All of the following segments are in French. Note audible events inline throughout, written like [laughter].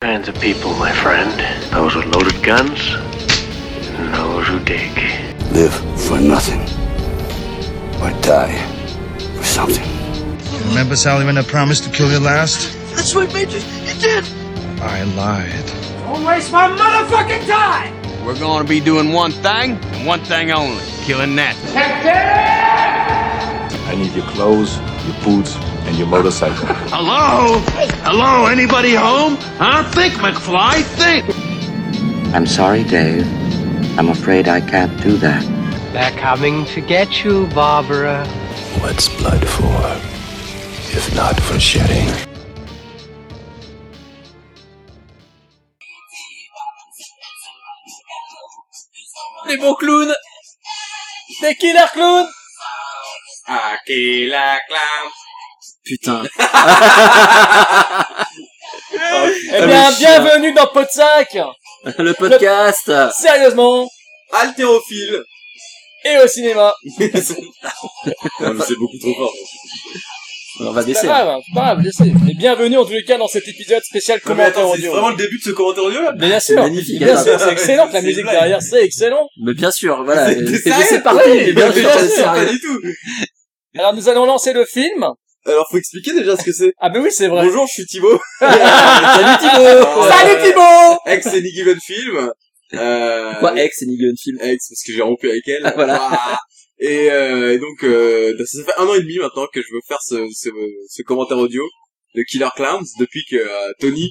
Kinds of people, my friend. Those with loaded guns, and those who dig. Live for nothing, or die for something. Remember, Sally, when I promised to kill you last? That's what Major, you did. I lied. Don't waste my motherfucking time! We're gonna be doing one thing, and one thing only killing Nazis. I need your clothes, your boots, and your motorcycle. [laughs] Hello? Hello, anybody home? Huh? Think, McFly, think! I'm sorry, Dave. I'm afraid I can't do that. They're coming to get you, Barbara. What's blood for, if not for shedding? Les bons clowns! Des killer clowns! Aquila Ah, Clown. [laughs] Putain. Ah, Eh bien, bienvenue dans Podsac! Le podcast Sérieusement! Altérophile. Et au cinéma! Non, mais c'est beaucoup trop fort. On va C'est pas baisser. grave, c'est pas grave, j'essaie. Mais bienvenue en tous les cas dans cet épisode spécial Non, mais commentaire attends, c'est audio. vraiment le début de ce commentaire audio là Mais bien C'est sûr! magnifique. Bien alors. sûr, c'est excellent que la C'est musique vrai. derrière, c'est excellent! Mais bien sûr, voilà. C'était C'est sérieux c'est parti. Oui, mais bien Mais sûr, non, c'est c'est pas sérieux. du tout. Alors nous allons lancer le film. Alors faut expliquer déjà ce que c'est. Ah ben oui, c'est vrai. Bonjour, je suis Thibaut. Salut [laughs] Thibaut. Euh, Salut Thibaut Ex et Nicky Van Film. Euh, Quoi, ex et Nigga Film Ex, parce que j'ai rompu avec elle. Ah, voilà. Ouah. Et, euh, et donc, euh, ça fait un an et demi maintenant que je veux faire ce, ce, ce commentaire audio de Killer Clowns depuis que euh, Tony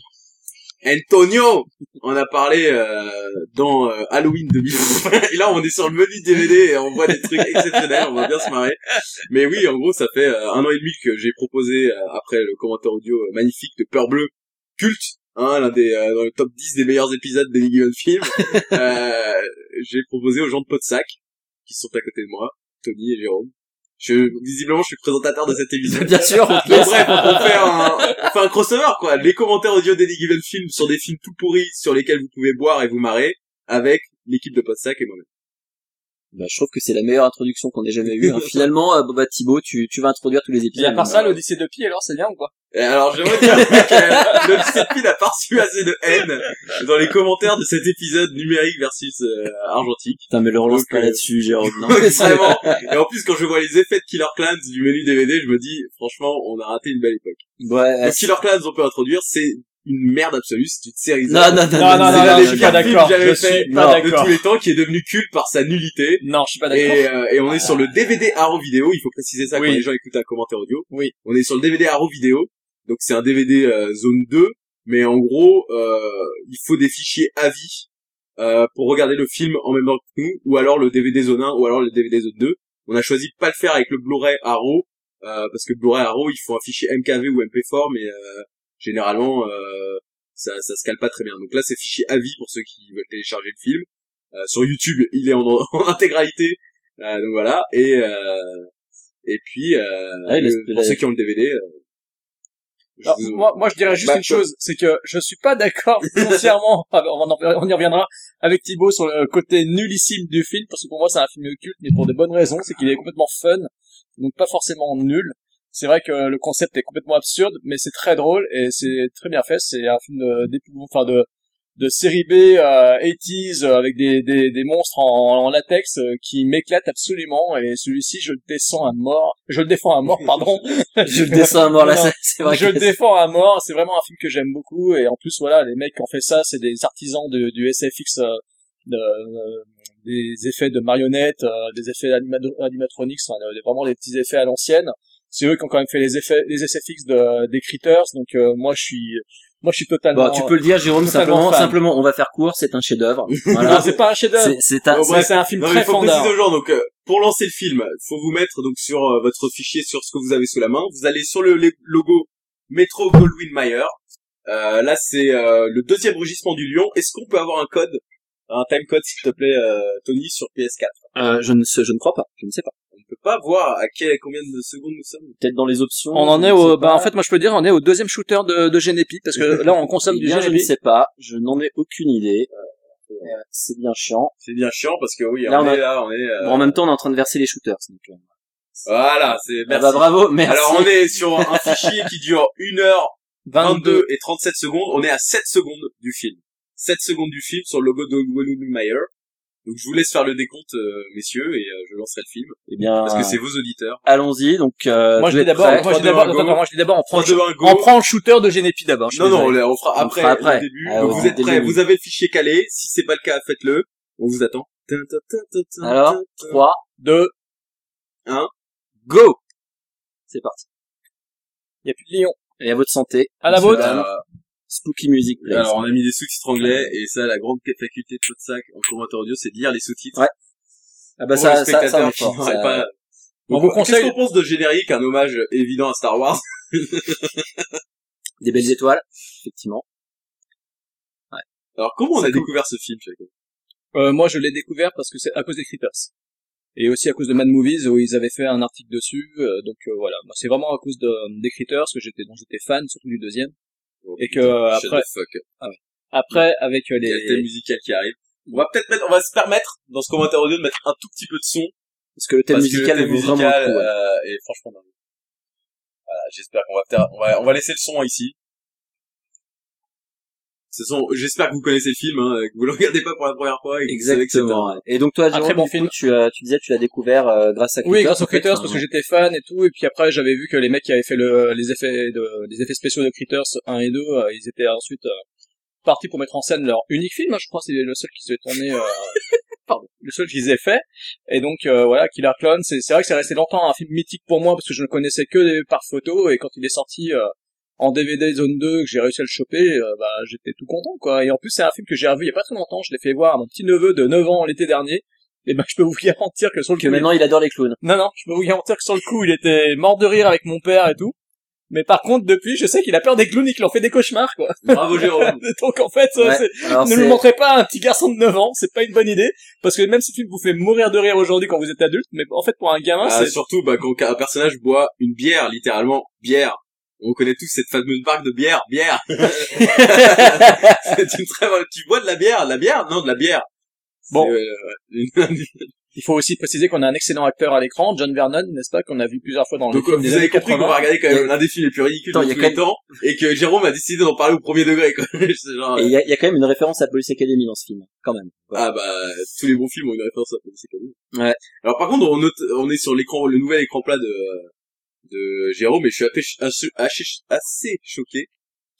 Antonio en a parlé euh, dans euh, Halloween 2020. [laughs] Et là, on est sur le menu DVD et on voit des trucs exceptionnels, on va bien se marrer. Mais oui, en gros, ça fait euh, un an et demi que j'ai proposé, euh, après le commentaire audio euh, magnifique de Peur Bleue, culte, hein, l'un des euh, dans le top 10 des meilleurs épisodes des Given Film, [laughs] euh, j'ai proposé aux gens de Podsac, qui sont à côté de moi, Tony et Jérôme. Je, visiblement, je suis présentateur de cette émission. [laughs] Bien sûr, on te Mais laisse. bref, on fait un, on fait un crossover, quoi. Les commentaires audio d'Any Given Film sur des films tout pourris sur lesquels vous pouvez boire et vous marrer avec l'équipe de Podsac et moi-même. Bah, je trouve que c'est la meilleure introduction qu'on ait [laughs] jamais eue. hein. Finalement, euh, bon, bah, Thibaut, tu, tu vas introduire tous les Et épisodes. à part ça, l'Odyssée de Pi, alors c'est bien ou quoi Et Alors, j'aimerais dire que [laughs] le Discipline a pas reçu assez de haine dans les commentaires de cet épisode numérique versus euh, argentique. Putain, mais le relance Donc, pas euh, là-dessus, Jérôme. Non, Donc, mais c'est- vraiment. Et en plus, quand je vois les effets de Killer Clans du menu DVD, je me dis, franchement, on a raté une belle époque. [laughs] Ah, Ouais, Donc, Killer Clans, on peut introduire, c'est une merde absolue, c'est une série Z. Non, non, non, Non, non, C'est non, non, l'un des je suis pas pires films d'accord. jamais Je faits suis pas de d'accord. tous les temps qui est devenu culte par sa nullité. Non, je suis pas d'accord. Et, euh, et on est sur le DVD Arrow Vidéo, il faut préciser ça quand les gens écoutent un commentaire audio. Oui. On est sur le DVD Arrow Vidéo, donc c'est un DVD euh, zone 2, mais en gros, euh, il faut des fichiers AVI euh, pour regarder le film en même temps que nous, ou alors le DVD zone 1, ou alors le DVD zone 2. On a choisi de pas le faire avec le Blu-ray Arrow, euh, parce que Blu-ray Arrow, il faut un fichier MKV ou MP4, mais euh, généralement, euh, ça, ça se cale pas très bien. Donc là, c'est fichier AVI pour ceux qui veulent télécharger le film. Euh, sur YouTube, il est en, [laughs] en intégralité. Euh, donc voilà. Et euh, et puis euh, Ah, il laisse- le- il pour a- ceux qui ont le DVD. euh, je Alors, vous- moi, moi, je dirais juste Bah, une chose, c'est que je suis pas [laughs] d'accord foncièrement, enfin, on, en- on y reviendra, avec Thibaut sur le côté nullissime du film, parce que pour moi c'est un film culte, mais pour de bonnes raisons, c'est qu'il est complètement fun, donc pas forcément nul. C'est vrai que le concept est complètement absurde, mais c'est très drôle et c'est très bien fait. C'est un film de, d'épouvante- enfin de, de série B euh, 80s euh, avec des, des, des monstres en, en latex euh, qui m'éclatent absolument et celui-ci je le descends à mort, je le défends à mort, [laughs] pardon. je le descends à mort, là, Non, c'est- c'est vrai je que- le défends à mort, c'est vraiment un film que j'aime beaucoup et en plus voilà, les mecs qui ont fait ça, c'est des artisans de- du SFX euh, de- euh, des effets de marionnettes, euh, des effets animado- animatroniques, enfin, euh, vraiment des petits effets à l'ancienne. C'est eux qui ont quand même fait les effets les SFX de des Critters donc euh, moi je suis moi je suis totalement Bon, Bah, tu peux le dire, Jérôme, totalement simplement, fan. simplement, on va faire court, c'est [laughs] un chef-d'œuvre. Non, Voilà. Ah, c'est pas un chef-d'œuvre. C'est, c'est un, Bon, C'est bref. c'est un film Non, mais très faut fandard. préciser aux gens donc euh, pour lancer le film, faut vous mettre donc sur euh, votre fichier sur ce que vous avez sous la main. Vous allez sur le le- logo Metro Goldwyn Mayer. Euh, là c'est euh, le deuxième rugissement du lion. Est-ce qu'on peut avoir un code, un time code s'il te plaît euh, Tony sur PS4 euh, je ne sais, je ne crois pas, je ne sais pas. On ne peut pas voir à quel, combien de secondes nous sommes. Peut-être dans les options. On en je est ne au sais bah pas. en fait moi je peux dire on est au deuxième shooter de de Genepi parce [laughs] que là on consomme Eh du bien, je ne Genepi. sais pas, je n'en ai aucune idée. Euh, euh, c'est bien chiant. C'est bien chiant parce que oui, Là, on, on a- est là, on est. euh, Bon, en même temps, on est en train de verser les shooters. Donc, euh, Voilà, c'est Ah merci. bah bravo, merci. Alors on est sur un fichier qui dure 1 heure 22 et 37 secondes, on est à 7 secondes du film. 7 secondes du film sur le logo de Wallou Meyer. Donc je vous laisse faire le décompte euh, messieurs et euh, je lancerai le film Eh bien, parce que c'est vos auditeurs. Allons-y, donc, euh, Moi, je vous dis êtes d'abord, prêts moi, je dis Trois, deux, d'abord, un, attends, go. attends, moi, je dis d'abord, on prend, Trois, le- deux, un, go. on prend le shooter de Genepi d'abord. je suis Non non, on, désolé. l'a- on fera On après, fera après. au début. Ah, Donc ouais, vous êtes dès le prêts, début. vous avez le fichier calé, si c'est pas le cas, faites-le. On vous attend. Tin, tin, tin, tin, tin, Alors, tin, tin. 3, Deux. go! C'est parti. Il y a plus de lion. Et à votre santé. À la Monsieur vôtre. Dame. Spooky Music Place. Bah, Alors on a mis des sous-titres anglais et ça la grande faculté de Podsac en commentaire audio c'est de lire les sous-titres. Ouais. ah bah Pour ça, le ça, ça, on spectateur est fort. qui n'aurait Ça- pas- On Donc, vous conseille- Qu'est-ce qu'on pense de générique, un hommage évident à Star Wars Des belles étoiles, effectivement. Alors comment on a C'est cool. découvert ce film Jacob Euh, moi, je l'ai découvert parce que c'est à cause des Creepers. Et aussi à cause de Mad Movies où ils avaient fait un article dessus, euh, donc euh, voilà. Moi, c'est vraiment à cause de, des Creepers que j'étais, dont j'étais fan, surtout du deuxième. Et que, euh, Oh, Shut après- the fuck. Après, avec euh, Il y a le thème les, musical qui arrive. On va peut-être mettre, on va se permettre dans ce commentaire audio de mettre un tout petit peu de son Parce que le thème parce musical que le thème vaut vraiment musical le coup. ouais. euh, est franchement dingue. Voilà, j'espère qu'on va faire, on va, on va laisser le son ici. Ce son, j'espère que vous connaissez le film, hein, que vous le [laughs] regardez pas pour la première fois et que vous savez que c'est Exactement. un- ouais. Et donc toi, Jérôme, très bon du coup, film. Tu, as- tu disais, tu l'as découvert euh, grâce à Oui, grâce aux en fait, Critters, hein. parce que j'étais fan et tout, et puis après j'avais vu que les mecs qui avaient fait le, les effets de, les effets spéciaux de Critters 1 et 2, euh, ils étaient ensuite euh, partis pour mettre en scène leur unique film, hein, je crois, c'est le seul qu'ils avaient [laughs] tourné, euh, pardon, le seul qu'ils aient fait, et donc euh, voilà, Killer Clone, c'est c'est vrai que c'est resté longtemps un film mythique pour moi, parce que je ne connaissais que par photo, et quand il est sorti euh, en DVD Zone 2, que j'ai réussi à le choper, euh, bah, j'étais tout content, quoi, et en plus c'est un film que j'ai revu il y a pas très longtemps, je l'ai fait voir à mon petit neveu de 9 ans l'été dernier, et ben je peux vous garantir que sur le que coup, il maintenant il adore [laughs] les clowns. non, non, je peux vous garantir que sur le coup, il était mort de rire avec mon père et tout. Mais par contre, depuis, je sais qu'il a peur des clowns et qu'il en fait des cauchemars, quoi. [laughs] Bravo Jérôme. Donc en fait, euh, Ouais. c'est- Alors, ne le c'est- montrez pas à un petit garçon de 9 ans, c'est pas une bonne idée. Parce que même ce film vous fait mourir de rire aujourd'hui quand vous êtes adulte, mais en fait, pour un gamin, Ah, c'est... surtout bah, quand un personnage boit une bière, littéralement bière. On connaît tous cette fameuse marque de bière, [laughs] bière. [laughs] c'est une très bonne- Tu bois de la bière, de la bière Non, de la bière. Bon. C'est, euh, une- [laughs] Il faut aussi préciser qu'on a un excellent acteur à l'écran, John Vernon, n'est-ce pas, qu'on a vu plusieurs fois dans le Donc film vous avez compris qu'on va regarder quand Il même y a- l'un des films les plus ridicules Attends, de il y a tous les quand temps et que Jérôme a décidé d'en parler au premier degré. Quoi. [laughs] C'est genre, Et euh, il y a, il y a quand même une référence à Police Academy dans ce film, quand même. Ah bah tous les bons films ont une référence à Police Academy. Ouais. Alors par contre on note, on est sur l'écran le nouvel écran plat de euh, de Jérôme et je suis appé- assez, assez choqué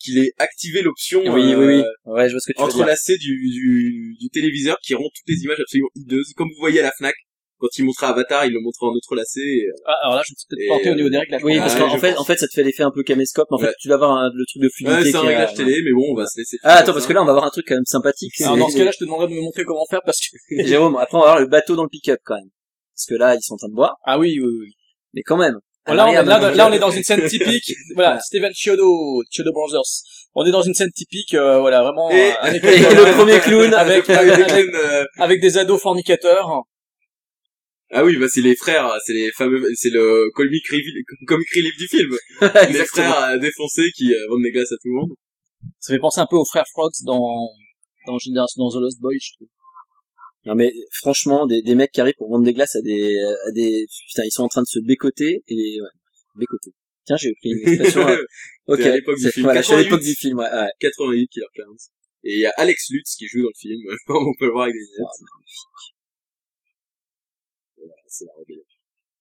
qu'il ait activé l'option oui, oui, euh, oui. Ouais, je vois ce que tu veux dire. entrelacé du, du, du téléviseur qui rend toutes les images absolument hideuses. Comme vous voyez à la Fnac, quand il montrait Avatar, il le montrait en entrelacé. et, euh, Ah, alors là, je me suis Et, peut-être planté au niveau des règles. là. Oui, parce Ah, qu'en je en fait, pense. en fait, ça te fait l'effet un peu caméscope. mais En fait, Ouais. tu vas avoir un- le truc de fluidité. Ouais, c'est un qui est- réglage télé, mais bon, on va se laisser. Ah, attends, parce que là, on va avoir un truc quand même sympathique. Alors, C'est- Ah, dans ce cas-là, je te demanderai de me montrer comment faire parce que... Jérôme, après, on va avoir le bateau dans le pick-up, quand même. Parce que là, ils sont en train de boire. Ah oui, oui, oui. Mais quand même. Bon, là, on est, Regarde, là, donc, là, on est dans une scène [laughs] typique. Voilà, Steven Chiodo, Chiodo Brothers. On est dans une scène typique, euh, voilà, vraiment [laughs] Et- euh, un école Et de- le premier [laughs] [laughs] clown avec, Ah, avec, mais [laughs] Declan, euh, avec des ados fornicateurs. ah oui, bah c'est les frères, c'est les fameux, c'est le comic relief, comic relief du film. [laughs] les Exactement. frères euh, défoncés qui euh, vendent des glaces à tout le monde. Ça fait penser un peu aux frères Frogs dans dans, Génération- dans The Lost Boys. je trouve. Non mais franchement, des, des mecs qui arrivent pour vendre des glaces à des, à des, putain, ils sont en train de se bécoter et ouais, bécoter. Tiens, j'ai [laughs] pris une expression. hein. ok, à l'époque du c'est- film. Voilà, je suis à 88. l'époque du film. Ouais, ouais. 88 Killer Clowns. Et il y a Alex Lutz qui joue dans le film, [laughs] comme on peut le voir avec des lunettes. Voilà, c'est la rébellion.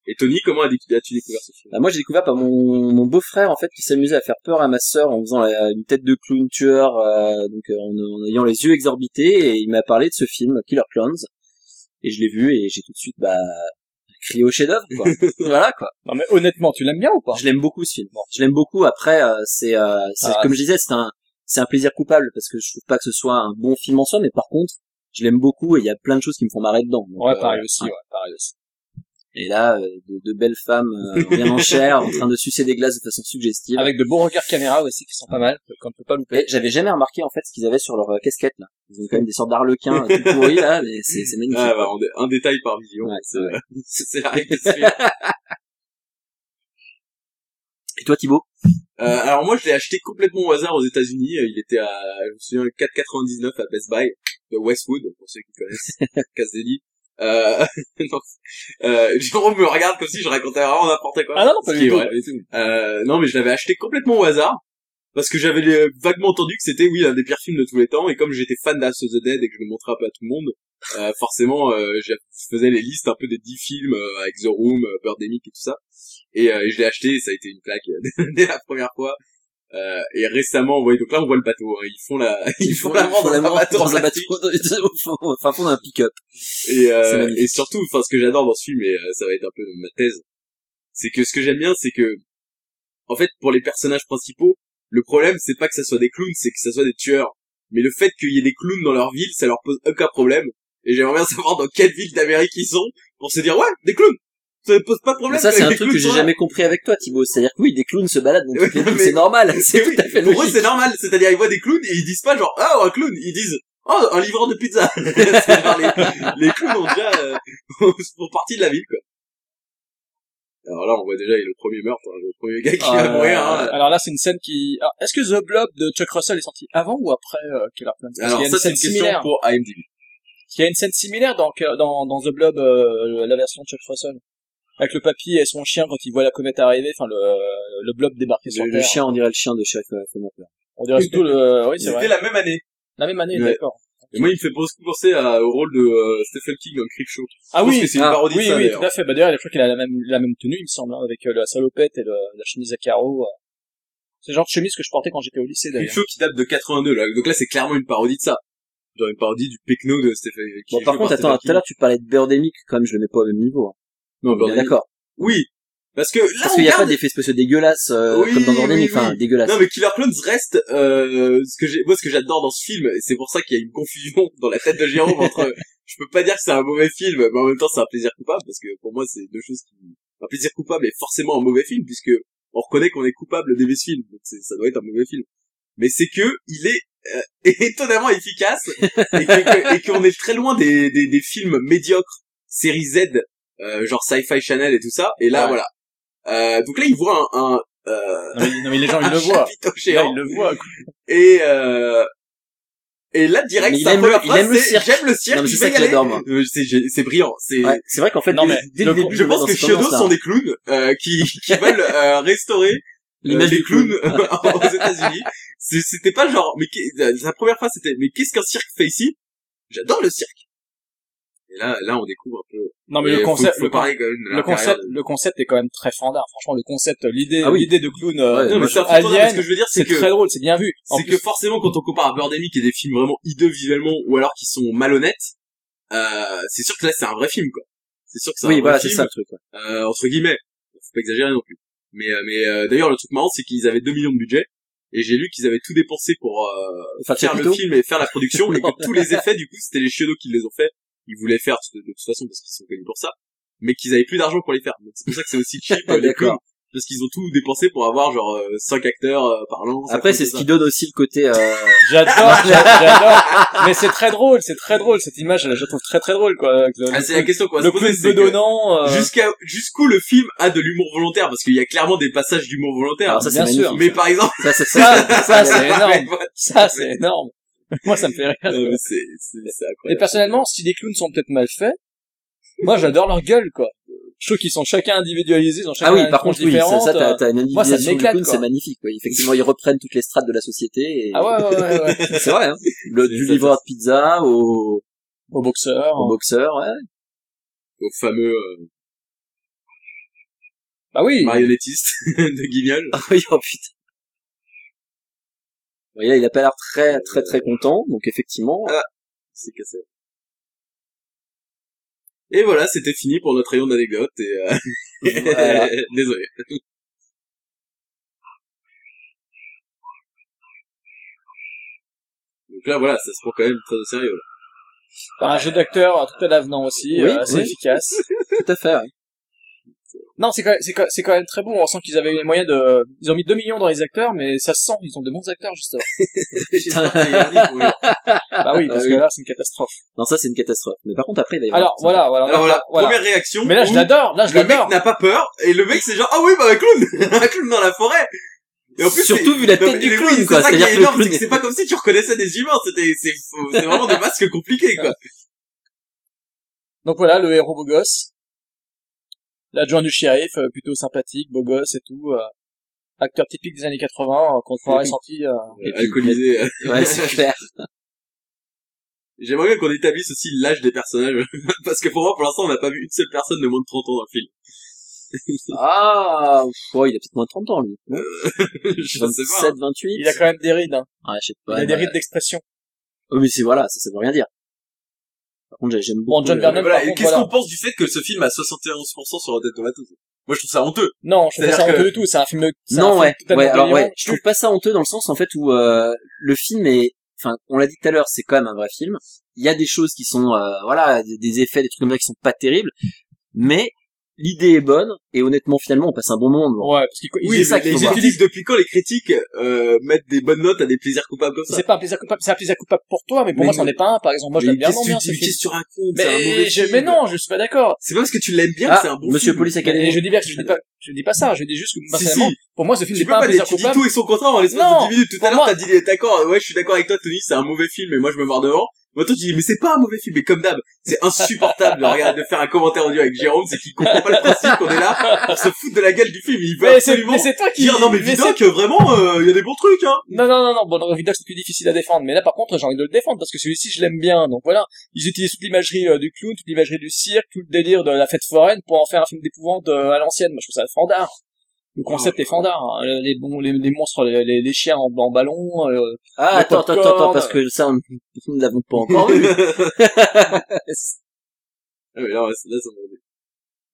Et Tony, comment as-tu as-tu découvert ce film Bah, moi, j'ai découvert par mon, mon beau-frère en fait qui s'amusait à faire peur à ma sœur en faisant la- une tête de clown tueur, euh, donc euh, en, en ayant les yeux exorbités et il m'a parlé de ce film Killer Clowns et je l'ai vu et j'ai tout de suite bah crié au chef-d'œuvre [laughs] quoi. voilà quoi. Non mais honnêtement, tu l'aimes bien ou pas Je l'aime beaucoup ce film. Je l'aime beaucoup. Après, euh, c'est euh, c'est- Ah. comme je disais, c'est un c'est un plaisir coupable parce que je trouve pas que ce soit un bon film en soi, mais par contre, je l'aime beaucoup et il y a plein de choses qui me font marrer dedans. Donc, Ouais, euh, pareil aussi, ouais. ouais, pareil aussi. Et là, euh, de, de belles femmes euh, bien en chair, en train de sucer des glaces de façon suggestive. Avec de beaux regards caméra aussi qui sont pas mal, qu'on ne peut pas [laughs] louper. Et J'avais jamais remarqué en fait ce qu'ils avaient sur leur euh, casquette là. Ils ont quand même des sortes d'arlequins euh, tout pourris là, mais c'est c'est magnifique. ah, bah, en dé- un détail par vision, [laughs] Ouais, c'est ouais. c'est la règle de ce film. Et toi Thibaut Euh, alors moi je l'ai acheté complètement au hasard aux États-Unis. Euh, Il était à, [laughs] je me souviens, 4,99 à Best Buy de Westwood pour ceux qui connaissent Casse Euh, [laughs] non. Euh, Jérôme me regarde comme si je racontais vraiment n'importe quoi. Ah non, non, pas Ce du qui est tout, vrai. pas du tout. Euh, non, mais je l'avais acheté complètement au hasard parce que j'avais euh, vaguement entendu que c'était oui l'un des pires films de tous les temps et comme j'étais fan d'As of the Dead et que je le montrais un peu à tout le monde, euh, forcément euh, je faisais les listes un peu des 10 films euh, avec The Room, euh, Birdemic et tout ça. Et euh, je l'ai acheté et ça a été une claque euh, [laughs] dès la première fois. Euh, et récemment, voyez donc là on voit le bateau, hein, ils font la, [laughs] ils font la mort dans un bateau en dans un plastique. bateau, [laughs] au fond- au fin fond d'un pick-up. Et, euh, C'est magnifique. et surtout, enfin, ce que j'adore dans ce film, et euh, ça va être un peu ma thèse, c'est que ce que j'aime bien, c'est que, en fait, pour les personnages principaux, le problème, c'est pas que ça soit des clowns, c'est que ça soit des tueurs. Mais le fait qu'il y ait des clowns dans leur ville, ça leur pose aucun problème. Et j'aimerais bien [laughs] savoir dans quelle ville d'Amérique ils sont pour se dire, ouais, des clowns! Ça ne pose pas de Mais problème. ça, c'est les un truc clowns que j'ai sont là. jamais compris avec toi, Thibaut. C'est-à-dire que oui, des clowns se baladent dans toutes les Oui, villes, mais- c'est normal. C'est oui, tout à fait Pour eux, logique. c'est normal. C'est-à-dire, ils voient des clowns et ils disent pas genre, ah, un clown. Ils disent, oh, un livreur de pizza. [laughs] C'est genre, les, les clowns ont déjà, euh, [laughs] font partie de la ville, quoi. Alors là, on voit déjà, il est le premier meurtre, hein, le premier gars qui Ah, va mourir, hein. Alors là, c'est une scène qui. Alors, Est-ce que The Blob de Chuck Russell est sorti avant ou après euh, Killer Clowns Parce Alors qu'il y a ça, c'est une scène question similaire. pour IMDb. Il y a une scène similaire dans dans, dans The Blob, euh, la version de Chuck Russell, avec le papy et son chien quand il voit la comète arriver. Enfin, le le Blob débarquer sur Le, le Terre. chien, on dirait le chien de chef, euh, Fenêtre. On dirait surtout le. euh, Oui, c'est C'était vrai. la même année. La même année, Ouais. d'accord. Et moi, il me fait beaucoup penser à- au rôle de euh, Stephen King dans Creepshow. Ah pense oui, que c'est une ah, parodie de oui, ça, oui, d'ailleurs. tout à fait. Bah d'ailleurs, je crois qu'il a la même la même tenue, il me semble, hein, avec euh, la salopette et le, la chemise à carreaux. euh. C'est le genre de chemise que je portais quand j'étais au lycée d'ailleurs. Creepshow qui date de 82, là. Donc là, c'est clairement une parodie de ça. Genre une parodie du Pecno de Stephen King. Bon, par joué contre, Stephen attends, tout à King. l'heure, tu parlais de Birdemic, quand même, je le mets pas au même niveau. Non, On est Birdemic. D'accord. Oui. Parce que là, Parce on qu'il n'y a garde- pas d'effets spéciaux dégueulasses, euh, Oui, comme dans oui, Birdemic, oui. enfin, dégueulasses. Non mais Killer Clowns reste euh, ce que j'ai moi ce que j'adore dans ce film et c'est pour ça qu'il y a une confusion [laughs] dans la tête de Jérôme entre [laughs] je peux pas dire que c'est un mauvais film mais en même temps c'est un plaisir coupable parce que pour moi c'est deux choses qui un plaisir coupable est forcément un mauvais film puisque on reconnaît qu'on est coupable d'aimer ce film donc c'est- ça doit être un mauvais film mais c'est que il est euh, [laughs] étonnamment efficace et que- et qu'on est très loin des, des, des films médiocres série Z euh, genre Sci-Fi Channel et tout ça et là Ouais. voilà euh, donc là il voit un, un euh, Non mais, non, mais les gens ils un le voient. chapiteau Là, géant. ils le voient. quoi. Et, euh, et là, direct, Mais il sa aime première le- il phrase, aime le c'est, cirque. J'aime le cirque, Non, mais je c'est vais ça y que aller. j'adore, moi. Euh, C'est, gé- c'est brillant. C'est, Ouais, c'est vrai qu'en fait, Non, dès, mais dès le le con- début, je on est pense dans que cette tendance, Chiodos là. sont des clowns euh, qui, [laughs] qui veulent euh, restaurer L'image euh, [laughs] des du clown. clowns aux États-Unis. C'est- C'était pas genre, mais qu'est- la première phrase c'était, mais qu'est-ce qu'un cirque fait ici J'adore le cirque. Et là, là, on découvre un peu. Non mais Et le faut- concept, faut le, parler quand même de le l'intérieur concept, de- le concept est quand même très fandard. Franchement, le concept, euh, l'idée, Ah oui. l'idée de clown euh, Ouais, Non, mais moi, c'est un peu tendance, parce alien, que je veux dire, c'est c'est que très drôle, c'est bien vu. En c'est plus, que forcément quand on compare à Birdemic et des films vraiment hideux visuellement ou alors qui sont malhonnêtes euh, c'est sûr que là c'est un vrai film quoi c'est sûr que c'est Oui, un vrai voilà, c'est film ça le truc. ouais. euh, entre guillemets faut pas exagérer non plus mais euh, mais euh, d'ailleurs le truc marrant c'est qu'ils avaient 2 millions de budget et j'ai lu qu'ils avaient tout dépensé pour euh, Enfin, faire le Chapiteau. film et faire la [laughs] production et Non. que tous les effets du coup c'était les chiodos qui les ont fait ils voulaient faire de, de toute façon parce qu'ils sont connus pour ça mais qu'ils avaient plus d'argent pour les faire donc c'est pour ça que c'est aussi [laughs] cheap euh, les D'accord. clowns parce qu'ils ont tout dépensé pour avoir genre 5 acteurs euh, parlant cinq Après, c'est ce acteurs. qui donne aussi le côté, euh, [laughs] j'adore, j'a- j'adore. Mais c'est très drôle, c'est très drôle. Cette image, je la trouve très très drôle quoi. Le, Ah, c'est la question qu'on va le se poser, clown c'est que bedonnant. euh, jusqu'à jusqu'où le film a de l'humour volontaire parce qu'il y a clairement des passages d'humour volontaire. Alors ça, c'est Bien sûr. magnifique. mais par [laughs] exemple, ça, c'est ça. Ça, ça c'est Ouais, énorme. ouais, Ça c'est énorme. [laughs] Moi, ça me fait rire. non, quoi. mais euh, c'est c'est c'est Et incroyable. personnellement, si les clowns sont peut-être mal faits, moi j'adore leur gueule quoi. Je trouve qu'ils sont chacun individualisés, ils ont chacun Ah oui, une par tronche contre, oui, ça, différente. euh. ça, t'as, t'as une Moi, ça individualisation du m'éclate, clown, quoi. c'est magnifique, oui. Effectivement, ils reprennent toutes les strates de la société et... Ah ouais, ouais, ouais, ouais. [laughs] C'est vrai, hein. Le, du ça, Oh. livreur de pizza au, Au boxeur. au boxeur, ouais. [laughs] Au fameux euh, Bah oui. marionnettiste [laughs] de Guignol. Ah oui, oh putain. Bon, là, il a pas l'air très, très, très content, donc effectivement. Ah. C'est cassé. Et voilà, c'était fini pour notre rayon d'anecdotes et euh, [laughs] Voilà. désolé. Donc là voilà, ça se prend quand même très au sérieux. là. Un jeu d'acteur tout à l'avenant aussi, Oui, euh, assez oui. efficace. Tout à fait. ouais. Non, c'est quand, même- c'est quand, c'est quand même très bon. On sent qu'ils avaient les moyens de. Ils ont mis 2 millions dans les acteurs, mais ça se sent. Ils ont de bons acteurs [laughs] justement. J'espère qu'il y a un livre, oui. bah oui, parce Ah que oui. là, c'est une catastrophe. Non, ça, c'est une catastrophe. Mais par contre, après, il va y avoir. Alors voilà, voilà, Alors voilà, voilà. première réaction. Mais là, je où- l'adore. Là, je le mec l'adore. n'a pas peur et le mec c'est genre ah oui bah un clown [laughs] un clown dans la forêt et en plus Surtout vu la c'est- non, tête mais- du mais clown, oui, quoi. c'est ça qui C'est-à-dire est que le énorme clown c'est que est- c'est pas comme [laughs] si tu reconnaissais des humains c'était c'est c'est vraiment des masques compliqués quoi Donc voilà, le héros beau gosse, l'adjoint du shérif, euh, plutôt sympathique, beau gosse et tout, euh, acteur typique des années 80 euh, qu'on croirait sorti. euh, Euh, alcoolisé. Ouais, c'est clair. [laughs] J'aimerais bien qu'on établisse aussi l'âge des personnages, [laughs] parce que pour moi, pour l'instant, on n'a pas vu une seule personne de moins de 30 ans dans le film. [laughs] Ah, pff, ouais, il a peut-être moins de 30 ans, lui. je sais pas. 27, 28. Il a quand même des rides, hein. Ah, je sais il pas. a des mais- rides d'expression. Oh, mais c'est, voilà, ça, ça veut rien dire. Par contre, j'ai- j'aime beaucoup. Bon, John le- Vernon, Voilà, par et contre, qu'est-ce voilà. qu'on pense du fait que ce film a 71% sur la tête de Matos Moi, je trouve ça honteux. Non, je trouve C'est-à-dire ça honteux que- du tout, c'est un film, c'est un Non, film ouais, totalement ouais, alors délirant. ouais, je trouve pas ça honteux dans le sens en fait où euh, le film est, enfin, on l'a dit tout à l'heure, c'est quand même un vrai film. Il y a des choses qui sont, euh, voilà, des- des effets, des trucs comme ça qui sont pas terribles, mais l'idée est bonne et honnêtement, finalement, on passe un bon moment. devant. Ouais, parce qu'ils Oui, c'est mais ça qu'il ils faut voir. utilisent depuis quand les critiques euh, mettent des bonnes notes à des plaisirs coupables comme ça c'est pas un plaisir coupable, c'est un plaisir coupable pour toi, mais pour Mais moi, c'en non. est pas un, par exemple. Moi, je l'aime Mais bien, qu'est-ce non, bien, que ce tu dis film. Qu'est-ce que tu racontes C'est un Mais, mauvais je- film. mais non, je suis pas d'accord. C'est pas parce que tu l'aimes bien que c'est Ah, un bon Monsieur film. Eh, Police Et Academy. je dis bien que je dis pas, je dis pas ça, je dis juste bah, que, Si, personnellement, si. pour moi, ce film Tu n'est peux pas un pas dire, plaisir tu dis coupable. tout et son contraire en l'espace Non. de 10 minutes. Tout à Pour moi- l'heure, t'as dit, eh, d'accord, ouais, je suis d'accord avec toi, Tony, c'est un mauvais film, et moi, je me marre devant. Moi, toi, tu dis, mais c'est pas un mauvais film, mais comme d'hab, c'est insupportable de regarder, de faire un commentaire audio avec Jérôme, c'est qu'il comprend pas le principe qu'on est là pour se foutre de la gueule du film. Il veut Mais c'est, absolument mais c'est toi qui, dire, non, mais mais c'est- Vidoc, vraiment, euh, il y a des bons trucs, hein. Non, non, non, non, bon, le Vidoc, c'est plus difficile à défendre, mais là, par contre, j'ai envie de le défendre, parce que celui-ci, je l'aime bien, donc voilà. Ils utilisent toute l'imagerie euh, du clown, toute l'imagerie du cirque, tout le délire de la fête foraine pour en faire un film d'épouvante euh, à l'ancienne. Moi, je trouve ça fandard. Le concept Ah, est fandard. hein. Les, bons, les, les monstres, les, les- les chiens en, en ballon, euh, Ah, le attends, attends, popcorn. attends, attends, parce que ça, on nous [laughs] ne l'avons pas encore vu. Ah, mais là, ouais, là, ça me-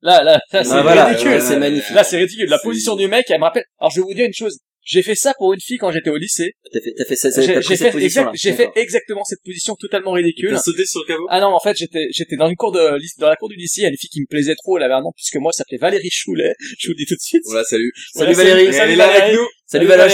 Là, là, là, c'est Ah, voilà, ridicule. ouais, c'est magnifique. Là, c'est ridicule. La C'est- position du mec, elle me rappelle. Alors, je vais vous dire une chose. J'ai fait ça pour une fille quand j'étais au lycée. T'as fait, t'as fait, ça- ça- J'ai t'as j'ai fait, pris cette exact- position-là. j'ai fait exactement cette position totalement ridicule. T'as sauté sur le caveau? Ah non, en fait, j'étais, j'étais dans une cour de, lyc- dans la cour du lycée, il y a une fille qui me plaisait trop, elle avait un nom, puisque moi, ça s'appelait Valérie Choulet. [laughs] Je vous le dis tout de suite. On la salue. Voilà, Valérie. Salut, Elle est là Valérie. avec nous. Salut Valoche.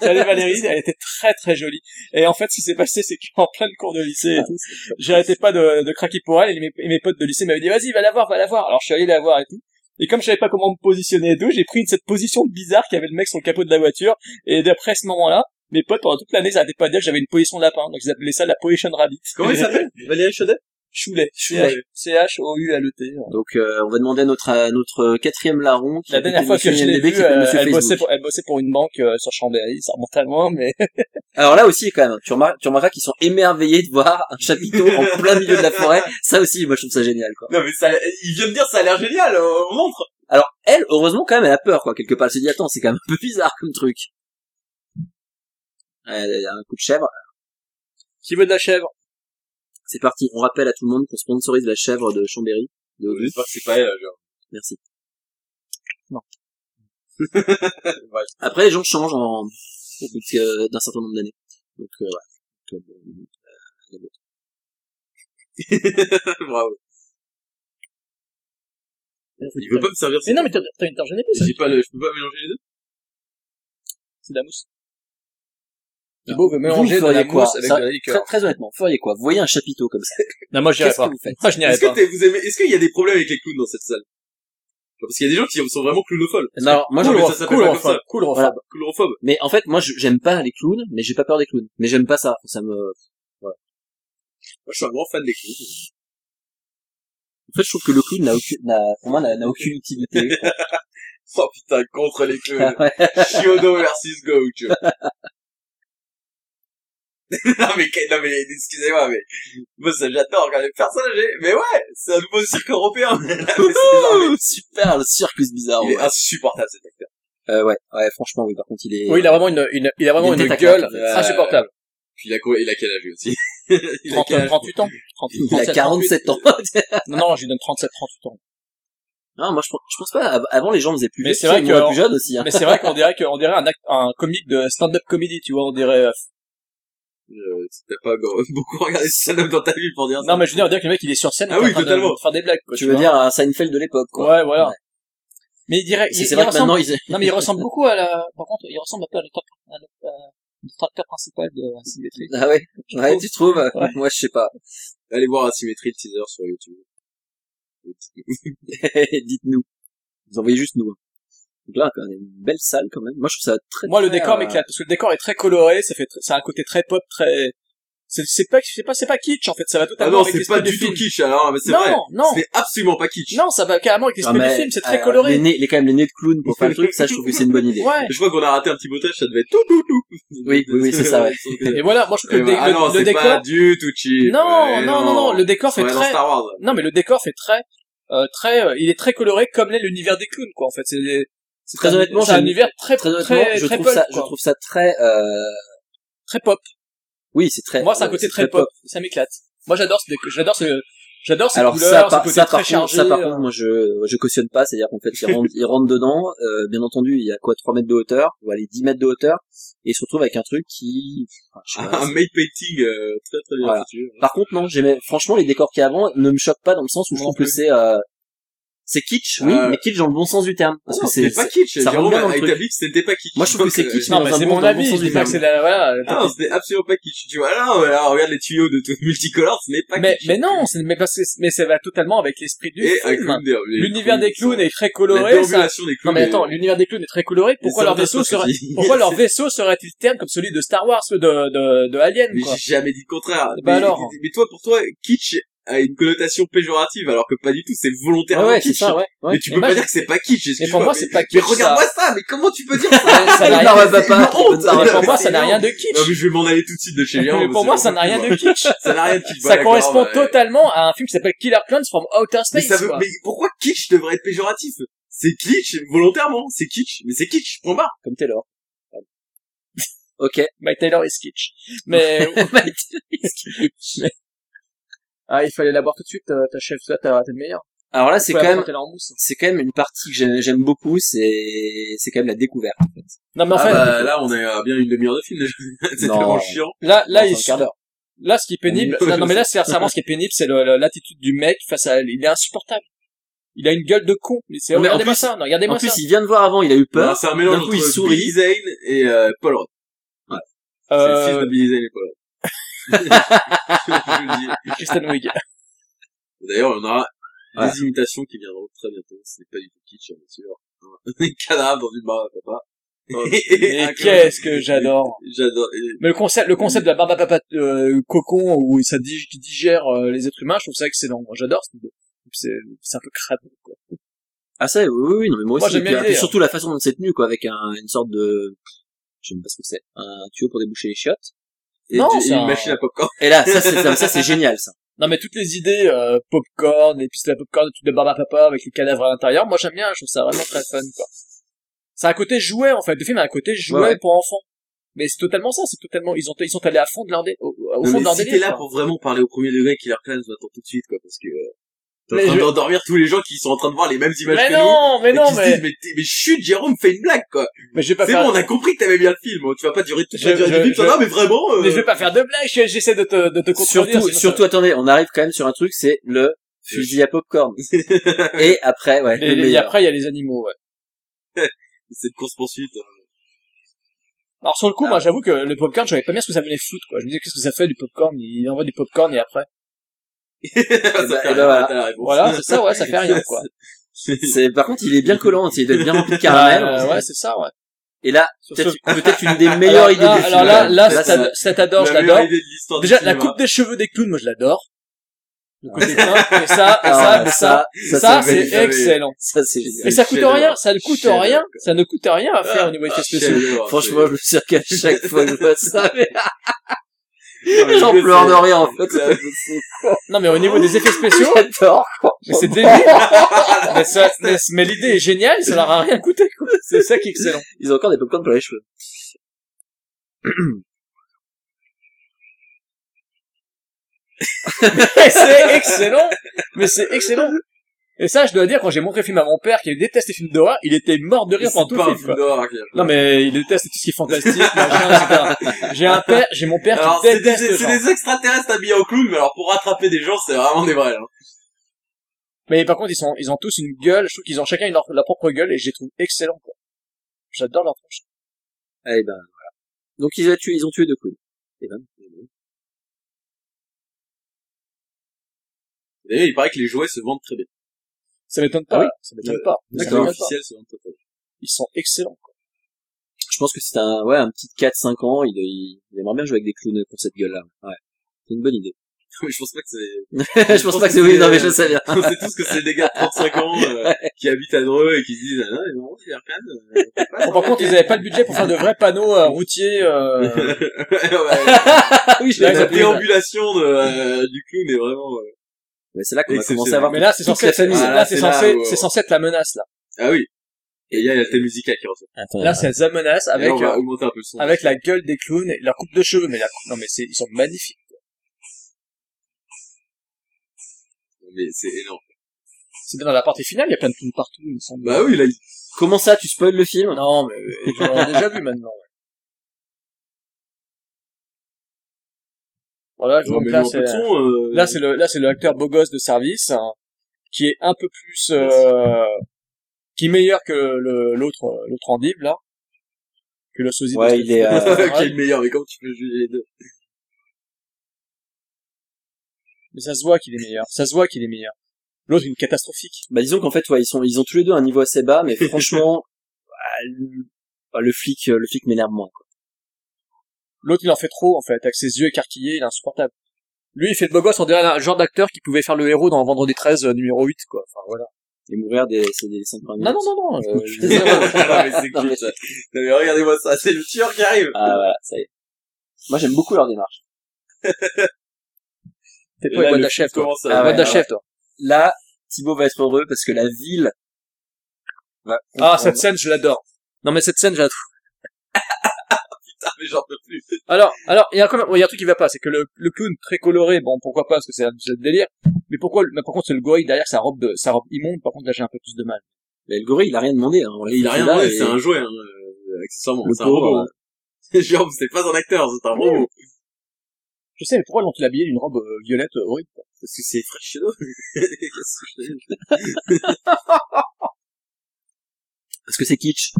Salut Valérie, elle était très très jolie. Et en fait, ce qui s'est passé, c'est qu'en pleine cours de lycée et tout, j'arrêtais pas de, de craquer pour elle, et mes, et mes potes de lycée m'avaient dit, vas-y, va la voir, va la voir. Alors je suis allé la voir et tout. Et comme je savais pas comment me positionner et tout, j'ai pris cette position bizarre qu'avait le mec sur le capot de la voiture. Et d'après ce moment-là, mes potes, pendant toute l'année, ils arrêtaient pas de dire que j'avais une position de lapin. Donc ils appelaient ça la position rabbit. Comment il s'appelle? Valérie Chaudet? Choulet. Choulet. C-H-O-U-L-E-T. Donc, euh, on va demander à notre, à notre euh, quatrième larron, qui La a été dernière fois que je monsieur l'ai IMDb, vue, qui s'appelle euh, Monsieur elle, bossait Facebook. pour, elle bossait pour une banque euh, sur Chambéry, ça remonte à loin, mais Alors là aussi, quand même, tu remarques, tu remarqueras qu'ils sont émerveillés de voir un chapiteau [laughs] en plein milieu de la forêt. Ça aussi, moi, je trouve ça génial, quoi. Non, mais ça, il vient de dire, ça a l'air génial, euh, on montre. Alors, elle, heureusement, quand même, elle a peur, quoi. Quelque part, elle se dit, attends, c'est quand même un peu bizarre comme truc. Elle elle a un coup de chèvre. qui veut de la chèvre C'est parti. On rappelle à tout le monde qu'on sponsorise la chèvre de Chambéry. De J'espère que c'est pas elle, genre. Merci. [laughs] Ouais. Après, les gens changent en, au bout de- euh, d'un certain nombre d'années. Donc, euh, voilà. Donc, euh, [laughs] Bravo. Il veut pas me servir. Mais c'est- non, mais t'as t'as une targénée, ça. J'ai pas le, je peux pas mélanger les deux. C'est de la mousse. Thibaut veut vous mélanger de la feriez quoi? mousse avec Ça- de la très, liqueur. très honnêtement, vous feriez quoi? Vous voyez un chapiteau comme ça. Non, moi, j'irai Qu'est-ce pas. que vous faites? Moi, je n'irai Est-ce que pas. t'es- vous aimez, est-ce qu'il y a des problèmes avec les clowns dans cette salle? Genre, Parce qu'il y a des gens qui sont vraiment clownopholes. Non, alors, moi, Non, je cool, mais ça Rof, s'appelle cool, pas Rof, comme ça. cool, Rof. Voilà. Clownophobe. Mais en fait, moi, je- j'aime pas les clowns, mais j'ai pas peur des clowns. Mais j'aime pas ça. Ça me. Moi, je suis un grand fan des clowns. En fait, je trouve que le clown n'a aucune, n'a- pour moi, n'a n'a aucune [laughs] utilité. quoi. Oh putain, contre les clowns. Ah ouais. Shiodo versus Gouch. [laughs] non mais, que- non mais, excusez-moi, mais, moi ça j'adore quand les personnages, mais ouais, c'est un nouveau cirque européen. [laughs] Mais c'est genre, mais- Super, le circus bizarre. il est ouais. insupportable cet acteur. Euh, ouais, ouais, franchement, oui. Par contre, il est. Oui, il a vraiment une, une- il a vraiment Il a une une tête à gueule claque, en fait. euh, insupportable. Puis il a, quoi- il a quel âge lui aussi? [laughs] il a 30, quel âge 38 ans. 30, Il a 47 ans. Non, non, je lui donne 37, 38 ans. [laughs] non, moi, je, pense- je pense pas. av- Avant, les gens faisaient plus. Mais vieux, c'est vrai ils que- mouraient plus jeunes aussi. Hein. Mais [laughs] c'est vrai qu'on dirait qu'on dirait un acte, un comique de stand-up comedy, tu vois, on dirait, euh, Euh, T'as pas go- [laughs] beaucoup regardé ce stand-up dans ta vie pour dire ça. non, mais je veux dire, on dirait que le mec, il est sur scène, Ah il est oui, en train de- totalement. de faire des blagues, quoi, tu veux vois. dire un Seinfeld de l'époque, quoi. Ouais, voilà. Ouais. Mais il dirait, C'est il, c'est il vrai que ressemble- maintenant, ils. non, mais il ressemble beaucoup à la, par contre, il ressemble un peu à l'acteur, à l'acteur- à l'acteur principal de Symétrie. [laughs] Ah ouais. Ouais, tu trouves Ouais. Moi, je sais pas. Allez voir Asymétrie le teaser sur YouTube. [laughs] Dites-nous. Vous envoyez juste nous. hein. Donc là, on a une belle salle quand même. Moi, je trouve ça très. Moi, le très, décor euh, m'éclate parce que le décor est très coloré, ça fait, tr- ça a un côté très pop, très, C'est c'est pas c'est pas c'est pas kitsch en fait, ça va Ah totalement non, avec c'est l'esprit pas du du tout film. kitsch, alors, mais c'est Non, vrai. non. C'est absolument pas kitsch. euh, Non, ça va carrément avec l'esprit Ah, du mais, film, c'est très alors, coloré. Les nez, les, quand même, les nez de clown pour faire le truc, ça, je trouve que c'est [laughs] une bonne idée. Ouais. Je crois qu'on a raté un petit botage, ça devait être tout, tout, tout. Oui, oui, oui, c'est ça, ouais. Et voilà, moi je trouve que Et le, dé- voilà, ah le- non, le c'est décor pas du tout cheap. Non, Ouais, non, non, non, le décor fait Ouais, dans très- Star Wars. Non, mais le décor fait très, euh, très, euh, il est très coloré comme l'est l'univers des clowns, quoi. En fait, c'est c'est Très un- honnêtement, c'est un j'aime- univers très Très très honnêtement, très, je trouve pulp, ça, je quoi. trouve ça très, euh, très pop. oui, c'est très. Moi, c'est un ouais, côté très, pop. Ça m'éclate. Moi, j'adore ce, décor- j'adore ce, j'adore ces Alors couleurs, ça, ce par, côté ça, très par contre, chargé. ça par euh. contre, moi je je cautionne pas, c'est-à-dire qu'en fait ils [laughs] rentrent, ils rentrent dedans, euh, bien entendu il y a quoi 3 mètres de hauteur, ou allez 10 mètres de hauteur, et ils se retrouvent avec un truc qui, enfin, je Ah, sais pas, Un c'est- made painting, euh, très très bien Voilà. foutu. Par contre, non, j'aimais, franchement, les décors qu'il y a avant ne me choquent pas dans le sens où je Moi trouve que non c'est, euh, c'est kitsch, oui, Euh, mais kitsch dans le bon sens du terme. Ah, Parce Non, que c'est, Ah, c'était pas c'est- kitsch. ça Jérôme revient dans a le truc. établi que c'était pas kitsch. Moi, je trouve que c'est kitsch, Non, dans mais un c'est bon- mon dans le bon avis. sens Je du dis pas que terme. c'est la, voilà. Ah non, c'était absolument pas kitsch. Tu vois, là, on- là, on regarde les tuyaux de tout multicolore, ce n'est pas mais, kitsch. mais non, c'est- mais parce que, mais ça va totalement avec l'esprit du Et un film. clown des- les L'univers des clowns est très La coloré. ça- déambulation des Non clowns. mais est- attends, l'univers des clowns est très coloré. Pourquoi ça leur va vaisseau pas ce que serait, je dis. [laughs] pourquoi leur C'est- vaisseau serait-il terne comme celui de Star Wars ou de de, de Alien Mais quoi j'ai jamais dit le contraire. Bah mais, alors. mais toi, pour toi, kitsch a une connotation péjorative, alors que pas du tout, c'est volontairement Ouais, ouais, c'est kitsch. ça, ouais. ouais. Mais tu Et peux moi, pas je- dire que c'est pas kitsch, Mais pour excuse-moi. moi, mais- c'est pas Mais kitsch. regarde-moi ça. ça, mais comment tu peux dire ça Mais [laughs] ça n'a Non, rien- ouais, bah, pas- une honte. pas- mais pour moi, C'est ça n'a une rien honte. de Non mais kitsch. je vais m'en aller tout de suite de chez Léon. Mais [laughs] pour moi, ça n'a rien de kitsch. Ça n'a rien de kitsch. Ça bon, correspond d'accord, bah, totalement à un film qui s'appelle Killer Clowns from Outer Mais, Space. ça veut... quoi. mais pourquoi kitsch devrait être péjoratif C'est kitsch volontairement, c'est kitsch, mais c'est kitsch, point barre. Comme Taylor. Ok. Mike Taylor is kitsch. Mais Ah Mais- ah, il fallait l'avoir tout de suite. euh, Ta chef, toi, t'as raté le meilleur. Alors là, c'est Faut quand l'avoir même, quand elle est en mousse. c'est quand même une partie que j'aime, j'aime beaucoup, c'est, c'est quand même la découverte. en fait. Non, mais en ah fait, bah, là, on est à bien une demi-heure de film déjà. [laughs] c'est Non. tellement chiant. là, là, Dans il un quart d'heure. Là, ce qui est [laughs] pénible, Oui. non, non, mais là, c'est sincèrement ce qui est pénible, c'est le- le- l'attitude du mec face à elle. Il est insupportable. Il a une gueule de con. Mais c'est, Non, mais en regardez-moi plus- ça, non, En regardez-moi plus, ça. il vient de voir avant, il a eu Bah, peur. c'est un mélange coup, entre il sourit. Billy Zane et euh, Paul Rudd. C'est le Euh, fils de Billy Zane et Paul Rudd. [laughs] Je le dis. [laughs] Kristen Wiig. D'ailleurs, on aura Ouais. des imitations qui viendront très bientôt. Ce n'est pas du tout kitsch, hein, bien sûr. [laughs] Un cadavre dans une barbe à papa. Oh, [laughs] Mais Ah, qu'est-ce que j'adore. J'adore. Et- Mais le concept, le concept de la barbe à papa euh, cocon où ça dig- qui digère euh, les êtres humains, je trouve ça excellent. Moi, j'adore cette idée. C'est, c'est un peu crade. Quoi. Ah ça, oui, oui, oui, non mais moi Moi, aussi. j'aime et puis, bien et puis l'idée, surtout la façon dont c'est tenu, quoi, avec un, une sorte de, je sais même pas ce que c'est, un tuyau pour déboucher les chiottes. Et, Non, du- et c'est une un- machine à popcorn. Et là, ça c'est, ça c'est génial, ça. Non, mais toutes les idées euh, popcorn, les pistes à popcorn, le truc de barbe à papa avec les cadavres à l'intérieur, moi j'aime bien. Je trouve ça vraiment très fun. Quoi. C'est un côté jouet en fait. Le film a un côté jouet Ouais, ouais. pour enfants. Mais c'est totalement ça. C'est totalement. Ils ont ils sont allés à fond de leur dé... au, au fond Non, de mais leur si t'es délire, là quoi. pour vraiment parler au premier degré, Killer Clans m'attend tout de suite, quoi, parce que, euh, t'es Mais en train je- d'endormir tous les gens qui sont en train de voir les mêmes images Mais que nous. non, mais et non, qui se mais disent, mais, t'es- mais chut, Jérôme, fais une blague, quoi. mais je vais pas C'est faire. bon, on a compris que t'aimais bien le film. hein. Tu vas pas durer toute Je- la durée je- du film. je- Non, mais vraiment, euh, Mais je vais pas faire de blagues. je- J'essaie de te de te contredire. Surtout, sinon ça- surtout, attendez, on arrive quand même sur un truc, c'est le fusil à popcorn. et après, ouais, Et, le et meilleur. après il y a les animaux. Ouais. cette course poursuite. [laughs] Alors sur le coup, Ah. moi j'avoue que le popcorn, je savais pas bien ce que ça venait foutre. Quoi. Je me disais qu'est-ce que ça fait du popcorn Il envoie du popcorn et après. Ça bah, fait eh rien, ben voilà. t'as la réponse. Voilà, c'est ça. Ouais, ça fait [laughs] rien quoi. C'est, par contre, il est bien collant, il doit être bien rempli de caramel. Euh, ouais, c'est ça. Ouais. Et là, Sur peut-être, ce- peut-être une des meilleures alors, idées là, du film. alors là, là, Là, ça t'ado- ça t'adore, je La l'adore. meilleure idée hein. de l'histoire du Déjà, la cinéma. coupe des cheveux des clowns, moi je l'adore. Le côté fin, et ça, et Ah, ça, ouais, et ça, ça, ça, c'est c'est magnifique. excellent. ça, c'est génial. Et ça coûte chef-d'œuvre. rien, ça ne coûte Chef-d'œuvre, rien, quoi. ça ne coûte rien à faire au niveau effets Ah, spéciaux. chef-d'œuvre, Franchement, je me suis qu'à chaque fois que je vois ça, mais c'est- [laughs] j'en Je pleure sais. de rire, en fait. Ça- Non, mais au niveau des effets spéciaux, [laughs] J'adore. mais c'est débile. mais, ça- mais, mais l'idée est géniale, ça leur a rien coûté, quoi. C'est ça qui est excellent. Ils ont encore des popcorn pour les cheveux. Et [laughs] c'est excellent! Mais c'est excellent! Et ça, je dois dire, quand j'ai montré le film à mon père, qui déteste les films d'horreur, il était mort de rire pendant tout pas le un film, quoi. film d'horreur, Claire. Non, mais il déteste tout ce qui est fantastique, [laughs] machin, etc. J'ai un père, j'ai mon père Alors, qui c'est des, déteste ce c'est genre. des extraterrestres habillés en clown, mais alors pour rattraper des gens, c'est vraiment des vrais. hein. Mais par contre, ils sont, ils ont tous une gueule. Je trouve qu'ils ont chacun leur, leur propre gueule et je les trouve excellents. quoi. J'adore leur tronche. Eh ben, voilà. Donc, ils ont tué, ils ont tué deux coups. Eh ben, D'ailleurs, il paraît que les jouets se vendent très bien. Ça m'étonne pas. Ah oui ça m'étonne Euh, pas. Les Ça d'accord. jouets m'étonne pas. officiels se vendent très bien. [laughs] Ils sont excellents. quoi. je pense que c'est un, ouais, un petit 4-5 ans, il, il, il aimerait bien jouer avec des clowns pour cette gueule-là. Ouais. C'est une bonne idée. [laughs] Oui, je pense pas que Je c'est. pense pas que c'est- oui, non, mais je sais bien. [laughs] On sait tous que c'est des gars de 35 ans euh, [laughs] qui habitent à Dreux et qui se disent ah, non, mais bon, Evercan. Bon, par contre, ils avaient pas le budget pour faire de vrais panneaux euh, routiers. [laughs] Euh... Ah oui, je l'ai La compris, ouais. préambulation [laughs] de, euh, du clown est vraiment. euh, Mais c'est là qu'on a Exceptionnel. commencé à avoir Mais là, c'est toute censé la être, famille. Ah, là, c'est c'est là censé, où- c'est censé être la menace là. Ah oui. Et il y a la thème musicale qui ressort. Là, c'est la menace Avec, avec on va euh, augmenter un peu le son. avec la gueule des clowns et leur coupe de cheveux. Mais la coupe- non, mais c'est, ils sont magnifiques. Mais c'est énorme. C'est bien dans la partie finale, il y a plein de clowns partout. Il me semble. Bah oui, là, il- Comment ça, tu spoil le film Non, mais euh, j'en ai déjà vu maintenant. ouais. Voilà, Non, donc mais là, nous, un peu c'est de son, euh, là c'est le là c'est le acteur beau gosse de service hein, qui est un peu plus euh, qui est meilleur que le l'autre euh, l'autre endive là que le sosie. de Ouais, Sylvester il est, euh, Stallone. [laughs] [laughs] qui est le meilleur, mais comment tu peux juger les deux Mais ça se voit qu'il est meilleur. Ça se voit qu'il est meilleur. L'autre, il est catastrophique. Bah disons qu'en fait ouais, ils sont ils ont tous les deux un niveau assez bas [laughs] mais franchement bah, le- bah, le flic euh, le flic m'énerve moins quoi. L'autre, il en fait trop, en fait, avec ses yeux écarquillés, il est insupportable. Lui, il fait le beau gosse, on dirait un genre d'acteur qui pouvait faire le héros dans Vendredi 13, euh, numéro 8, quoi. Enfin, voilà. et mourir des c'est des cinq Non, premières non, minutes. non, non, euh, [laughs] Je je- suis désolé. Non, mais c'est Non, mais- cool, ça. Non, mais regardez-moi ça, c'est le tueur qui arrive. Ah voilà, ça y est. Moi j'aime beaucoup leur démarche. t'es Et pas une là, boîte le à chef, film toi. commence à- Ah Boîte ouais, à ah chef, toi. Là, Thibaut va être heureux parce que la ville va Ah, cette scène, je l'adore. Non, mais cette scène, j'adore. Ah, mais j'en peux plus. Alors, alors, il y a quand même, il y a un truc qui va pas, c'est que le, le clown très coloré, bon, pourquoi pas, parce que c'est un c'est un délire. Mais pourquoi, mais par contre, c'est le gorille derrière sa robe de, sa robe immonde, par contre, là, j'ai un peu plus de mal. Mais le gorille, il a rien demandé hein. On l'a Il a foutu rien là demandé, et- c'est un jouet, hein, euh, accessoirement. Le C'est un pauvre, robot. hein. [laughs] Genre, c'est pas un acteur, c'est hein. un robot. Je sais, mais pourquoi l'ont-ils habillé d'une robe euh, violette euh, horrible, quoi. Parce que c'est Fred Shadow. [laughs] [laughs] Qu'est-ce que je te dis parce que c'est kitsch.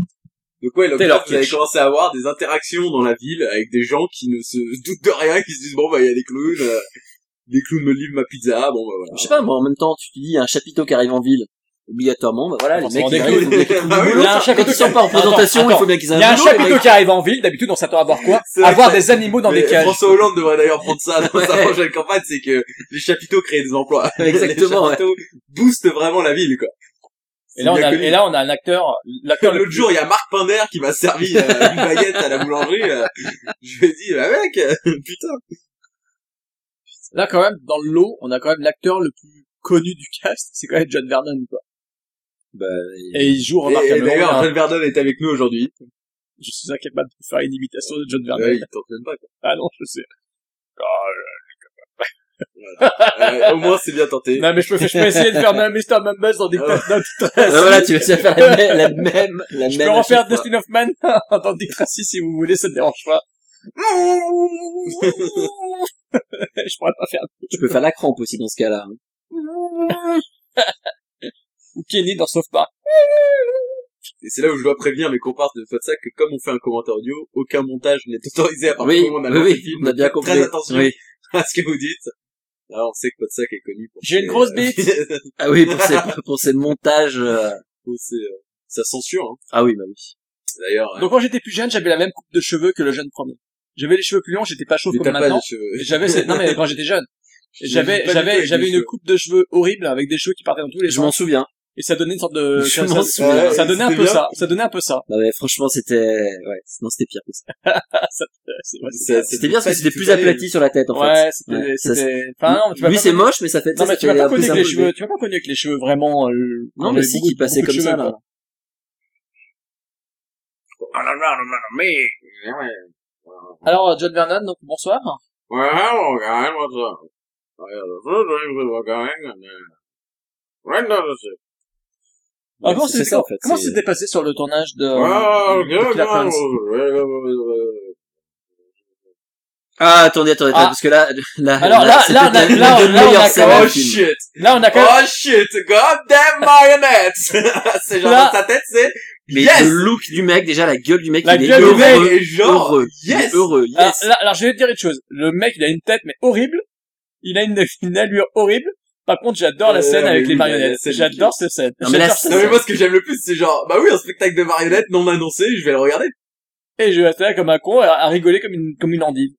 Donc ouais, donc Taylor là, vous avez Kitsch. commencé à avoir des interactions dans la ville avec des gens qui ne se [laughs] doutent de rien, qui se disent bon bah il y a des clowns, euh, des clowns me livrent ma pizza, bon bah voilà. Je sais pas, moi en même temps, tu te dis il y a un chapiteau qui arrive en ville. Obligatoirement, bah voilà, les mecs Forcément ils des arrivent, clowns. ils font Ah oui, du boulot. il y a un Quand ils sont pas en Attends, présentation, il attends. faut bien qu'ils aient Il y a un un boulot, les chapiteau mecs. qui arrive en ville, d'habitude on s'attend à voir quoi [laughs] C'est vrai À voir que ça- des animaux dans Mais des cages. François Hollande devrait d'ailleurs prendre ça dans [laughs] sa prochaine campagne, c'est que les chapiteaux créent des emplois. Exactement, les chapiteaux boostent vraiment la ville quoi. Et là, on C'est bien a, connu. et là on a un acteur, l'acteur le L'autre plus- jour, il y a Marc Pinder qui m'a servi euh, une baguette à la boulangerie. euh, je lui ai dit, bah mec, [laughs] putain. Là quand même, dans le lot, on a quand même l'acteur le plus connu du cast, [laughs] c'est quand même John Vernon quoi. Bah, Et il joue Et, et remarquablement d'ailleurs, bien. John Verdon est avec nous aujourd'hui. hein. Je suis incapable de faire une imitation de John Vernon. Ouais, il tente même pas. Ah non, je sais. Ah, Ouais, au moins, c'est bien tenté. Non mais je peux, je peux essayer de faire même Mr. Mumbles dans Ah [laughs] ouais. Dick Tracy. Ah, voilà, tu vas essayer de faire la [laughs] même, la même, la Je même peux à refaire chaque fois. Dustin Hoffman [laughs] dans Dick Tracy si vous voulez, ça ne dérange [laughs] pas. [laughs] je pourrais pas faire. Tu peux faire la crampe aussi dans ce cas-là. hein. Ou Kenny dans South Park. Et c'est là où je dois prévenir mes comparses de ça que comme on fait un commentaire audio, aucun montage n'est autorisé à partir Oui, du moment où Ah on a oui, lancé le oui, film. on a bien Faites compris. Très attention Oui. [laughs] à ce que vous dites. Alors, on sait que Podsac est connu pour J'ai ses- euh, une grosse bite. Ah oui, pour ces, pour ces montages, euh, [laughs] pour ses, euh, sa censure, hein. ah oui, bah oui. D'ailleurs, hein. Donc quand j'étais plus jeune, j'avais la même coupe de cheveux que le jeune premier. J'avais les cheveux plus longs, j'étais pas chauve Mais comme t'as pas maintenant. les cheveux. Et J'avais ces- non mais quand j'étais [laughs] jeune, Je j'avais l'imagine pas du tout j'avais avec j'avais les une cheveux. coupe de cheveux horrible avec des cheveux qui partaient dans tous les Je m'en sens souviens. et ça donnait une sorte de [laughs] Je ça, ça- m'en souviens. ça donnait un C'était peu bien. ça, ça donnait un peu ça. Non mais Bah franchement, c'était, ouais, non, c'était pire que ça. Ça- c'est- ouais, Ça- ça- C'était bien parce que pas c'était du plus tout allé. aplati sur la tête, en fait. Ouais, c'était Ouais, ça, c'était enfin non, mais tu vas Lui, pas c'est connu- moche, mais ça fait, Non mais ça tu fait vas pas un peu connu avec les symbole. cheveux, tu vas pas connu avec les cheveux vraiment euh, Non, quand mais il y avait si, beaucoup- qui passait beaucoup de comme ça, cheveux, là. quoi. euh, Alors euh, John Vernon donc bonsoir. Well, hello guys, what's up? I had a few drinks with my gang and uh, right now this is- Ah, Ouais, comment c'est c'est- ça, en fait, comment c'est- c'était passé sur le tournage de euh, Well, de good Killer Clowns guys, really- Ah, attendez, attendez, attendez, Ah. parce que là, là, Alors là, c'était là, on a- une là, des on- là, on a meilleures quand scènes même- Oh du film. shit! Là on a quand même Oh shit! Goddamn marionnettes! [laughs] c'est genre Là- dans sa tête, c'est Mais Yes le look du mec, déjà, la gueule du mec, La il est gueule du heureux, mec est genre, heureux, il est yes heureux, Alors, yes. Ah, là, alors, je vais te dire une chose. Le mec, il a une tête, mais horrible. Il a une, [laughs] une allure horrible. Par contre, j'adore la Euh, scène mais avec oui, les mais marionnettes. la scène J'adore cette scène. Non, mais la J'adore cette Non mais scène. moi ce que j'aime le plus c'est genre bah oui un spectacle de marionnettes non annoncé je vais le regarder Et je vais rester là comme un con, à, à rigoler comme une, comme une endive.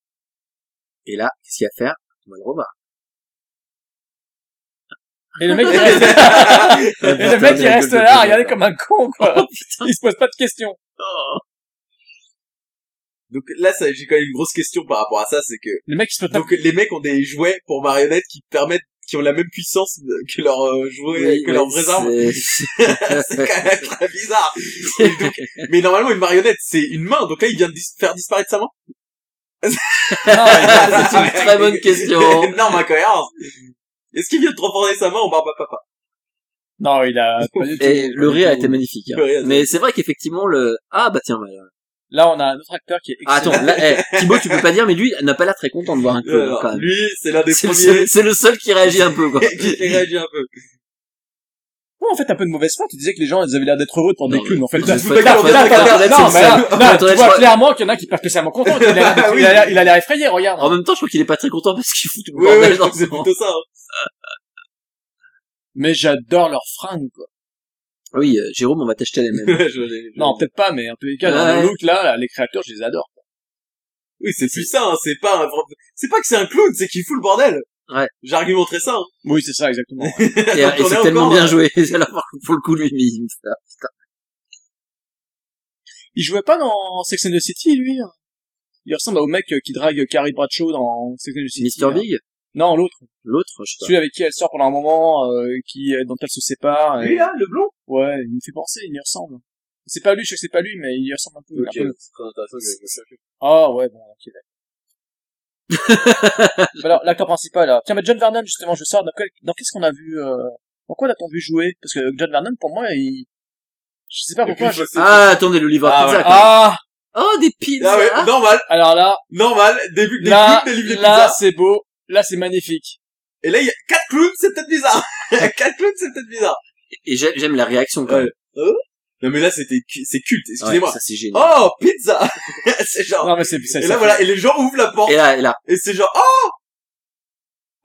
Et là, qu'est-ce qu'il y a à faire? on va le revoir. Et [laughs] le mec, il reste, et le mec, il reste là, regardez comme un con, Oh, quoi. [laughs] Il se pose pas de questions. Donc là, ça- j'ai quand même une grosse question par rapport à ça, c'est que [laughs] Le mec, il se peut donc les mecs ont des jouets pour marionnettes qui permettent, qui ont la même puissance que leurs euh, jouets, Oui, que [laughs] ouais, leurs vraies armes. [laughs] c'est- C'est quand même très bizarre. Et donc, [laughs] mais normalement, une marionnette, c'est une main. Donc là, il vient de dis- faire disparaître sa main. Ah, c'est une très bonne question. [laughs] [laughs] Énorme incohérence. Est-ce qu'il vient de transformer sa main en barbe à papa Non, il a pas du tout. Et le rire a été magnifique. hein. Le rire a été- Mais c'est vrai qu'effectivement le ah bah tiens bah, Là, on a un autre acteur qui est ah, excellent. attends là, eh, Thibaut tu peux pas dire mais lui n'a pas l'air très content de voir un clone Euh, Alors, quand même. Lui, c'est l'un des C'est le, seul, premiers c'est le seul qui réagit un peu quoi. [laughs] qui réagit un peu. Ouais, Oh, en fait, un peu de mauvaise foi. Tu disais que les gens, ils avaient l'air d'être heureux de prendre Non, des clowns. En fait, mais- là, mais- là, là, mais- là, mais- là, mais- non, mais- mais là, mais- là, mais- tu mais- vois mais- clairement qu'il y en a qui pas spécialement contents. Il a [laughs] l'air Ah d'être- il a l'air- il a l'air effrayé, regarde. En même temps je crois qu'il est pas très content parce qu'il fout tout le Ouais, ouais, bordel je dans crois que ce c'est plutôt ça. hein. Mais j'adore leur fringue, quoi. Oui euh, Jérôme on va t'acheter les mêmes. Ouais, je- je- je- Non, peut-être pas, mais en tous les cas, dans Ouais. le look, là, là, les créateurs, je les adore. Oui, c'est plus ça, hein, c'est pas un... vrai- C'est pas que c'est un clown, c'est qu'il fout le bordel. Ouais. J'argumenterai ça. hein. Oui, c'est ça, exactement. Et, euh, Donc, [laughs] et on est c'est tellement encore- hein. bien joué. [laughs] Alors, pour le coup, lui, mais il me fait- [laughs] Il jouait pas dans Sex and the City, lui. hein. Il ressemble au mec euh, qui drague Carrie Bradshaw dans Sex and the City. Mr. là. Big, Non, l'autre. l'autre, je sais pas. Celui avec qui elle sort pendant un moment, euh, qui, euh, dont elle se sépare. et- Lui, là, le blond Ouais, il me fait penser, il y ressemble. C'est pas lui, je sais que c'est pas lui, mais il y ressemble un peu. il est un peu- c'est très intéressant. je- je- je- Ah ouais, bon, ok, d'accord. Bah Alors, l'acteur principal, là. Tiens, mais John Vernon, justement, je sors, dans, quel- dans qu'est-ce qu'on a vu, euh... dans quoi l'a-t-on vu jouer Parce que John Vernon, pour moi, il... Je sais pas Et puis, pourquoi. je je- vois- c'est- Ah, attendez, l'Oliver Ah, Pizza. voilà. quand même. ah Oh, des pizzas. Ah ouais, normal, Alors là, normal, des, bu- des là, clowns, des livres de là, pizza. c'est beau. Là, c'est magnifique. Et là, il y a quatre clowns, c'est peut-être bizarre. [laughs] quatre clowns, c'est peut-être bizarre. Et j'ai- j'aime la réaction, quand Ouais. même. Non, mais là, c'était, cu- c'est culte, Ouais, excusez-moi. ça, c'est génial. oh, pizza! [laughs] c'est genre, Non, mais c'est, c'est- et c'est- là, voilà, et les gens ouvrent la Oh. porte, Et là, et là. et c'est genre, oh!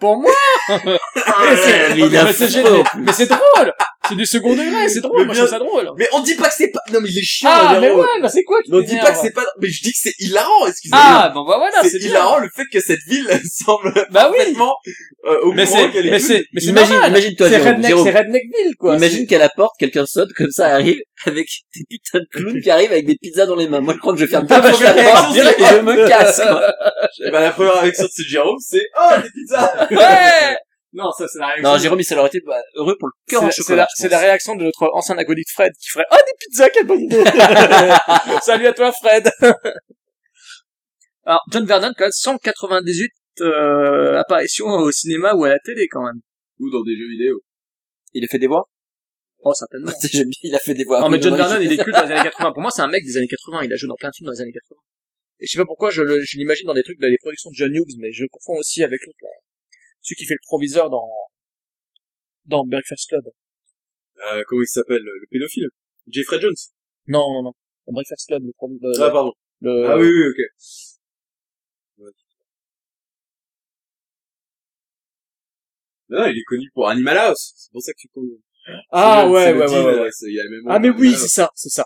Pour moi, Ah, mais c'est, mais il a mais c'est faux. génial. Mais c'est drôle. C'est du second degré, c'est drôle. Mais Moi, je bien- trouve ça drôle. Mais on dit pas que c'est pas, non, mais il est chiant, Ah, Valero. mais ouais, bah c'est quoi qui Mais oh. on dit pas t'énerve que c'est pas, mais je dis que c'est hilarant, excusez-moi. Ah, bon, bah voilà, c'est c'est bien. hilarant le fait que cette ville [laughs] semble Bah oui. complètement euh, au Mais courant c'est, qu'elle est mais plus- c'est, mais c'est Imagine, normal. imagine-toi, C'est Jérôme. Redneck, Jérôme. c'est Redneckville, quoi. [laughs] Imagine qu'à la porte, quelqu'un saute, comme ça, arrive, avec des putains de clowns qui arrivent avec des pizzas dans les mains. Moi, je crois que je ferme Ah, tout bah, je la je vais porte dire- et je me casse, quoi. Eh ben, la première réaction de ce Jérôme c'est oh des pizzas C'est... Ouais! [laughs] Non, ça, c'est la réaction. Non, Jérôme, il ça leur été bah, heureux pour le c'est, cœur en la- c'est la, chocolat. je c'est la pense. réaction de notre ancien acolyte Fred qui ferait, oh, des pizzas, quelle bonne idée! [laughs] Salut à toi, Fred! Alors, John Vernon, quand même, 198, euh, apparitions au cinéma ou à la télé, quand même. ou dans des jeux vidéo Il a fait des voix? [laughs] Oh, certainement. J'aime bien, il a fait des voix. Non, Ah, mais John Oui, Vernon, il est culte dans les années 80. Pour moi, c'est un mec des années 80. Il a joué dans plein de films dans les années 80. Et je sais pas pourquoi je, le- je l'imagine dans des trucs, dans les productions de John Hughes, mais je le confonds aussi avec l'autre, là. Celui qui fait le proviseur dans, dans Breakfast Club. euh, comment il s'appelle le pédophile Jeffrey Jones Non, non, non. Dans Breakfast Club, le, provi- le- ah pardon le- ah oui oui ok Ouais. non il est connu pour Animal House c'est pour ça que tu connais Ah, C'est le- ouais, c'est le ouais, deal, ouais, ouais. c'est- il y a le même Ah, mais nom, oui, Animal c'est House. ça, c'est ça.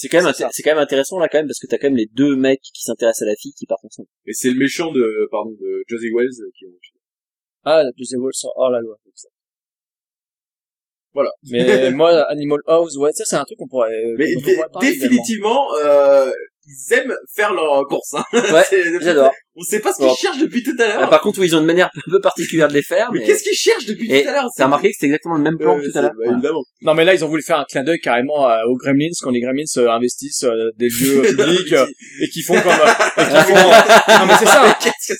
C'est quand même, C'est ça. inté- c'est quand même intéressant, là, quand même, parce que t'as quand même les deux mecs qui s'intéressent à la fille qui partent ensemble. mais c'est le méchant de pardon de Josie Wells euh, qui Ah, la deuxième wall, ça. Oh, la loi. [laughs] Voilà. Mais moi, Animal House, ouais, ça, c'est un truc qu'on pourrait, mais dont on pourrait dé- parler également. définitivement euh, ils aiment faire leur course hein. Ouais, [laughs] C'est- j'adore. on sait pas ce qu'ils Bon. cherchent depuis tout à Ah, l'heure par contre, oui, ils ont une manière un peu particulière de les faire, Mais, mais... qu'est-ce qu'ils cherchent depuis Et tout à l'heure Euh, bah, T'as remarqué que c'était exactement le même plan que tout à l'heure Ah. Voilà. Évidemment. [laughs] Non mais là ils ont voulu faire un clin d'œil carrément euh, aux Gremlins quand les Gremlins euh, investissent euh, des [laughs] lieux euh, publics euh, et qui font comme euh, et qui font non mais c'est Mais ça qu'est-ce que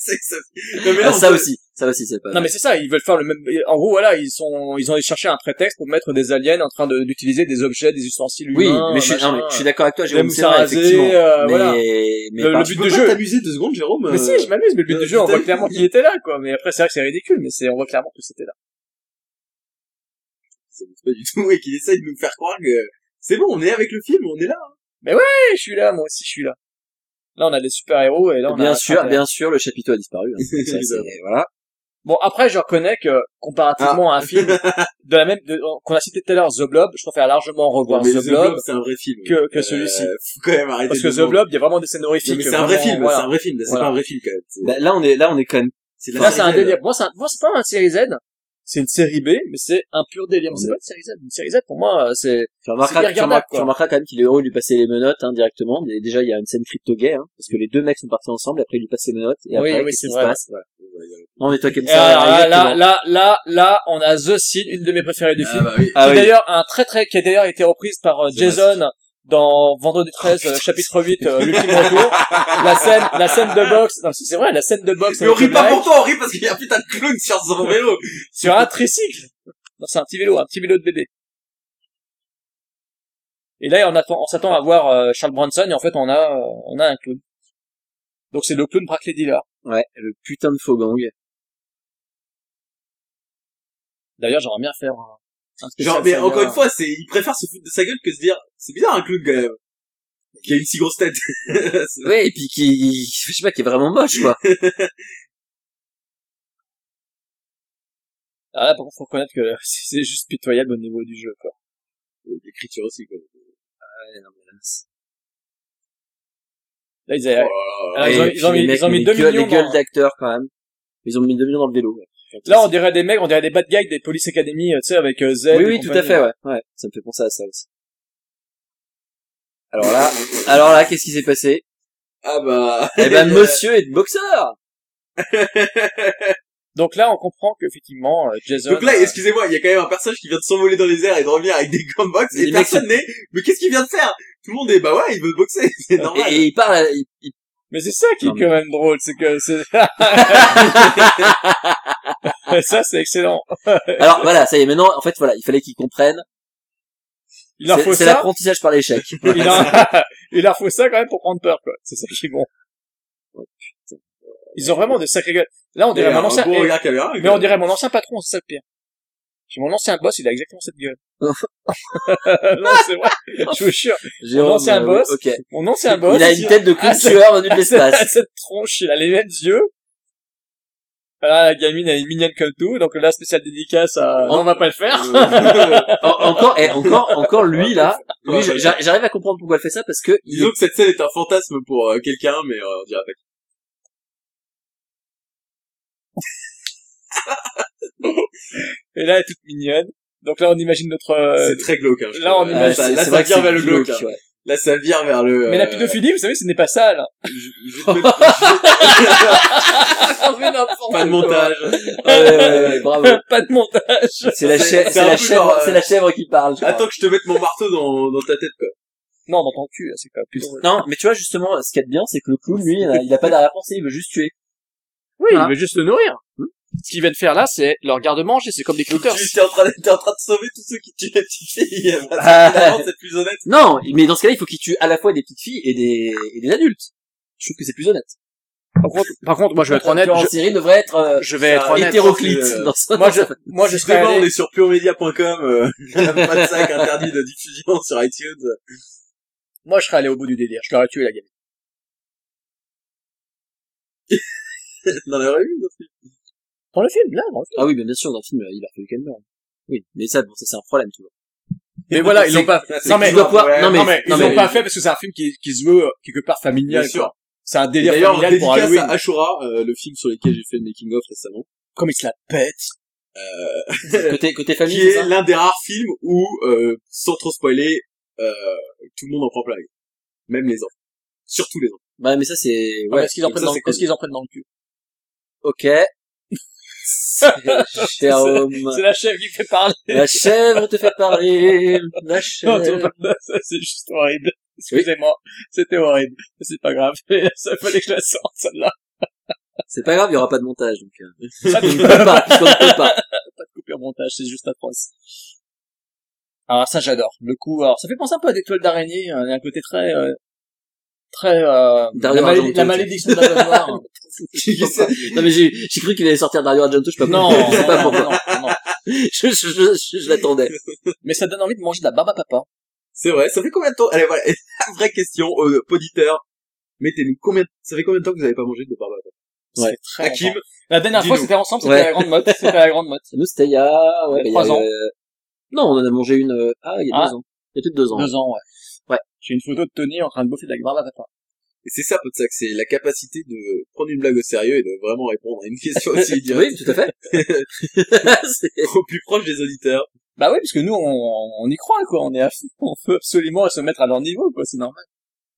c'est que ça Non mais Ah, là, on ça peut- aussi, ça aussi, c'est pas non mal. mais c'est ça ils veulent faire le même en gros voilà ils sont ils ont cherché un prétexte pour mettre des aliens en train de- d'utiliser des objets des ustensiles Oui, humains mais je suis, machin. non, mais je suis d'accord avec toi, Des Jérôme, c'est moussins vrai, rasés, effectivement. euh, mais, voilà. mais Le- par- le Tu but peux du pas jeu. t'amuser deux secondes, Jérôme. mais si je m'amuse mais le but euh, du jeu on voit putain. clairement qu'il était là quoi mais après c'est vrai que c'est ridicule mais c'est on voit clairement que c'était là Ça m'amuse pas du tout et qu'il essaye de nous faire croire que c'est bon, on est avec le film, on est là. Eh, je suis là moi aussi je suis là là on a des super héros et là on a bien un sûr, super-héros. bien sûr, le chapiteau a disparu. [laughs] hein. Ça, Évidemment. c'est- voilà. Bon, après, je reconnais que, comparativement Ah. à un [laughs] film de la même, de- qu'on a cité tout à l'heure, The Blob, je préfère largement revoir Non, mais The, Blob c'est un vrai film. que, que Euh, celui-ci. Faut quand même arrêter. Parce de que The demander. Blob, il y a vraiment des scènes Non, horrifiques. mais c'est un vrai vraiment, film, voilà. c'est un vrai film. C'est Voilà. pas un vrai film quand même. C'est- Bah, là, on est, là, on est quand même C'est Là, c'est un délire. Moi, c'est un- moi, c'est pas un série Z. C'est une série B, mais c'est un pur délire. Ouais. C'est pas une série Z. Une série Z, pour moi, euh, c'est, Tu remarqueras, C'est tu, bien remarqueras, regardable, tu remarqueras quand même qu'il est heureux de lui passer les menottes hein, directement. Mais déjà, il y a une scène crypto gay, hein, parce que les deux mecs sont partis ensemble, après il lui passe les menottes, et Oui, après, oui, qu'est-ce c'est qui se vrai. passe Non, mais toi qui aimes Et ça, alors, Ah, là, là, exactement. là, là, là, on a The Sin, une de mes préférées du film. Ah bah oui. Ah qui est oui. d'ailleurs un très très, qui a d'ailleurs été reprise par euh, The Oh, Jason dans Vendredi 13, euh, chapitre 8, [laughs] euh, l'ultime retour. la scène, la scène de boxe. Non, c'est vrai, la scène de boxe. Mais on avec rit le pas mec pour toi, on rit parce qu'il y a un putain de clown sur [laughs] son vélo. Sur un tricycle. Non, c'est un petit vélo, un petit vélo de bébé. Et là, on attend, on s'attend à voir euh, Charles Bronson et en fait, on a, euh, on a un clown. Donc c'est le clown Brackley Dealer. Ouais, le putain de faux gang. D'ailleurs, j'aimerais bien faire. un- un spécial Genre, mais Saga. encore une fois, c'est, il préfère se foutre de sa gueule que se dire, c'est bizarre un clown, quand même. Qui a une si grosse tête. [laughs] C'est- Ouais, et puis qui, je sais pas, qui est vraiment moche, quoi. Ah là, par contre, faut reconnaître que [laughs] c'est c'est juste pitoyable au niveau du jeu, quoi. L'écriture aussi, quoi. Là, ils Oh avaient... là là. Ah, ils ont- Et ils ont puis les mis- mecs, ils ont mis les deux gueules- millions Les gueules dans- d'acteurs, quand même. Ils ont mis 2 millions dans le vélo. ouais. Là, on dirait des mecs, on dirait des bad guys des Police Academy, euh, tu sais, avec euh, Z. Oui, et oui, tout à compagnie. fait, ouais. Ouais, ça me fait penser à ça aussi. Alors là, alors là, qu'est-ce qui s'est passé Ah bah. [laughs] Eh ben, monsieur est boxeur Donc là, on comprend qu'effectivement, euh, Jason... Donc là, euh, excusez-moi, il y a quand même un personnage qui vient de s'envoler dans les airs et de revenir avec des gants de boxe Mais et les mecs personne n'est, mais qu'est-ce qu'il vient de faire? Tout le monde est, bah ouais, il veut boxer, [laughs] c'est et, normal. et il parle, à- il- il- Mais c'est ça qui est Non, mais- quand même drôle, c'est que [laughs] c'est... ça, c'est excellent. [laughs] alors voilà, ça y est, maintenant, en fait, voilà, il fallait qu'il comprenne. Il leur C'est- faut C'est ça, l'apprentissage [laughs] par l'échec. il leur... [laughs] il leur faut ça quand même pour prendre peur, quoi. C'est ça qui est bon. Ils ont vraiment des sacrés gueules. Là, on dirait Et mon un ancien... gros et- regard caméra, [laughs] Mais on dirait mon ancien patron, c'est ça le pire. J'ai mon ancien boss, il a exactement cette [laughs] gueule. non, c'est vrai. Je vous jure. Jérôme, ancien euh, boss. ok. Mon ancien boss. il a une tête de cul Ah, de c'est- sueur venue [laughs] de Ah, l'espace. [laughs] cette tronche, il a les mêmes yeux. Voilà, la gamine, elle est mignonne comme tout. Donc là, spécial dédicace à... On- On va pas le faire. [laughs] [laughs] En- encore, et encore, encore lui là. Lui, Euh, Ouais, je- ouais. j'a- j'arrive à comprendre pourquoi elle fait ça parce que il Disons que cette scène est un fantasme pour euh, quelqu'un, mais euh, on dirait pas. Et là, elle est toute mignonne. Donc là, on imagine notre... euh, C'est très glauque, hein, je là, on trouve. est- imagine- c'est- ça, là, c'est ça vrai que vire c'est vers le glauque, hein. glauque. hein. ouais. Là, ça vire vers le, Mais la euh, pédophilie, vous savez, ce n'est pas ça, là. je- je vais te mettre- Ah, Pas [laughs] de montage. Ouais, ouais, ouais, ouais, bravo. [laughs] pas de montage. C'est [laughs] la, C'est- chèvre- c'est c'est un la peu genre, chèvre, euh, c'est la chèvre qui parle. je crois. Attends que je te mette mon marteau dans, dans ta tête, quoi. Non, dans ton cul, là, c'est pas plus... Non, mais tu vois, justement, ce qu'il y a de bien, c'est que le clown, lui, il a, il a pas d'arrière-pensée, il veut juste tuer. Oui, Voilà. il veut juste le nourrir. Ce qu'ils viennent faire là, c'est leur garde-manger, c'est comme des Donc, clitters. tu t'es en train de, t'es en train de sauver tous ceux qui tuent les petites filles. Ah. Finalement, c'est plus honnête. Non, mais dans ce cas-là, il faut qu'il tue à la fois des petites filles et des, et des adultes. Je trouve que c'est plus honnête. Par contre, par contre, moi je vais être honnête, Le tueur en je, série devrait être euh, je vais être Ah, honnête. hétéroclite. euh, dans [laughs] ce- [laughs] Moi je, moi je Si serais vraiment, on allé, est sur puremedia.com, euh, [laughs] pas de sac interdit de diffusion sur iTunes. [laughs] moi je serais allé au bout du délire. Je l'aurais tué la gamine. Dans la rue, non Dans le film, là, dans le film. Ah oui, mais bien sûr, dans le film, il a fallu qu'elle meure. Oui, mais ça, bon, ça c'est un problème, tu vois. Mais voilà, ils l'ont pas. C'est Non que mais, tu dois pouvoir- ouais. non, mais- non, mais ils l'ont mais- pas fait parce que c'est un film qui, qui se veut euh, quelque part familial. Bien sûr. quoi. C'est un Et délire D'ailleurs, familial pour dédicace Halloween. à Ashura, euh, le film sur lequel j'ai fait le making-of récemment. Comme ils se la pètent. [laughs] Côté, côté famille, qui c'est est ça l'un des rares films où, euh, sans trop spoiler, euh, tout le monde en prend plein la gueule. Même les enfants. Surtout les enfants. Bah, mais ça c'est... Ouais, Ouais, est-ce qu'ils en ça, prennent dans, c'est le- cool. est-ce qu'ils en prennent dans le cul [laughs] Ok. [laughs] Jérôme, C'est la chef qui fait parler. la chèvre te fait parler. La [laughs] Non, tu vois chèvre. pas, ça, c'est juste horrible. Excusez-moi, c'était horrible. Mais C'est pas grave. [laughs] Ça fallait que je la sorte celle-là. C'est pas grave, il y aura pas de montage, donc. euh, Ça, [laughs] On ne peut pas, puisqu'on ne peut pas. coupure montage, c'est juste atroce. Alors ça j'adore. Le coup, alors ça fait penser un peu à des toiles d'araignée, hein, il y a un côté très euh, très euh, la, Dario malé- Argento, la tu malédiction de la Veuve Noire. hein. non mais j'ai j'ai cru qu'il allait sortir Dario Argento, je sais pas non, pourquoi. Je sais pas non, pourquoi. non, [laughs] non. Je, je, je, je- je l'attendais. Mais ça donne envie de manger de la baba papa. C'est vrai, ça fait combien de temps Allez, voilà, [laughs] vraie question, euh, auditeur. Mettez-nous combien, ça fait combien de temps que vous avez pas mangé de barbecue Ouais. Très Hakim, longtemps. La dernière fois dis-nous. c'était ensemble, c'était Ouais. à la grande motte, c'était à la grande [laughs] motte. Nous c'était il y a ouais, Il y a il y a, trois ans. euh, Non, on en a mangé une. euh, Ah, il y a Ah. deux ans. Il y a peut-être deux ans. Deux ans, ouais. Ouais. J'ai une photo de Tony en train de bouffer de la baba papa. Et c'est ça, Podsac, c'est la capacité de prendre une blague au sérieux et de vraiment répondre à une question [laughs] aussi directe. Oui, tout à fait. Au plus proche des auditeurs. Bah oui, parce que nous, on, on y croit, quoi. On est, à- [laughs] on veut absolument se mettre à leur niveau, quoi. C'est normal.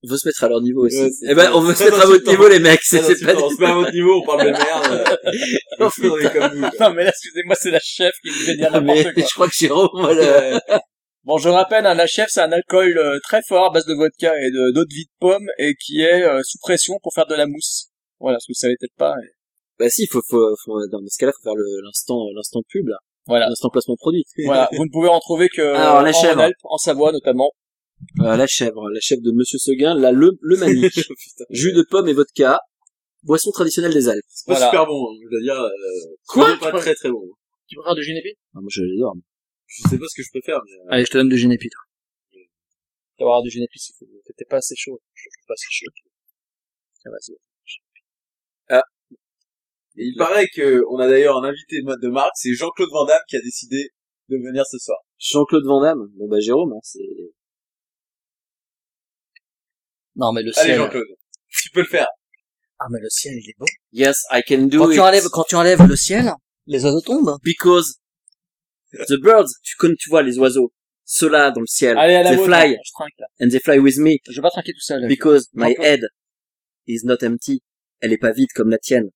On veut se mettre à leur niveau aussi. Ouais, eh ben, on veut se très mettre à votre insultant. niveau, les mecs. C'est Ah non, c'est si, pas non, on se met à votre niveau, on parle de [laughs] merde. euh, et on est comme nous. quoi. Non, mais là, excusez-moi, c'est la chef qui vous fait dire Mais n'importe quoi. je crois que [laughs] Jérôme, voilà. Bon, je rappelle, hein, la chef, c'est un alcool euh, très fort à base de vodka et de- d'eau de vie de pomme et qui est euh, sous pression pour faire de la mousse. Voilà, si vous savez peut-être pas. et Bah si, faut, faut, faut, dans ce cas-là, faut faire le- l'instant, l'instant pub, là. Voilà. L'instant placement produit. [laughs] Voilà, vous ne pouvez en trouver que Alors, la en chèvre. Rhône-Alpes, en Savoie notamment. Euh, la chèvre, la chèvre de Monsieur Seguin, la le, [laughs] le manique. Jus de pomme et vodka. Boisson traditionnelle des Alpes. C'est pas Voilà. super bon, hein, je dois dire. euh, Quoi c'est Pas très très bon. Tu préfères de Genepi Ah, moi, je l'adore. moi. Je sais pas ce que je préfère, mais euh, Allez, je te donne de Genepi, toi. Tu vas avoir du Genepi s'il faut. T'étais pas assez chaud. Je trouve pas assez chaud. Tiens, vas-y. Et il paraît que on a d'ailleurs un invité de de marque, c'est Jean-Claude Van Damme qui a décidé de venir ce soir. Jean-Claude Van Damme. Bon, bah, Jérôme, hein, c'est... Non, mais le Allez Jean-Claude, tu peux le faire. Ah, mais le ciel, il est beau. Yes, I can do Quand it. tu, enlèves, quand tu enlèves le ciel, les oiseaux tombent. Because the birds, tu connais, tu vois, les oiseaux. Ceux-là, dans le ciel. Allez, à la they vôtre, fly, hein, Je trinque, là. and they fly with me. Je vais pas trinquer tout seul. là. Because my Jean-Claude. head is not empty. Elle est pas vide comme la tienne.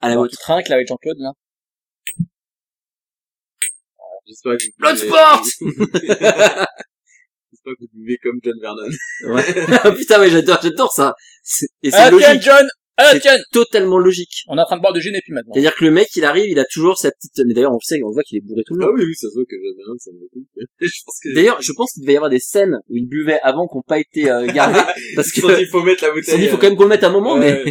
À la Alors, vôtre. tu trinques, là, avec Jean-Claude, là. J'espère que vous Blood buvez- [laughs] sport J'espère que vous buvez comme John [laughs] Vernon. Ouais. [laughs] Putain, mais j'adore, j'adore ça. C'est- Et c'est Attention, logique. Ah, John! Attention! C'est totalement logique. On est en train de boire de Genepi maintenant. C'est-à-dire que le mec, il arrive, il a toujours sa petite, mais d'ailleurs, on sait, on voit qu'il est bourré tout le Ah long. oui, oui, ça se voit que John Vernon, ça me beaucoup. [laughs] je pense que... D'ailleurs, je pense qu'il devait y avoir des scènes où il buvait avant qu'on pas été euh, gardé, parce que, Je pense qu'il faut mettre la ils se sont bouteille. euh, dit, faut quand même qu'on le mette un moment, mais.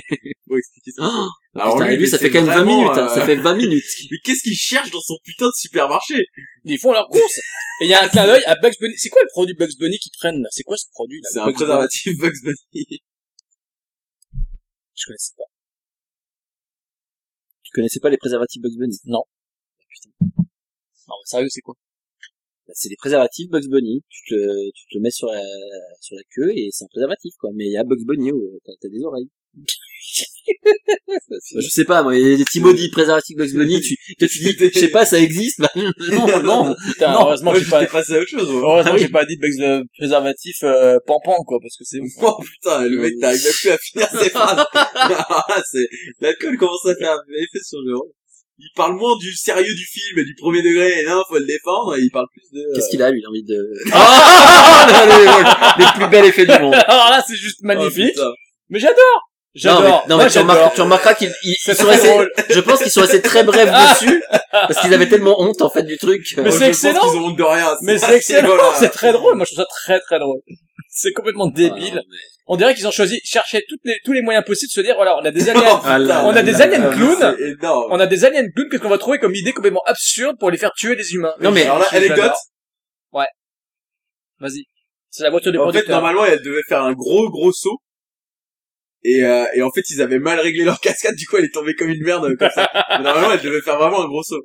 Faut expliquer ça. Oh, Alors Putain, lui, et lui, ça c'est fait quand même 20 vraiment, minutes, hein, euh, ça fait 20 minutes. Mais qu'est-ce qu'il cherche dans son putain de supermarché Ils font leur course! Et il y a un clin d'œil à Bugs Bunny. C'est quoi le produit Bugs Bunny qu'ils prennent, là? C'est quoi ce produit, là? C'est un Bugs Bunny préservatif Bugs [laughs] Bunny. Je connaissais pas. Tu connaissais pas les préservatifs Bugs Bunny? Non. Non, mais sérieux, c'est quoi? C'est des préservatifs Bugs Bunny. Tu te, tu te le mets sur la, sur la queue et c'est un préservatif, quoi. Mais il y a Bugs Bunny, où t'as, t'as des oreilles. Bah, je sais pas, moi, il y a des petits maudits préservatifs Bugs Bunny, tu, toi, tu dis, je sais pas, ça existe, bah, non, non. Putain, Non, heureusement, Moi, que j'ai pas, j'étais passé à autre chose. moi. heureusement, Ah oui. j'ai pas dit Bugs euh, préservatif, euh, pampan, quoi, parce que c'est Oh putain, le mec t'arrives même plus à finir ses phrases. Alors là, Ah, c'est- L'alcool commence à faire un effet sur le Il parle moins du sérieux du film et du premier degré, et là, faut le défendre, et il parle plus de... Qu'est-ce qu'il a, lui, il a envie de... Ah, les, les plus bels effets du monde. [laughs] Alors là, c'est juste Oh, magnifique. putain. mais j'adore. Non, mais, J'adore. non, Moi, mais tu, j'adore. remarques- tu remarqueras qu'ils, ils, C'est ils sont très restés- drôle. je pense qu'ils sont restés [laughs] très brefs dessus, [laughs] parce qu'ils avaient tellement honte, en fait, du truc. euh, Mais Oh, c'est je pense excellent. qu'ils ont honte de rien. [laughs] Mais ça, c'est excellent. hein. voilà. C'est très drôle. Moi, je trouve ça très, très drôle. C'est complètement Ah, débile. On dirait qu'ils ont choisi, cherché toutes les, tous les moyens possibles de se dire, voilà, on a des [laughs] aliens, Ah là on a là des là aliens Oh, Ah, clowns. C'est énorme. On a des aliens clowns, qu'est-ce qu'on va trouver comme idée complètement absurde pour les faire tuer les humains? Non, mais- Alors là, Je- j'adore. anecdote. Ouais. Vas-y. C'est la voiture du En fait, producteur. normalement, elle devait faire un gros gros saut. Et, euh, et en fait, ils avaient mal réglé leur [laughs] cascade, du coup, elle est tombée comme une merde, euh, comme [laughs] ça. Mais normalement, elle devait faire vraiment un gros saut.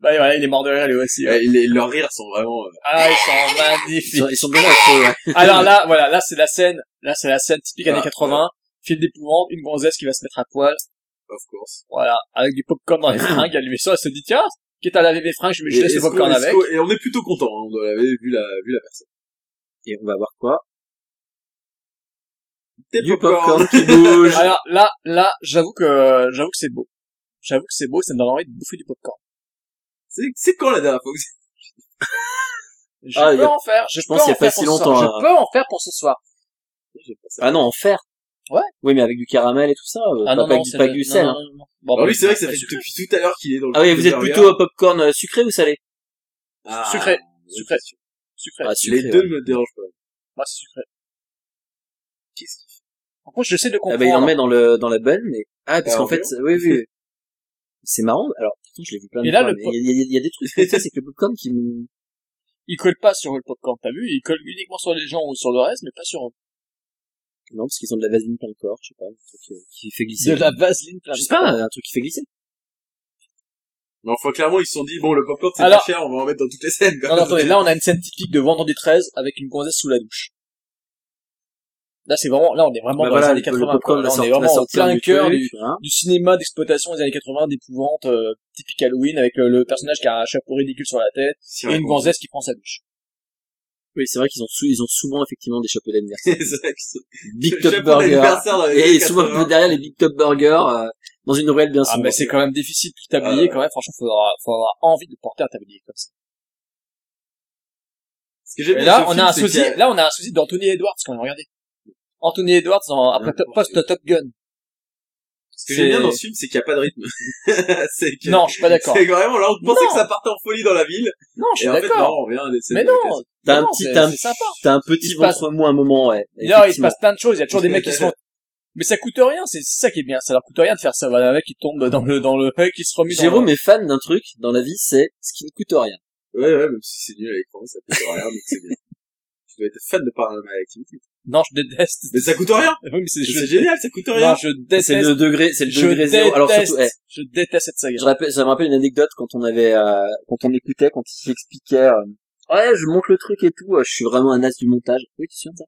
Bah, voilà, il est mort de rire, lui aussi. Et euh, les- leurs rires sont vraiment... euh, Ah, ils sont Ils magnifiques. sont, ils sont bien affreux, ouais. Alors là, voilà, là c'est la scène, là c'est la scène typique années Ah, 80, film d'épouvante, une gonzesse qui va se mettre à poil, Of course. voilà, avec du popcorn [coughs] dans les fringues, elle lui met ça, elle se dit tiens, quitte à laver mes fringues, je, mets- je Et laisse le est-ce popcorn qu'on- avec. est-ce qu'on- Et on est plutôt content, hein, on doit l'avoir vu la, vu la personne. Et on va voir quoi? Des Du popcorn. popcorn qui bouge. [laughs] Alors là, là, j'avoue que j'avoue que c'est beau, j'avoue que c'est beau, ça me donne envie de bouffer du popcorn. C'est, c'est quand la dernière fois que c'est- Je Ah, peux y a- en faire, je, je peux pense qu'il en y a pas faire si pour ce longtemps, soir. hein. Je peux en faire pour ce soir. Ah non, en fer. Ouais. Oui, mais avec du caramel et tout ça, euh, Ah pas, non, pas non, du, c'est pas le- du non, sel. non, hein. non, non. Bon, Alors bah, lui, c'est vrai que ça pas fait sucré. depuis tout à l'heure qu'il est dans le Ah oui, vous êtes burger. plutôt euh, popcorn euh, sucré ou salé? Ah, Sucré, sucré, sucré. Ah, Les sucré, deux ouais. me dérangent pas. Moi, c'est sucré. Qu'est-ce qu'il fait En contre, j'essaie de Ah comprendre. bah, il en met dans le, dans la bonne, mais, ah, parce Bah, Ah, qu'en en fait, oui, oui. oui. C'est marrant. Alors, pourtant, je l'ai vu plein de Et là, fois, le mais pop- il y, a- il y a- il y a des [laughs] trucs, tu sais, c'est que le popcorn qui me, Il colle pas sur le popcorn, t'as vu Il colle uniquement sur les gens ou sur le reste, mais pas sur eux. non, parce qu'ils ont de la vaseline plein le corps, je sais pas, un truc euh, qui fait glisser. De la vaseline plein Je sais pas, un truc qui fait glisser. Mais enfin, clairement, ils se sont dit, bon, le popcorn, c'est Alors- [laughs] pas cher, on va en mettre dans toutes les scènes. quoi. Non, non, attendez, là on a une scène typique de Vendredi 13 avec une gonzesse sous la douche. Là, c'est vraiment, là, on est vraiment Bah dans voilà, les années le- le 80. quoi. popcorn, la Là, on sortie- est la vraiment au sortie plein du cœur truc, du, hein. du cinéma d'exploitation des années 80, d'épouvante, euh, typique Halloween, avec euh, le personnage qui a un chapeau ridicule sur la tête et une [laughs] gonzesse qui prend sa douche. Oui, c'est vrai qu'ils ont, sou- ils ont souvent effectivement des chapeaux d'anniversaire. [laughs] Big Le Top chapeau Burger. d'anniversaire dans les années Et souvent 80. derrière les Big Top Burger, euh, dans une ruelle bien Ah, sombre. mais c'est quand même difficile de tablier, quand même. Franchement, faut avoir, faut avoir envie de porter un tablier comme ça. Ce que Et j'aime bien là, sur on le a un film, c'est souci, qu'il y a- là, on a un souci d'Anthony Edwards quand même, regardez. Anthony Edwards en, après N'importe post Top Gun. Ce que j'aime bien C'est- dans ce film, c'est qu'il n'y a pas de rythme. [laughs] C'est que- Non, je suis pas d'accord. C'est vraiment, là, on pensait Non. que ça partait en folie dans la ville. Non, je suis et en fait, d'accord. non, on revient à des scènes Mais de non, casse- T'as mais un non, petit, c'est- t'as un, c'est sympa. t'as un Il petit se passe- ventre mou à un moment, ouais. Non, il se effectivement. passe plein de choses. Il y a toujours [laughs] des mecs qui se font. Mais ça coûte rien. C'est c'est ça qui est bien. Ça leur coûte rien de faire ça. Voilà, un mec qui tombe dans le dans le qui se remet. dans le- Jérôme est fan d'un truc dans la vie, c'est ce qui ne coûte rien. Ouais, ouais, même si c'est nul à l'écran, ça coûte rien, donc c'est [laughs] bien. Tu dois être fan de Paranormal Activity. Non, je déteste. Mais ça coûte rien! [laughs] Oui, mais c'est je- C'est génial, ça coûte rien! Non, je déteste. C'est le degré, c'est le Je degré zéro. déteste. Alors surtout, eh, Je déteste cette saga. je rappelle, ça me rappelle une anecdote quand on avait, euh, quand on écoutait, quand il expliquait, euh, ouais, je monte le truc et tout, euh, je suis vraiment un as du montage. Oui, tu te souviens de ça?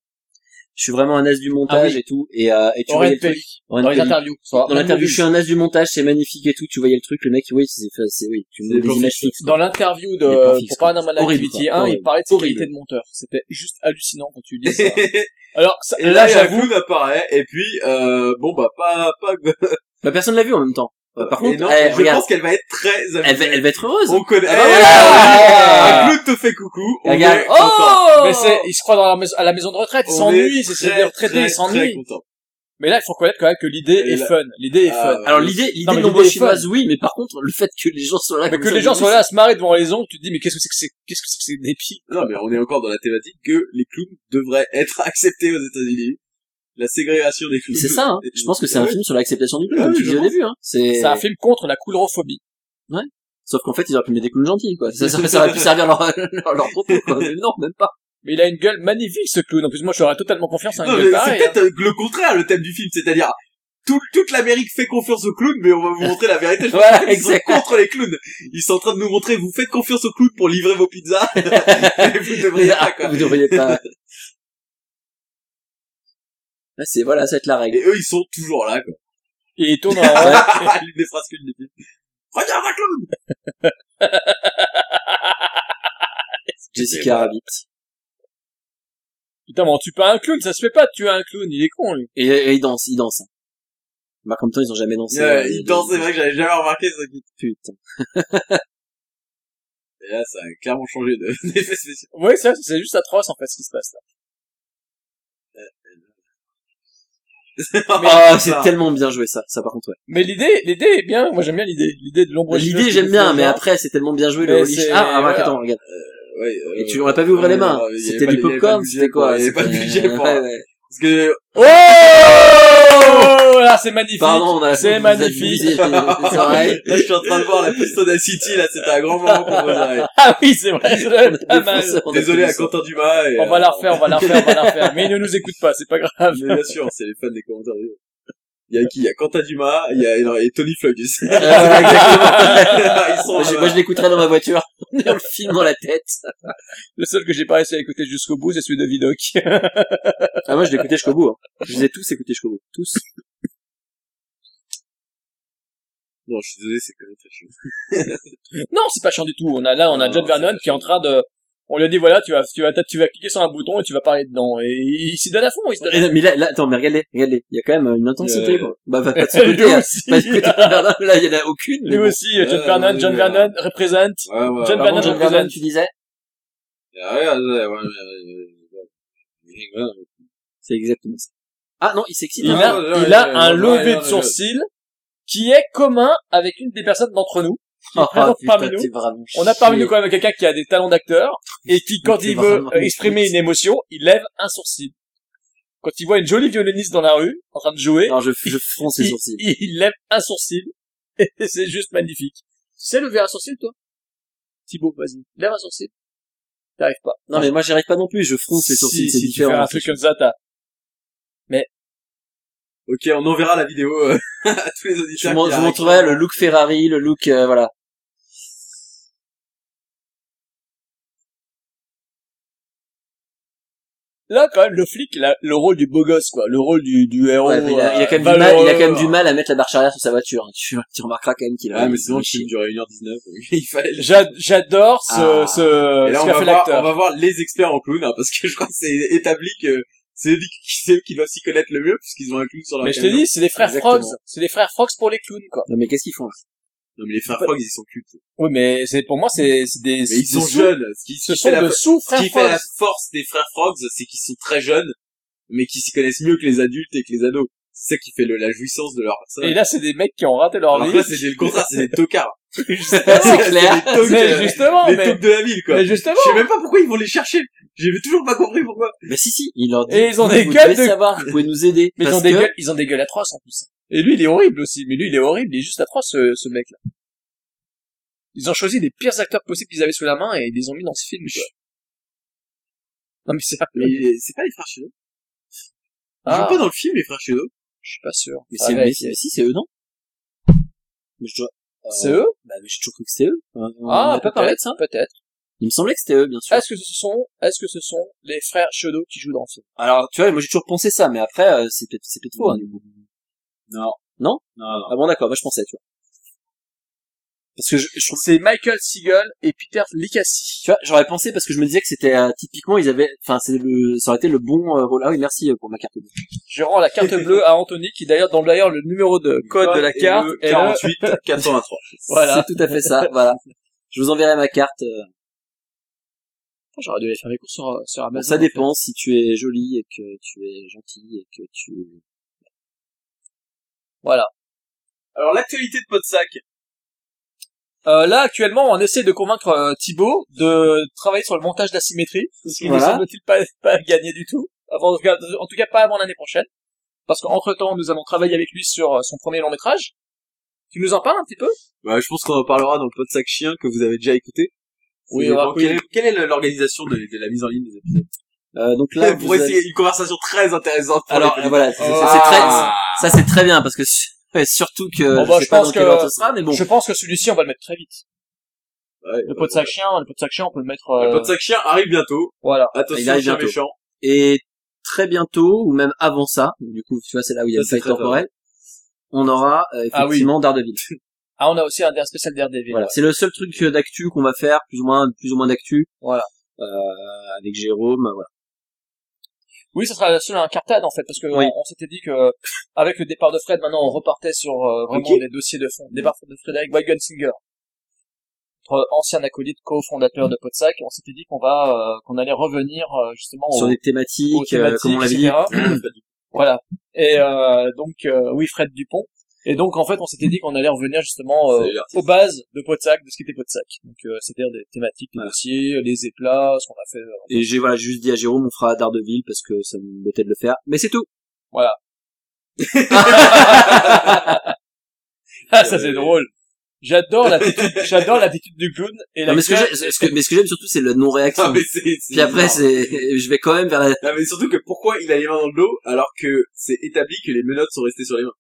Je suis vraiment un as du montage Ah oui. et tout, et, euh, et tu Aurait voyais le Pelli. truc. Aurélie Dans les Pelli. interviews. Dans l'interview, je suis un as du montage, c'est magnifique et tout, tu voyais le truc, le mec, oui, c'est, c'est- c'est- oui, tu des montes des plans images fixes. fixes. Dans l'interview Il est pas de fixe, pour Paranormal quoi. Horrible, Activity quoi. 1, il Horrible. parlait de ses Horrible. qualités de monteur. C'était juste hallucinant quand tu [laughs] lis ça. [laughs] Alors ça- et là, là, il y a un j'avoue, clown apparaît, et puis, euh, bon, bah, pas, pas, Bah, personne l'a vu en même temps. Bah, par contre, Et non, eh, je regarde, pense qu'elle va être très elle va, amusée. elle va être heureuse. Oh. On connaît, Ah bah Eh, voilà un clown te fait coucou, on regarde, est content. oh! mais c'est, ils se croient dans la maison, à la maison de retraite, ils On s'ennuient, est c'est très, c'est des retraités, très, ils Très s'ennuient. content. Mais là, il faut reconnaître quand même que l'idée Et est là- fun. L'idée est Ah, fun. ouais. Alors l'idée, l'idée mais de l'idée l'embauche est fun. chinoise, oui, mais par contre, le fait que les gens soient là, Mais comme que ça, les gens oui, soient là à se marrer devant les ongles, tu te dis, mais qu'est-ce que c'est que c'est, qu'est-ce que c'est que c'est des pieds Non, mais on est encore dans la thématique que les clowns devraient être [laughs] acceptés aux États-Unis. La ségrégation des clowns. c'est ça. Hein. Je pense que c'est un film sur l'acceptation du clown, Ah oui, comme tu je disais au pense. début. Hein. C'est C'est un film contre la coulrophobie. sauf qu'en fait, ils auraient pu mettre des clowns gentils, [laughs] quoi. Ça, ça, ça aurait pu servir leur, [laughs] leur, leur propos, quoi. Mais non, même pas. Mais il a une gueule magnifique, ce clown. En plus, moi, j'aurais totalement confiance en Non, une mais gueule c'est pareille. hein. peut-être euh, le contraire, le thème du film. C'est-à-dire, tout- toute l'Amérique fait confiance aux clowns, mais on [laughs] va vous montrer la vérité. [laughs] Je pense Voilà, qu'ils sont exact. contre les clowns. Ils sont en train de nous montrer, vous faites confiance aux clowns pour livrer vos [laughs] pizzas. et vous devriez pas, quoi. [laughs] Vous [laughs] devriez pas. Ah, c'est voilà, ça va être la règle. Et eux, ils sont toujours là, [laughs] quoi. [laughs] Et il tourne en rond. L'une des phrases cultes du film. Regarde un clown! Jessica Rabbit. Putain, mais on tue pas un clown, ça se fait pas de tuer un clown, il est con, lui. Et, et ils dansent, ils dansent. hein. Bah, comme temps, ils ont jamais dansé. Euh, euh, ils dansent, c'est vrai que j'avais jamais remarqué ça. Putain. [laughs] Et là, ça a clairement changé de- [laughs] d'effet spécial. Ouais, c'est vrai, c'est juste atroce, en fait, ce qui se passe, là. [laughs] Ah, c'est tellement bien joué, ça. Ça, par contre, ouais. Mais l'idée, l'idée est bien, moi, j'aime bien l'idée. L'idée de l'ombre L'idée, lumineuse j'aime qui bien, fait mais genre- après, c'est tellement bien joué, le Mais Holy c'est- Sh- Ah, ah, voilà. attends, regarde. Ouais, Et euh, tu, on l'a pas vu ouvrir les mains. non, il y avait C'était pas- du il y avait pas de popcorn, budget c'était pour- quoi? Il y avait pas de C'était- budget pour. Ouais, ouais. Parce que, [laughs] Oh! Là, c'est magnifique. Pardon, on a, C'est vous avez magnifique. bousillé [laughs] les- les oreilles. Ah, là, je suis en train de voir la piste d'Acity, là, c'était un grand moment pour vos oreilles. [laughs] Ah oui, c'est vrai, [laughs] c'est pas mal. Défoncé, on a Désolé fait à [laughs] ça. Quentin Dumas et, On va euh, la refaire, on va la refaire, on va la refaire. Mais il ne nous écoute pas, c'est pas [laughs] grave. Mais bien sûr, c'est les fans des commentaires. Il y a qui? Il y a Quentin Dumas, il y a, non, et Tony Flug. Ils [laughs] sont [laughs] Euh, voilà, exactement. Oh Moi, je, moi, je là-bas. l'écouterai dans ma [laughs] voiture. [laughs] On film dans la tête. Le seul que j'ai pas réussi à écouter jusqu'au bout, c'est celui de Vidocq. [laughs] Ah, moi, je l'écoutais jusqu'au bout, hein. Je les ai tous écoutés jusqu'au bout. Tous. Non, je suis désolé, c'est quand même très chaud. non, c'est pas chiant du tout. On a là, on a Non, John Vernon qui est en train de, on lui a dit voilà, tu vas, tu vas, tu vas cliquer sur un bouton et tu vas parler dedans. Et il s'y donne à fond, il se donne. [laughs] Eh, non, Mais là, là, attends, mais regardez, regardez. Il y a quand même une intensité, Euh, quoi. Bah, bah, [laughs] pas de ce Lui côté, hein. aussi. Pas [laughs] de ce côté. Là, là, il y en a aucune. mais Lui bon. aussi, John Euh, Vernon, oui, John oui. Vernon représente. Ouais, ouais. John ouais. Pardon, Vernon John représente. Vernon, tu disais? Ah ouais, ouais, ouais, ouais, ouais, ouais, ouais. C'est exactement ça. Ah, non, il s'excite. Il hein. a, non, non, il a non, un non, non, lever non, de non, sourcil qui est commun avec une des personnes d'entre nous. Ah, présente putain, parmi nous. t'es vraiment On a parmi chier. nous quand même quelqu'un qui a des talents d'acteur et qui, quand C'est il veut vraiment euh, exprimer magnifique. une émotion, il lève un sourcil. Quand il voit une jolie violoniste dans la rue en train de jouer, Alors, je, je fronce les il, sourcils. [laughs] il lève un sourcil [laughs] et c'est juste magnifique. Tu sais lever un sourcil, toi Thibaut, vas-y, lève un sourcil. T'arrives pas. Non, mais moi, j'arrive pas non plus. Je fronce les si, sourcils. c'est si tu fais différent. hein. un truc comme ça, t'as. Ok, on enverra la vidéo euh, [laughs] à tous les Je auditeurs. vous qui je la vous montrerai le look Ferrari, le look, euh, voilà. là, quand même, le flic, il a le rôle du beau gosse, quoi. Le rôle du, du héros. Ouais, mais il, a, il a quand même euh, du mal, il a valeureux. quand même du mal à mettre la marche arrière sur sa voiture. hein. Tu, tu remarqueras quand même qu'il a. Ouais, mais sinon, le il- film durait 1h19. [laughs] Il fallait le- J'a- J'adore ce, Ah. ce, Et là, ce on qu'a va, fait voir, l'acteur. on va voir les experts en clown, hein, parce que [laughs] je crois que c'est établi que c'est eux qui- c'est eux qui doivent s'y connaître le mieux, puisqu'ils ont un clown sur leur Mais je te camion. dis, c'est des frères Exactement. Frogs. C'est des frères Frogs pour les clowns, quoi. Non, mais qu'est-ce qu'ils [laughs] font là Non, mais les frères Frog, ils sont cultes. Oui, mais c'est, pour moi, c'est, c'est des, Mais ils des sont sous- jeunes. Ce qui, Ce ce qui sont fait, la, de ce sous-frères qui fait la Frogs. force des frères Frogs, c'est qu'ils sont très jeunes, mais qui s'y connaissent mieux que les adultes et que les ados. C'est ça qui fait le- la jouissance de leur Et personnage. là, c'est des mecs qui ont raté leur Alors que vie. là, c'est [laughs] le contraire, c'est des tocards. [laughs] C'est clair. Des tocs, Mais euh, justement, des mais, tocs de la ville, quoi. mais Je sais justement. même pas pourquoi ils vont les chercher. J'ai toujours pas compris pourquoi. Bah si si, il leur dit. Et ils ont vous, des vous gueules devez de- savoir, vous pouvez nous aider. Mais ils ont parce des que- gueules, ils ont des gueules atroces, en plus. Et lui, il est horrible aussi. Mais lui, il est horrible. Il est juste atroce, ce, ce mec-là. Ils ont choisi les pires acteurs possibles qu'ils avaient sous la main et ils les ont mis dans ce film, quoi. Non, mais c'est, euh, Mais c'est pas les frères Chenot. Ils Ah, jouent pas dans le film, les frères Chenot. je suis pas sûr. Mais c'est, Avec- mais, c'est- mais si, c'est eux, non? Mais je dois, euh, C'est eux? Bah, mais j'ai toujours cru que c'était eux. On- on en Ah, a pas parlé de ça? Peut-être. Il me semblait que c'était eux, bien sûr. Est-ce que ce sont, est-ce que ce sont les frères Shadow qui jouent dans le film? Alors, tu vois, moi j'ai toujours pensé ça, mais après, euh, c'est peut-être, c'est peut-être faux, hein, du coup. Non. Non? Non, non. Ah bon, d'accord, moi je pensais, tu vois. Parce que je, je trouve, C'est Michael Siegel et Peter Licassi. tu vois, j'aurais pensé parce que je me disais que c'était, euh, typiquement, ils avaient, enfin, c'est le, ça aurait été le bon euh, rôle. Ah oui, merci euh, pour ma carte bleue. Je rends la carte bleue à Anthony qui d'ailleurs, dans d'ailleurs le numéro de code de la Et carte le est le- 48 83. [laughs] Voilà. C'est tout à fait ça, voilà. Je vous enverrai ma carte. euh, J'aurais dû aller faire mes courses sur, sur Bon, Amazon. ça dépend si tu es jolie et que tu es gentil et que tu. Voilà. Alors l'actualité de Podsac. Euh, là, actuellement, on essaie de convaincre euh, Thibaut de travailler sur le montage d'asymétrie, ce qui Voilà. ne semble-t-il pas, [laughs] pas gagné du tout. Avant- en tout cas- en tout cas, pas avant l'année prochaine. Parce qu'entre temps, nous allons travailler avec lui sur euh, son premier long métrage. Tu nous en parles un petit peu? Bah, je pense qu'on en parlera dans le Podsac chien que vous avez déjà écouté. Oui, C'est- on va- donc, oui. Quelle est, quelle est l'organisation de, de la mise en ligne des épisodes Euh, donc là, [laughs] vous Pour allez- essayer une conversation très intéressante. pour Alors les euh, voilà, c'est c'est- Ah. c'est très, ça c'est très bien parce que su- [laughs] ouais, surtout que Bon, bah, je sais je pas pense dans quelle que- heure ce sera, mais bon. Je pense que celui-ci, on va le mettre très vite. Ouais, Le euh, pot de sac chien, le pot de sac chien, on peut le mettre, Le euh, Podsac chien arrive bientôt. voilà. Attention, Il arrive chien bientôt. méchant. Et très bientôt ou même avant ça, donc du coup tu vois c'est là où il y a Ça, le c'est faille très temporel. On aura euh, Ah oui. effectivement [laughs] Daredevil. Ah, on a aussi un dernier spécial Daredevil. Voilà, c'est le seul truc euh, d'actu qu'on va faire, plus ou moins, plus ou moins d'actu. Voilà. Euh, avec Jérôme, euh, voilà. Oui, ça sera seul un cartade, en fait, parce que Oui. on, on s'était dit que, avec le départ de Fred, maintenant, on repartait sur, euh, vraiment Ok. des dossiers de fond. Départ de Fred avec Boy Singer. Notre ancien acolyte co-fondateur de Podsac, on s'était dit qu'on va, euh, qu'on allait revenir, euh, justement, au- Sur des aux thématiques, euh, thématiques, comme on l'avait dit. etc. [coughs] voilà. Et euh, donc euh, oui, Fred Dupont. Et donc en fait, on s'était dit qu'on allait revenir justement euh, Salut, l'artiste. aux bases de Podsac, de ce qui était Podsac. Donc euh, c'est-à-dire des thématiques, des dossiers, les éplats, ce qu'on a fait. euh, Et j'ai voilà juste dit à Jérôme, on fera Daredevil parce que ça me bottait de le faire. Mais c'est tout. Voilà. Euh, ah ça c'est drôle. J'adore [laughs] l'attitude, j'adore l'attitude du clown et la. Non, mais ce que j'ai- ce que- mais ce que j'aime surtout, c'est le non-réaction. Ah, mais c'est, c'est [laughs] Puis après, énorme. c'est, [laughs] je vais quand même vers la, Non, mais surtout que pourquoi il a les mains dans le dos alors que c'est établi que les menottes sont restées sur les mains.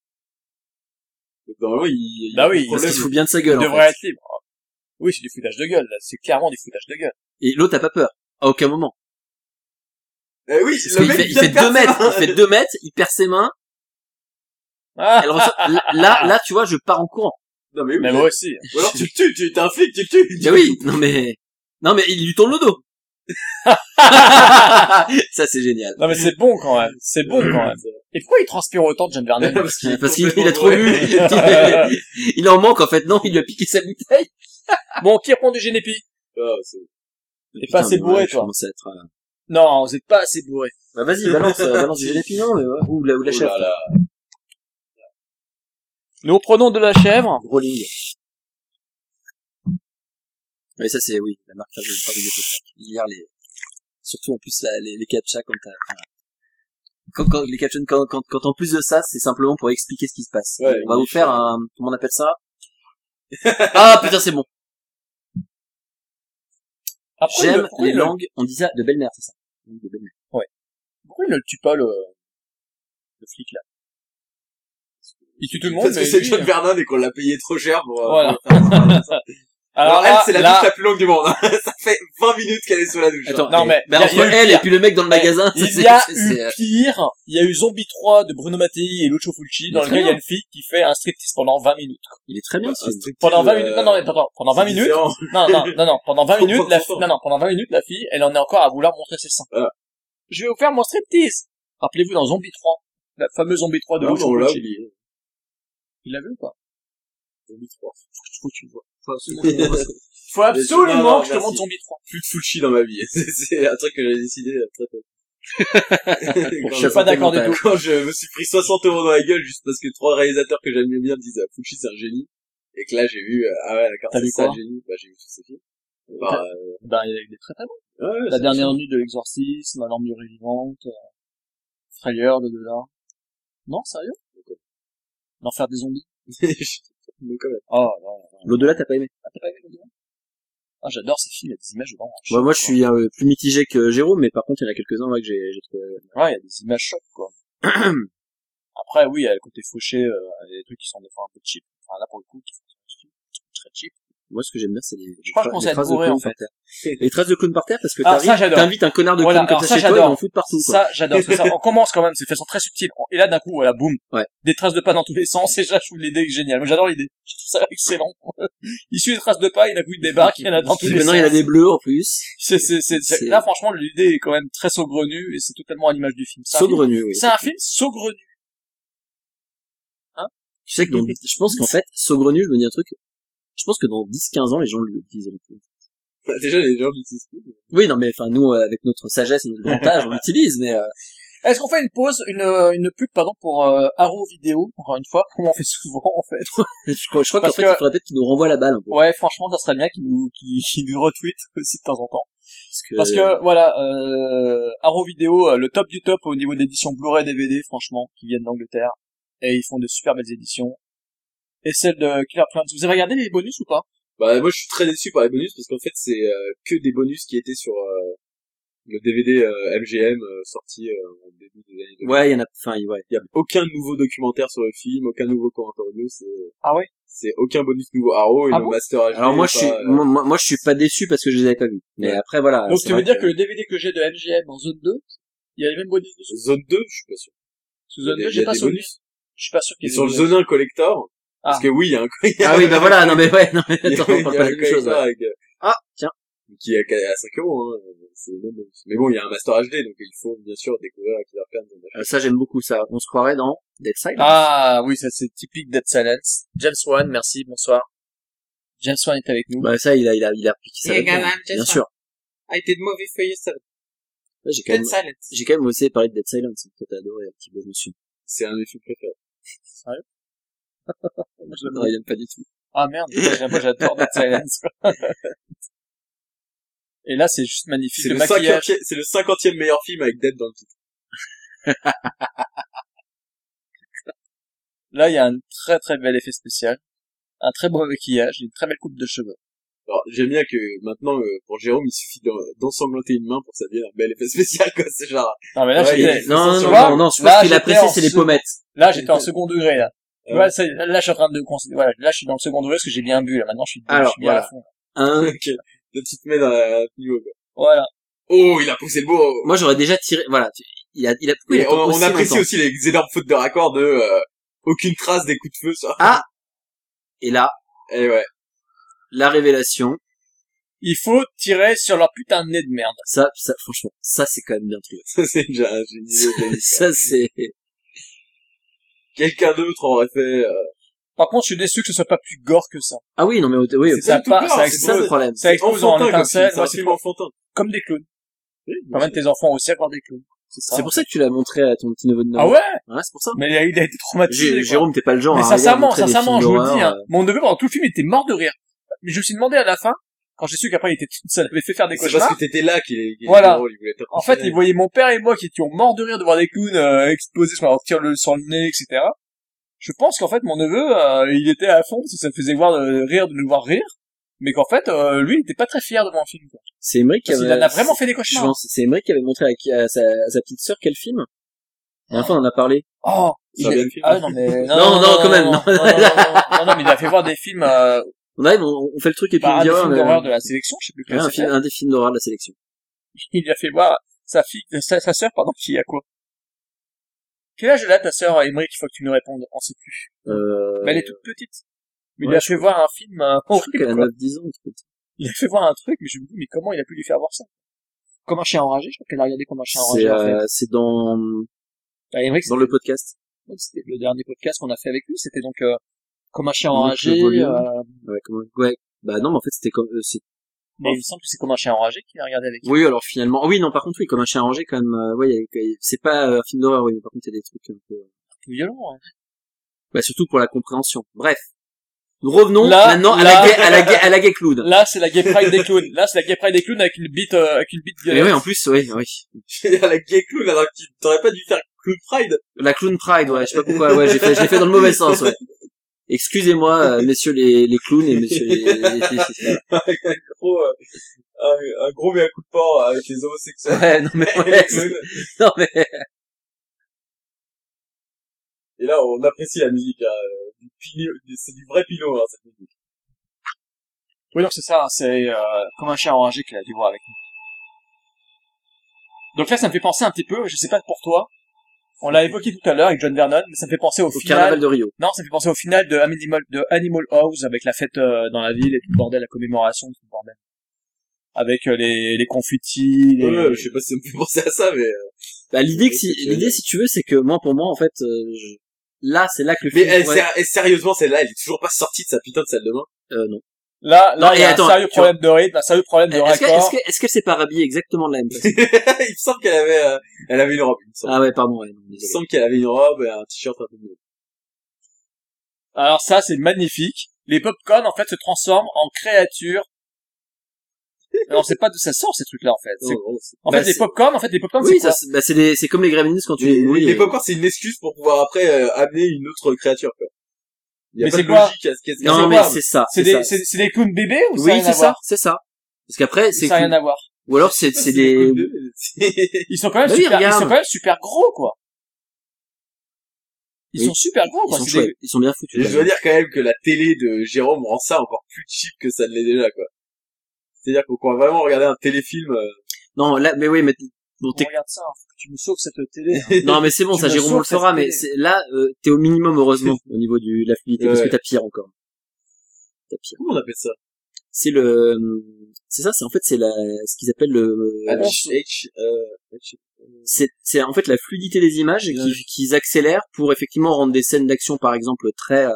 Donc, normalement, il, il y a Bah pas de oui, parce problème. qu'il se fout bien de sa il gueule. en devrait fait. être libre. Oui, c'est du foutage de gueule. là. C'est clairement du foutage de gueule. Et l'autre a pas peur. À aucun moment. Eh oui, le Parce qu'il mec fait, il vient de fait deux perdre ses mètres, mains. il fait deux mètres, il perd ses mains. Ah, Elle reçoit- là, là, tu vois, je pars [laughs] en courant. Non, mais oui. mais moi aussi. Ou alors tu le tues, tu, t'es un flic, tu le tues. Mais oui, non mais, non mais il lui tourne [laughs] le dos. Ça c'est génial. Non mais c'est bon quand même. C'est bon quand même. Et pourquoi il transpire autant de John Vernon parce qu'il est [laughs] Parce qu'il il complètement a trop bourré. bu. [laughs] [laughs] Il- Il en manque en fait. Non, il lui a piqué sa bouteille. [laughs] Bon, qui répond du Génépi Ah, c'est- T'es pas assez mais bourré, ouais, je toi. commence à être, euh, Non, vous êtes pas assez bourré. Bah vas-y, balance, euh, balance [laughs] du génépi, non mais ouais. Ou la, ou la Oh chef. là là. Nous prenons de la chèvre. Rolling. Mais ça c'est oui, la marque favorite de Gecko Hier les surtout en plus la- les, les captcha quand t'as enfin, quand, quand les captions quand, quand quand en plus de ça, c'est simplement pour expliquer ce qui se passe. Ouais, on va oui, vous faire un comment on appelle ça Ah putain, c'est bon. Après, il le- J'aime pourquoi les il le- langues, on disait de belle-mère, c'est ça. Langue de belle-mère. Pourquoi il ne le tue pas le, le flic là Il tue tout le monde, Parce que mais c'est lui, John Vernon et qu'on l'a payé trop cher pour. euh, Voilà. pour faire ça. [laughs] Alors, Alors elle, là- c'est la là- douche la plus longue du monde. [laughs] ça fait 20 minutes qu'elle est sous la douche. Attends, non, eh, mais bah, il y a- entre il y a eu elle et pire. puis le mec dans le Mais magasin, Il c'est- y a c'est- eu c'est, euh, pire. Il y a eu Zombie 3 de Bruno Mattei et Lucio Fulci, dans Il est lequel il y très a une fille qui fait un striptease pendant 20 minutes. Il est très bien, ce Un film. striptease, Pendant 20 euh, minutes, non, non, mais attends, pendant 20 c'est minutes, différent. non, non, non, non, pendant 20 [laughs] Faut minutes, prendre la son fille, temps. non, non, pendant 20 minutes, la fille, elle en est encore à vouloir montrer ses seins. Voilà. Je vais vous faire mon striptease. Rappelez-vous dans Zombie 3, la fameuse Zombie 3 de Non, mais Lucio on l'a Fulci. oublié. Il l'a vu ou pas? Zombie 3. Faut que tu le vois. Faut absolument que tu le vois. Faut absolument Non, non, que je te merci. montre Zombie 3. Plus de Fulci dans ma vie. [laughs] C'est- C'est un truc que j'ai décidé euh, [laughs] très tôt. Je suis pas d'accord du tout. Quand je me suis pris 60 euros dans la gueule juste parce que trois réalisateurs que j'aime bien me disaient ah, Fulci c'est un génie. Et que là j'ai vu, euh, ah ouais, d'accord, T'as c'est vu ça quoi un génie. Bah j'ai vu tous ces films. Bah, euh, Ben, il y a eu des très très bons. ouais, [laughs] La c'est- dernière nuit de l'exorcisme, l'ambiance vivante, euh, frayeur de delà. Non, sérieux? L'enfer des zombies. [laughs] Mais quand même. Oh, là, là. L'au-delà, t'as pas aimé. Ah, t'as pas aimé le deuxième Ah, j'adore ces films, il y a des images dedans. hein. Moi, moi, je suis euh, plus mitigé que Jérôme, mais par contre, il y en a quelques-uns là que j'ai j'ai trouvé. Ouais, il y a des images chocs, quoi. [clears throat] Après, oui, il y a le côté fauché, euh, il y a des trucs qui sont des fois un peu cheap. Enfin, là, pour le coup, qui sont très cheap. Moi, ce que j'aime bien, c'est les, les, Je crois que je pensais être tra- les traces de bourré, clown en fait. par terre. Les traces de clown par terre, parce que Ah, ça, t'arrives, j'adore. t'invites un connard de Voilà, clown comme alors ça, ça, chez toi, et j'adore. en fout partout, quoi. Ça, j'adore. parce que ça, on commence quand même, c'est de façon très subtile. Et là, d'un coup, voilà, boum. Ouais. Des traces de pas dans tous les sens, et là, je trouve l'idée géniale. Moi, j'adore l'idée. Je trouve ça [laughs] excellent. il suit des traces de pas, il a coup, il débarque, il y en a dans tous Et les maintenant, sens. il y a des bleus, en plus. C'est, c'est, c'est, c'est- C'est- Là, franchement, l'idée est quand même très saugrenue, et c'est totalement à l'image du film. C'est un film- Saugrenu, oui. C'est un film saugrenu. Tu sais que dans, je pense qu'en fait, saugrenu, je me dis un truc. Je pense que dans 10, 15 ans, les gens l'utiliseront plus. Bah, déjà les gens disent Oui, non, mais enfin, nous, euh, avec notre sagesse et notre grand âge, on l'utilise, mais euh, Est-ce qu'on fait une pause, une, euh, une pub, pardon, pour euh, Arrow Vidéo, encore une fois, comme on fait souvent, en fait je crois, je crois qu'en Parce fait, que- il faudrait peut-être qu'ils nous renvoient la balle, un peu. Ouais, franchement, ça serait bien qu'ils nous, [laughs] qu'ils, qu'ils nous retweetent aussi de temps en temps. Parce que, Parce que, voilà, euh, Arrow Vidéo, euh, le top du top au niveau d'édition Blu-ray DVD, franchement, qui viennent d'Angleterre, et ils font de super belles éditions. Et celle de Killer Clowns. Vous avez regardé les bonus ou pas Bah moi je suis très déçu par les bonus parce qu'en fait c'est euh, que des bonus qui étaient sur euh, le DVD euh, MGM euh, sorti euh, au début des années 2000. ouais, il y en a, enfin, ouais. Il y a aucun nouveau documentaire sur le film, aucun nouveau commentaire audio, c'est Ah ouais c'est aucun bonus nouveau Arrow et Ah le bon Master HD. Alors moi, je pas, suis, euh, moi, moi, moi, je suis pas déçu parce que je les avais pas vus. Mais Ouais. après, voilà. Donc, c'est tu vrai veux dire que- que le DVD que j'ai de MGM en zone 2, il y a les mêmes bonus dessus. euh, Zone 2, je suis pas sûr. Sous zone Il y a- 2, il y j'ai a pas des sonné. bonus. Je suis pas sûr qu'il Et y ait sur le des Zone 1 Collector, parce Ah. que oui, il y a un Ah oui, [laughs] bah voilà, non mais ouais, non [laughs] mais attends, on parle pas de la même chose. ouais. Ah, tiens. euh, Qui est à à 5 euros, hein. c'est le même bonus. Mais bon, il y a un Master HD, donc il faut bien sûr découvrir Killer Clowns. Euh, Ça, j'aime beaucoup ça. On se croirait dans Dead Silence. Ah oui, ça c'est typique Dead Silence. James Wan, merci, bonsoir. James Wan est avec nous. Bah ça, il a, il a, il a piqué ça. Yeah, là-dedans, guys, I'm just bien sûr. I did movie for yourself. Ouais, J'ai quand même, Silence. j'ai quand même aussi parlé de Dead Silence, que t'as adoré un petit peu, je me suis. C'est un de mes films préférés. Non, il aime pas du tout. Ah merde, j'ai- moi j'adore Dead Silence. quoi. [laughs] Et là c'est juste magnifique. C'est le le, maquillage. 50e c'est le 50e meilleur film avec Dead dans le titre. Là il y a un très très bel effet spécial. Un très beau maquillage, et une très belle coupe de cheveux. Alors, j'aime bien que maintenant, euh, pour Jérôme, il suffit d'en- d'ensanglanter une main pour que ça devienne un bel effet [laughs] spécial, quoi. C'est genre, Non mais là Ouais, j'étais, il- Non, non, tu non, vois, non, non, je pense là, qu'il j'étais en apprécie, c'est les second- pommettes. là j'étais en second degré là. Tu Ouais. vois, ça- là je suis en train de considérer- voilà, là je suis dans le second degré parce que j'ai bien bu là. Maintenant je suis, je Alors, suis bien à voilà. fond. Hein. ok, le titre met dans un autre niveau, quoi. Voilà. Oh, il a poussé le beau! Moi, j'aurais déjà tiré, voilà, tu- il a, il a, pourquoi il Et attend on, on aussi apprécie longtemps aussi les énormes fautes de raccord de, euh, aucune trace des coups de feu, ça. Ah. Et là, Et ouais. la révélation, Il faut tirer sur leur putain de nez de merde. ça, ça, franchement, ça, c'est quand même bien trouvé. [laughs] Ça, c'est déjà un génie. le génie. [laughs] ça, c'est, Quelqu'un d'autre aurait fait, euh, Par contre, je suis déçu que ce soit pas plus gore que ça. ah oui, non mais, oui, C'est ça, tout part- gore, ça c'est c'est ça explose, le problème. ça explose en enfantin, comme film, étincelle. c'est un Ouais, c'est film enfantin. comme des clowns. Permettre tes enfants aussi à voir des clowns. C'est ça. C'est pour ça que tu l'as montré à ton petit neveu de Ah 9 ouais hein, Ouais, c'est pour ça. Mais il a, il a été traumatisé. Jé- quoi. Jérôme, t'es pas le genre mais à regarder sincèrement, montrer des sincèrement, je films vous le dis, d'horreur, hein, mon neveu pendant tout le film était mort de rire. Mais je me suis demandé à la fin, quand j'ai su qu'après il était tout seul, avait fait faire des C'est parce cauchemars. que t'étais là qu'il est, qu'il est Voilà. drôle, il voulait te En fait, impressionner. il voyait mon père et moi qui étions morts de rire de voir des clowns euh, exploser, je me retire le sur le nez, etc. Je pense qu'en fait, mon neveu, euh, il était à fond parce que ça me faisait voir euh, rire de nous voir rire. Mais qu'en fait, euh, lui, il était pas très fier de mon film. Quoi. euh, C'est Emmerich qui Parce avait. qu'il en a vraiment fait des Je cauchemars. pense, c'est Emmerich qui avait montré à, qui- à sa, à sa petite sœur quel film. Et enfin, on en a parlé. Oh, Ça il vient est- de film. Ah non mais Non, non, quand même, non non. non, non, non, non, non, mais il a fait voir des films euh, On arrive, on, on fait le truc et puis Par on Bah, un dit des ouais, films on a- d'horreur de la sélection, je sais plus Ouais, quel un, c'était. film- un des films d'horreur de la sélection. Il lui a fait voir sa fille, euh, sa, sa sœur, pardon, qui a quoi? Quel âge elle a ta sœur, Emmerich? Il faut que tu nous répondes. On sait plus. Euh, Mais elle est toute petite. Mais il ouais, lui a je fait voir un film euh, je crois horrible, qu'elle a quoi. 9-10 ans, un truc comme ça. Il lui a fait voir un truc, mais je me dis, mais comment il a pu lui faire voir ça? Comme un chien enragé, je crois qu'elle a regardé comme un chien C'est enragé, en fait. euh, c'est dans, Ah, Emmerich, dans le podcast. Donc, c'était le dernier podcast qu'on a fait avec lui, c'était donc euh, comme un chien Donc, enragé. le volume. euh, Ouais, comment... ouais. Bah non, mais en fait, c'était comme... euh, c'est- mais il me semble que c'est comme un chien enragé qu'il a regardé avec. lui. Oui, alors finalement... ah oui, non, par contre, oui, comme un chien rangé, quand même... euh, ouais, il y a- il y a- c'est pas euh, un film d'horreur, oui, mais par contre, il y a des trucs un peu... Plus violent. hein. Bah, surtout pour la compréhension. Bref. Nous revenons Là, maintenant à là. la gay, à la gay, [laughs] à la gay clown. Là, c'est la gay pride des clowns. Là, c'est la gay pride des clowns avec une bite, euh, avec une bite Et violette. oui, en plus, oui, oui. [laughs] Il y a la gay clown alors que tu t'aurais pas dû faire clown pride. La clown pride, ouais, je sais pas pourquoi, ouais, j'ai fait, je l'ai fait dans le mauvais sens, ouais. Excusez-moi, euh, messieurs les, les clowns et messieurs les, les- les- avec un gros, euh, un, un gros mea coup de porc avec les homosexuels. Ouais, non mais, Et ouais, les clowns. non mais, Et là, on apprécie la musique. hein, du Pino- du- C'est du vrai Pinot, hein, cette musique. Oui, donc c'est ça, hein, c'est euh, comme un chien enragé qu'il a dû voir avec nous. Donc là, ça me fait penser un petit peu, je sais pas pour toi, on l'a évoqué tout à l'heure avec John Vernon, mais ça me fait penser au, au final... carnaval de Rio. Non, ça me fait penser au final de Animal, de Animal House avec la fête euh, dans la ville et tout le bordel, la commémoration, tout le bordel. Avec euh, les, les confettis, les... Ouais, Euh, je sais pas si ça me fait penser à ça, mais... euh, Bah, l'idée que si, l'idée si tu veux, c'est que moi, pour moi, en fait, euh, je- là, c'est là que le Mais film. eh, elle, pourrait- ser- elle, sérieusement, celle-là, elle est toujours pas sortie de sa putain de salle de bain. [laughs] euh, non. Là, là, Non, il y et a attends, un sérieux tu problème de rythme, un sérieux problème de Est-ce que, raccord. est-ce que, est-ce qu'elle s'est pas rhabillée exactement de la même façon il me semble qu'elle avait, euh, elle avait une robe, il me semble. Ah ouais, pardon, ouais. non, Il me désolé. semble qu'elle avait une robe et un t-shirt un peu mieux. Alors ça, c'est magnifique. Les popcorn, en fait, se transforment en créatures. Et on sait pas d'où ça sort, ces trucs-là, en fait. C'est- En Bah, fait, les c'est- popcorn, en fait, les popcorn, Oui, c'est ça, quoi c'est- bah, c'est des, c'est comme les Gremlins quand tu les Les, mouilles. euh. les et- popcorn, c'est une excuse pour pouvoir après euh, amener une autre créature, quoi. Il y a Mais pas c'est de quoi logique à ce qu'est-ce Non, c'est mais quoi c'est ça. C'est ça. des, c'est, c'est des clowns bébés ou ça a Oui, rien à c'est ça, voir c'est ça. Parce qu'après, c'est Ça a rien que- à voir. ou alors c'est, c'est des, Ils sont quand même Bah oui, super, ils regarde. sont quand même super gros, quoi. Ils Oui. sont super gros, ils quoi. sont C'est des- chouettes, ils sont bien Et foutus. je dois dire quand même que la télé de Jérôme rend ça encore plus cheap que ça ne l'est déjà, quoi. C'est-à-dire qu'on pourra vraiment regarder un téléfilm. euh, Non, là, mais oui, mais bon, On t'es- regarde ça, hein, faut que tu me sauves cette télé. hein. [laughs] non, mais c'est bon, Tu ça, me Jérôme, on sauves le fera, cette mais télé. c'est- là, euh, t'es au [laughs] minimum, heureusement, au niveau du, de la fluidité, parce que Ouais. t'as pire encore. T'as pire. Comment on appelle ça C'est le, euh, c'est ça, c'est en fait, c'est la, ce qu'ils appellent le, Ah, H, H, euh, H- c'est, c'est en fait la fluidité des images qui- Ouais. qu'ils accélèrent pour effectivement rendre des scènes d'action, par exemple, très, euh,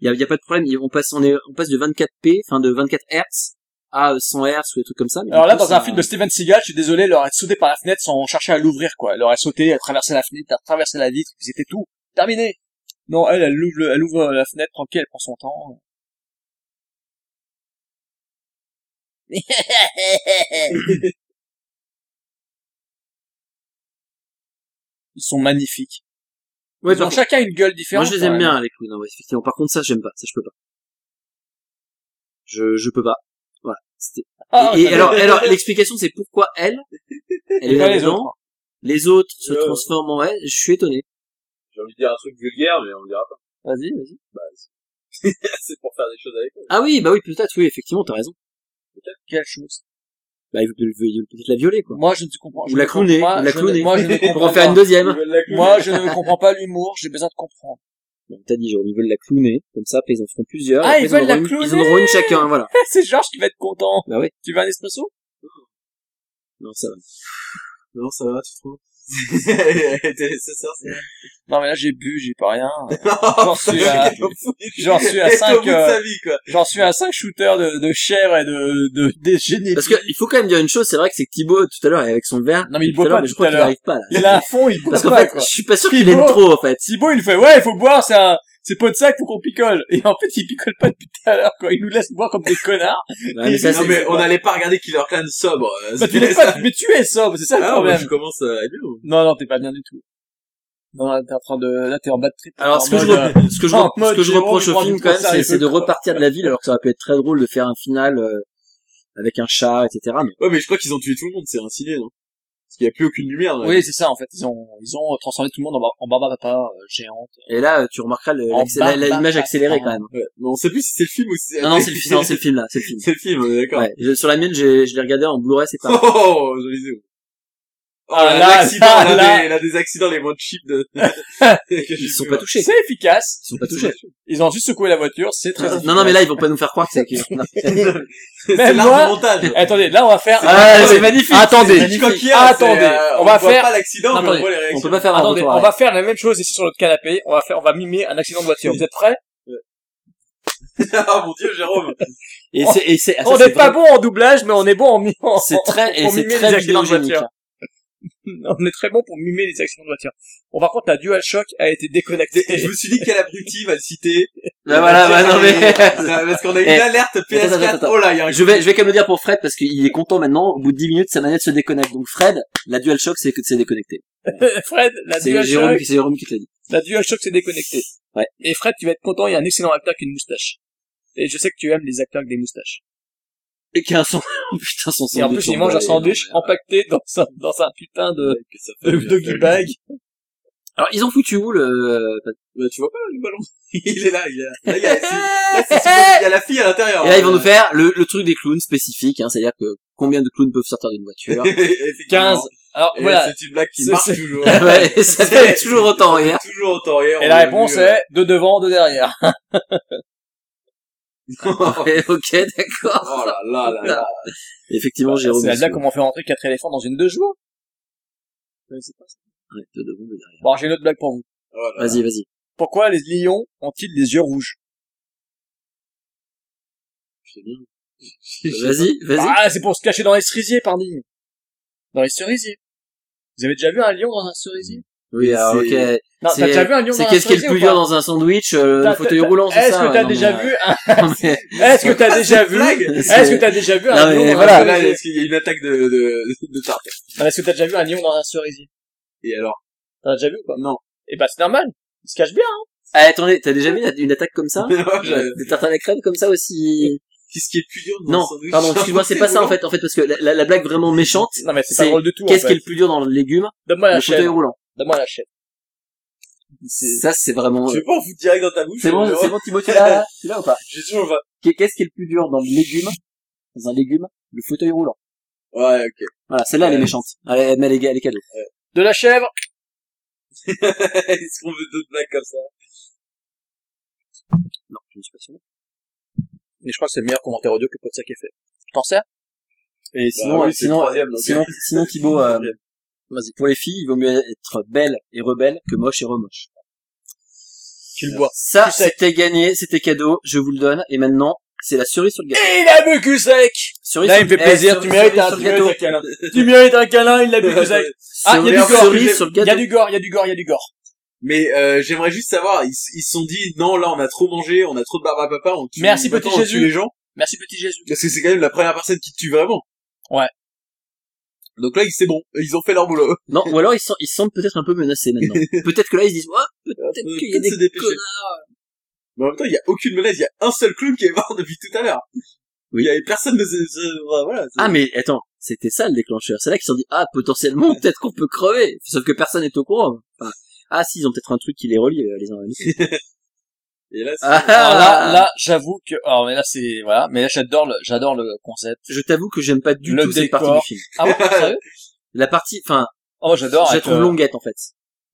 il y, a, y a pas de problème, ils- on passe, on est, on passe de 24p, enfin, de 24 Hz à euh, 100 Hz ou des trucs comme ça. mais Alors du là, coup, dans un ça- film de Steven Seagal, je suis désolé, elle aurait sauté par la fenêtre sans chercher à l'ouvrir, quoi. Elle aurait sauté, elle traversait la fenêtre, elle traversait la vitre, puis c'était tout. Terminé. Non, elle, elle ouvre, le- elle ouvre la fenêtre tranquille, elle prend son temps. [laughs] Ils sont magnifiques. Ouais, Ils par ont contre- chacun une gueule Moi, différente. je les quand aime même. bien, les clowns, ouais, effectivement. Par contre, ça, j'aime pas. Ça, je peux pas. Je, je peux pas. Voilà. C'était- Ah, et et ouais, alors, j'adore. [laughs] alors, l'explication, c'est pourquoi elle, elle Et est pas là les dedans, autres. les autres se Ouais, ouais. transforment en elle, je suis étonné. J'ai envie de dire un truc vulgaire, mais on le dira pas. [laughs] Vas-y, vas-y. c'est pour faire des choses avec eux. Ah oui, bah oui, peut-être, oui, effectivement, t'as raison. Quelle chose. Bah, ils veulent ils veulent peut-être la violer, quoi. Moi, je ne comprends. je Ou la ne comprends- clowner, moi, ou la je ne- clowner. [laughs] Moi, je [laughs] ne Pour en comprends faire pas. une deuxième. Moi, je ne comprends pas l'humour. J'ai besoin de comprendre. Bon, t'as dit, genre, ils veulent la clowner. Comme ça, après, ils en feront plusieurs. Ah, et ils après, veulent la auront une- Ils en clowner auront une chacun, voilà. [laughs] C'est Georges qui va être content. Bah oui. Tu veux un espresso Non, ça va. Non, ça va, tu trouves Elle était nécessaire, [laughs] c'est Non, mais là, j'ai bu, j'ai pas rien. J'en suis à- j'en suis à cinq, au bout de euh, sa vie, quoi. J'en suis à 5 shooters de, de chèvres et de, de, dégénés. Parce que, il faut quand même dire une chose, c'est vrai que c'est que Thibaut, tout à l'heure, est avec son verre. Non, mais il tout boit à l'heure, pas mais je tout crois à qu'il l'heure. arrive pas, là. Il a un fond, il [laughs] Parce boit qu'en pas, fait, quoi. je suis pas sûr Thibaut- qu'il aime trop, en fait. Thibaut, il fait, ouais, il faut boire, c'est un, c'est pot de sac, faut qu'on picole. Et en fait, il picole pas depuis tout à l'heure, quoi. Il nous laisse boire comme des connards. Ouais, mais ça, non, c'est- mais on n'allait pas regarder Killer Clan sobre. euh, Bah, tu c'était l'es ça. pas, mais tu es sobre, c'est ça le Ah, moi, problème. je commence à être bien. hein. Non, non, t'es pas bien du tout. Non, là, t'es en train de, là, t'es en bas de trip. Alors, ce que, je, En mode, euh, re- ce que je, en re- ce mode que je Jérôme, reproche il au prend film, du quand même, poisson, c'est il c'est de veut- repartir de la ville, alors que ça aurait pu être très drôle de faire un final euh, avec un chat, etc. Mais Ouais, mais je crois qu'ils ont tué tout le monde, c'est un ciné, non Parce qu'il n'y a plus aucune lumière. dans la Oui, ville. c'est ça, en fait. Ils ont, ils ont transformé tout le monde en, bar- en Barbara Papa euh, géante. Et là, tu remarqueras le- En l'accé- la- la- bas, l'image bas, accélérée bas. quand même. Ouais. Mais on sait plus si c'est le film ou si c'est... Non, non, c'est le film, non, c'est le film là, c'est [laughs] le film. [laughs] C'est le film, on est d'accord. Ouais, je- sur la mienne, j'ai- je l'ai regardé en Blu-ray, c'est [laughs] pas. Oh, joli zoom. Oh, Ah là, là, l'accident, là, l'un là. des- l'un des accidents les moins cheap de... Ils sont hein. pas touchés. C'est efficace. Ils sont pas touchés. Ah. Ils ont juste secoué la voiture, c'est très efficace. Non, non, mais là, ils vont pas nous faire croire [laughs] que c'est. qu'ils- non. C'est Même l'art moi- du montage. Eh, Attendez, là, on va faire... Ah, Attendez, c'est magnifique. Attendez. C'est quoi qu'il y a, c'est, Attendez, euh, on va voit faire... pas l'accident, mais on Attendez, voit les On réactions. peut pas faire un Attendez, retour. on arrière. va faire la même chose ici sur notre canapé. On va faire, on va mimer un accident de voiture. Vous êtes prêts [laughs] Ah, mon dieu, Jérôme. Et c'est, et c'est, ah, ça, Oh, On c'est n'est pas vraiment- bon en doublage, mais on est bon en mi- en- [laughs] C'est très, et pour c'est mimer très les accidents de vidéogénique. voiture. on est très bon pour mimer les accidents de voiture. Bon, par contre, la DualShock a été déconnectée. Et je me suis dit quel abruti va le citer. Bah voilà, bah non mais. Parce qu'on a une Eh, alerte PS4. attends, attends, Oh là, il y a un [laughs] Je vais, je vais quand même le dire pour Fred parce qu'il est content maintenant. Au bout de 10 minutes, sa manette se déconnecte. Donc Fred, la DualShock, c'est que c'est déconnecté. [laughs] Fred, la C'est Jérôme, DualShock, qui- c'est Jérôme qui te l'a dit. la DualShock s'est déconnectée. Ouais. Et Fred, tu vas être content, il y a un excellent acteur qui a une moustache. Et je sais que tu aimes les acteurs avec des moustaches. Et qui a un son, [laughs] putain, son sandwich. Et en plus, il mange un sandwich empaqueté dans un, dans un putain de, de doggy bag. Alors, ils ont foutu où le, Oh, Bah, tu vois pas, le ballon. [laughs] Il est là, il est là. Là, il y a, c'est- là, c'est supposé- il y a la fille à l'intérieur. et là, ils euh. vont nous faire le, le truc des clowns spécifique, hein. C'est-à-dire que combien de clowns peuvent sortir [laughs] d'une voiture. [laughs] [laughs] Effectivement. 15. Alors, Et voilà. C'est une blague qui C'est- marche c'est- toujours. ouais, et ça fait toujours autant rire. Toujours autant rire. Et on la l'a réponse vu, euh, est de devant, de derrière. [laughs] oh Ouais, ok, d'accord. là là là là. Effectivement, Bah, C'est Jérôme. la blague il se- comment on fait rentrer quatre éléphants dans une deux jours. Ouais, de devant, de derrière. Bon, alors, j'ai une autre blague pour vous. Oh là là. [laughs] Vas-y, vas-y. Pourquoi les lions ont-ils les yeux rouges? Vas-y, vas-y. Ah, c'est pour se cacher dans les cerisiers, pardi. Dans les cerisiers. Vous avez déjà vu un lion dans un cerisier Oui, alors, ok. c'est- Non, C'est- t'as déjà vu un lion C'est dans un qu'est-ce qui est le cerisier plus ou dur pas dans un sandwich, euh, le T'as- fauteuil t'as- roulant, c'est Est-ce ça que t'as Non, déjà mais, vu [laughs] un... [laughs] euh, non, mais- Est-ce que t'as déjà cette vu Ah, blague Est-ce que t'as déjà vu Non, un mais lion dans Parce que un là, cerisier est-ce qu'il y a une attaque de, de, de tarte Non, Est-ce que t'as déjà vu un lion dans un cerisier Et alors T'en as déjà vu ou pas Non. Eh ben, c'est normal. Il se cache bien. hein. Ah, attendez, t'as déjà vu une, une attaque [laughs] comme ça Euh, Je- Des tartes à la crème comme ça aussi Qu'est-ce qui est plus dur dans Non, un sandwich pardon, [laughs] excuse-moi, c'est pas ça en fait, en fait, parce que la, la- la blague vraiment méchante, Non, mais c'est pas C'est- drôle de tout. en qu'est-ce qui fait. est le plus dur dans le légume Donne-moi la Le fauteuil chèvre. roulant. Donne-moi la chèvre. Ça, c'est vraiment... euh, Je vais pas en foutre direct dans ta bouche. C'est bon, mais c'est bon, Thibaut, tu l'as [laughs] là Tu l'as ou pas J'ai toujours pas. Qu'est- Qu'est-ce qui est le plus dur dans le légume Dans un légume Le fauteuil roulant. Ouais, ok. Voilà, celle-là, elle est méchante. Allez, mais les gars, elle est cadeau. De la chèvre. Est-ce qu'on veut d'autres blagues comme ça Non, je ne suis pas sûr. Mais je crois que c'est le meilleur commentaire audio que Podsac ait fait. Tu penses ça Et sinon, Ah Bah, oui, euh, c'est le sinon, troisième, [laughs] donc, sinon, sinon, Thibaut, euh, vas-y. Pour les filles, il vaut mieux être belle et rebelle que moche et remoche. Tu le bois. Ça, Tu sais. c'était gagné, c'était cadeau, je vous le donne, et maintenant, c'est la cerise sur le gâteau. Et il a bu cul sec Cerise Là, sur- il me fait eh, plaisir, cerise- tu mérites cerise un sur le tu mérites gâteau. un câlin. Tu mérites un câlin, il a bu cul sec. Ah, il y a du gore, Cerise- cerise sur le il y a gâteau. du gore, il y a du gore, il y a du gore. [laughs] Mais euh, j'aimerais juste savoir, ils s- ils se sont dit, non, là, on a trop mangé, on a trop de barbe à papa, on tue, Merci, maintenant, petit on tue Jésus. les gens. Merci petit Jésus. Parce que c'est quand même la première personne qui tue vraiment. Ouais. Donc là, c'est bon, ils ont fait leur boulot. Non, ou alors ils sont, ils se sentent peut-être un peu menacés [laughs] maintenant. peut-être que là, ils se disent, Ah, oh, peut-être Peut-être qu'il y a se des dépêcher. connards. Mais en même temps, il y a aucune menace, il y a un seul clown qui est mort depuis tout à l'heure. Oui. Il y avait personne de... ce- ce- Voilà. c'est- Ah, mais attends, c'était ça le déclencheur. C'est là qu'ils se sont dit, ah, potentiellement, peut-être qu'on peut crever. Sauf que personne n'est au courant. Enfin, ah, si, ils ont peut-être un truc qui les relie, euh, les uns à les autres. Et là, c'est- Ah, [laughs] Alors là, là, j'avoue que, alors mais là c'est, voilà, mais là j'adore le, j'adore le concept. Je t'avoue que j'aime pas du Le tout cette décor. partie du film. Ah ouais, sérieux? La partie, enfin, Oh, moi, j'adore. je la avec, trouve euh, longuette en fait.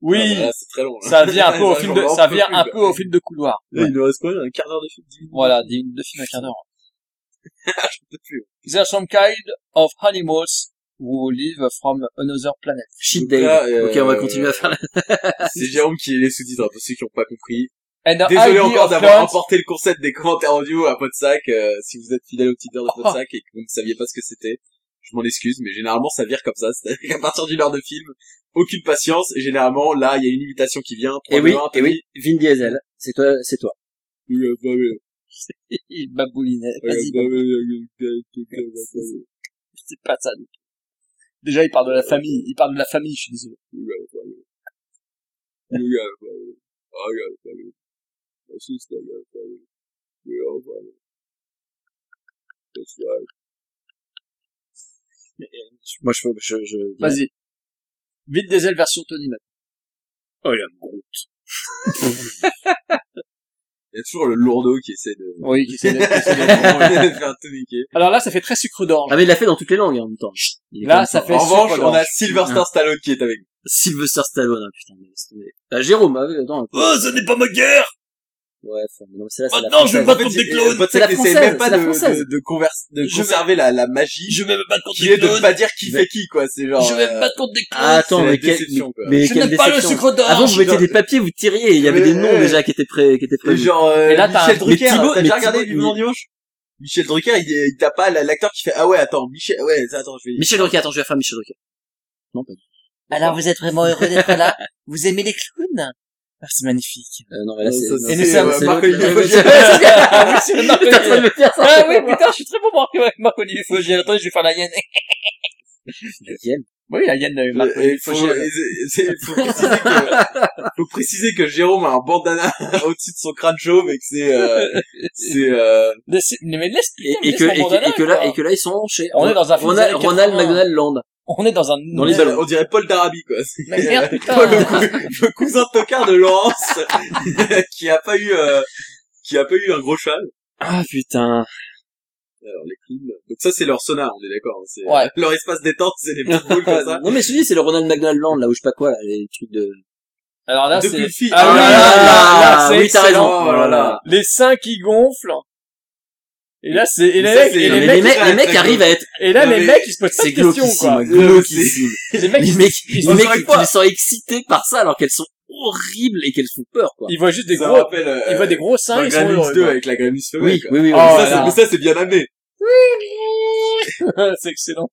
Oui, Ah, bah là, c'est très long. là. ça vient un peu au Là, film j'en de, peux ça vient plus, un quoi. peu au film de couloir. Là, Il nous reste combien Un quart d'heure de film dix minutes Voilà, des, deux films à quart d'heure. [laughs] Je sais plus. hein. There's some kind of animals who live from another planet. Shit Donc Dave. là, euh, Ok, on va continuer à faire la... C'est Jérôme qui est les sous-titres, hein, pour ceux qui n'ont pas compris. And the Désolé idea encore of d'avoir plants- emporté le concept des commentaires audio à Podsac. euh, si vous êtes fidèle au titre de Oh. Podsac et que vous ne saviez pas ce que c'était, je m'en excuse, mais généralement ça vire comme ça. C'est-à-dire [laughs] qu'à partir d'une heure de film, aucune patience. Et généralement, là, il y a une imitation qui vient. Et Eh oui, probablement, et oui, Vin Diesel. C'est toi, c'est toi. Oui, euh, bah oui, [laughs] Il baboulinait. euh, Vas-y, bah oui, euh, euh, euh, euh, euh, euh, euh, c'est pas ça. du tout. Déjà, il parle de la famille. Il parle de la famille, je suis désolé. bah, ah, bah, oh, bah, Moi, je, je, je... Vas-y. Vin Diesel version Tony Matt. Oh, il a [laughs] Il y a toujours le lourdeau qui essaie [laughs] de... Oui, qui essaie de- qui essaie de- de faire tout niquer. [laughs] Alors là, ça fait très sucre d'orge. Ah mais il l'a fait dans toutes les langues hein, en même temps. Il est Là, comme ça fait En revanche, sucre on a d'orge. hein. Sylvester Stallone qui est avec nous. Sylvester Stallone, hein, putain, mais laisse tomber. Ah, Jérôme, ah, oui, attends. Oh, ce n'est pas ma guerre Ouais, enfin, mais non, c'est là, c'est la Maintenant, Oh je vais française. battre contre des Et clones Botzek C'est la n'essaie française, même pas c'est la de, française. de, de, converse- de Je- conserver la, la magie Je vais me battre contre qui est des de clones pas dire qui fait qui, quoi. C'est genre... Je vais me euh, battre contre des clones Ah, attends, c'est la mais quelle, déception, quoi. mais Je quelle n'aime pas le déception. sucre d'orge Avant, vous mettiez des papiers, vous tiriez, et il y avait Mais, des noms euh, déjà qui étaient pré, qui étaient Et prévus. genre, euh, Et là, t'as un- Michel mais Drucker, Thibaut- t'as mais déjà regardé Thibaut- Vivement Dimanche Michel Drucker, il, il t'a pas la- l'acteur qui fait ah ouais attends Michel ouais attends je vais Michel Drucker, attends, je vais faire Michel Drucker. Non, pas du Alors, vous êtes vraiment heureux d'être là Vous aimez [laughs] les clowns Ah, c'est magnifique. tout. Euh, non, mais là, Non, c'est, ça, non, c'est- c'est, Et c'est un- c'est Marc-Olivier [laughs] l'autre. Fogiel. Ah oui, c'est T'es en train de me [laughs] faire ça. Ah oui, putain, je suis très bon Marc- Marc-Olivier Fogiel. Attendez, je vais faire la hyène. Deuxième. Oui, la hyène de Euh, et Marc-Olivier faut, Fogiel. et [laughs] c'est- c'est- faut préciser que, faut préciser que Jérôme a un bandana [laughs] au-dessus de son crâne chauve et que c'est, euh, c'est, euh, Laisse- Mais laisse, Et, putain, et laisse que, mon et que, bandana, et que là, quoi. et que là, ils sont chez On est dans un film des Ronald, années Ronald 80. McDonald Land. On est dans un... Dans les on dirait- ballons. euh, on dirait Paul Darabi, quoi. C'est, Mais merde, putain. Paul, le, cou- le cousin tocard de Laurence, [laughs] qui a pas eu, euh, qui a pas eu un gros cheval. Ah, putain. Alors, les clowns. Donc ça, c'est leur sonar, on est d'accord. hein, C'est, Ouais. euh, leur espace détente, c'est les petites boules comme ça. Ah, Non, mais celui c'est le Ronald McDonald Land, là, où je sais pas quoi, là, les trucs de... Alors [laughs] là, Depuis c'est... le [laughs] film. Ah Ah oui, là, là là, là, c'est oui, t'as excellent. raison. Oh là là. Les seins qui gonflent. Et là, c'est, et les Mais ça, mecs, c'est- et Non, les mais les mecs, mecs, les mecs arrivent à être, et là, Non, les mais- mecs, ils se posent pas c'est de questions, quoi. glauquissime, Le- glauquissime. Les mecs, Les ils- mecs, ils- les on mecs, saurait ils, pas. ils sont excités par ça, alors qu'elles sont horribles et qu'elles font peur, quoi. ils voient juste des Ça gros, rappelle, euh, ils voient des gros seins, dans ils sont Gremlins heureux. 2 quoi. avec la Gremlins femelle, Oui, quoi. Ah, oui, oui. Oh, ça, là. c'est, mais ça, c'est bien amené. [laughs] c'est excellent.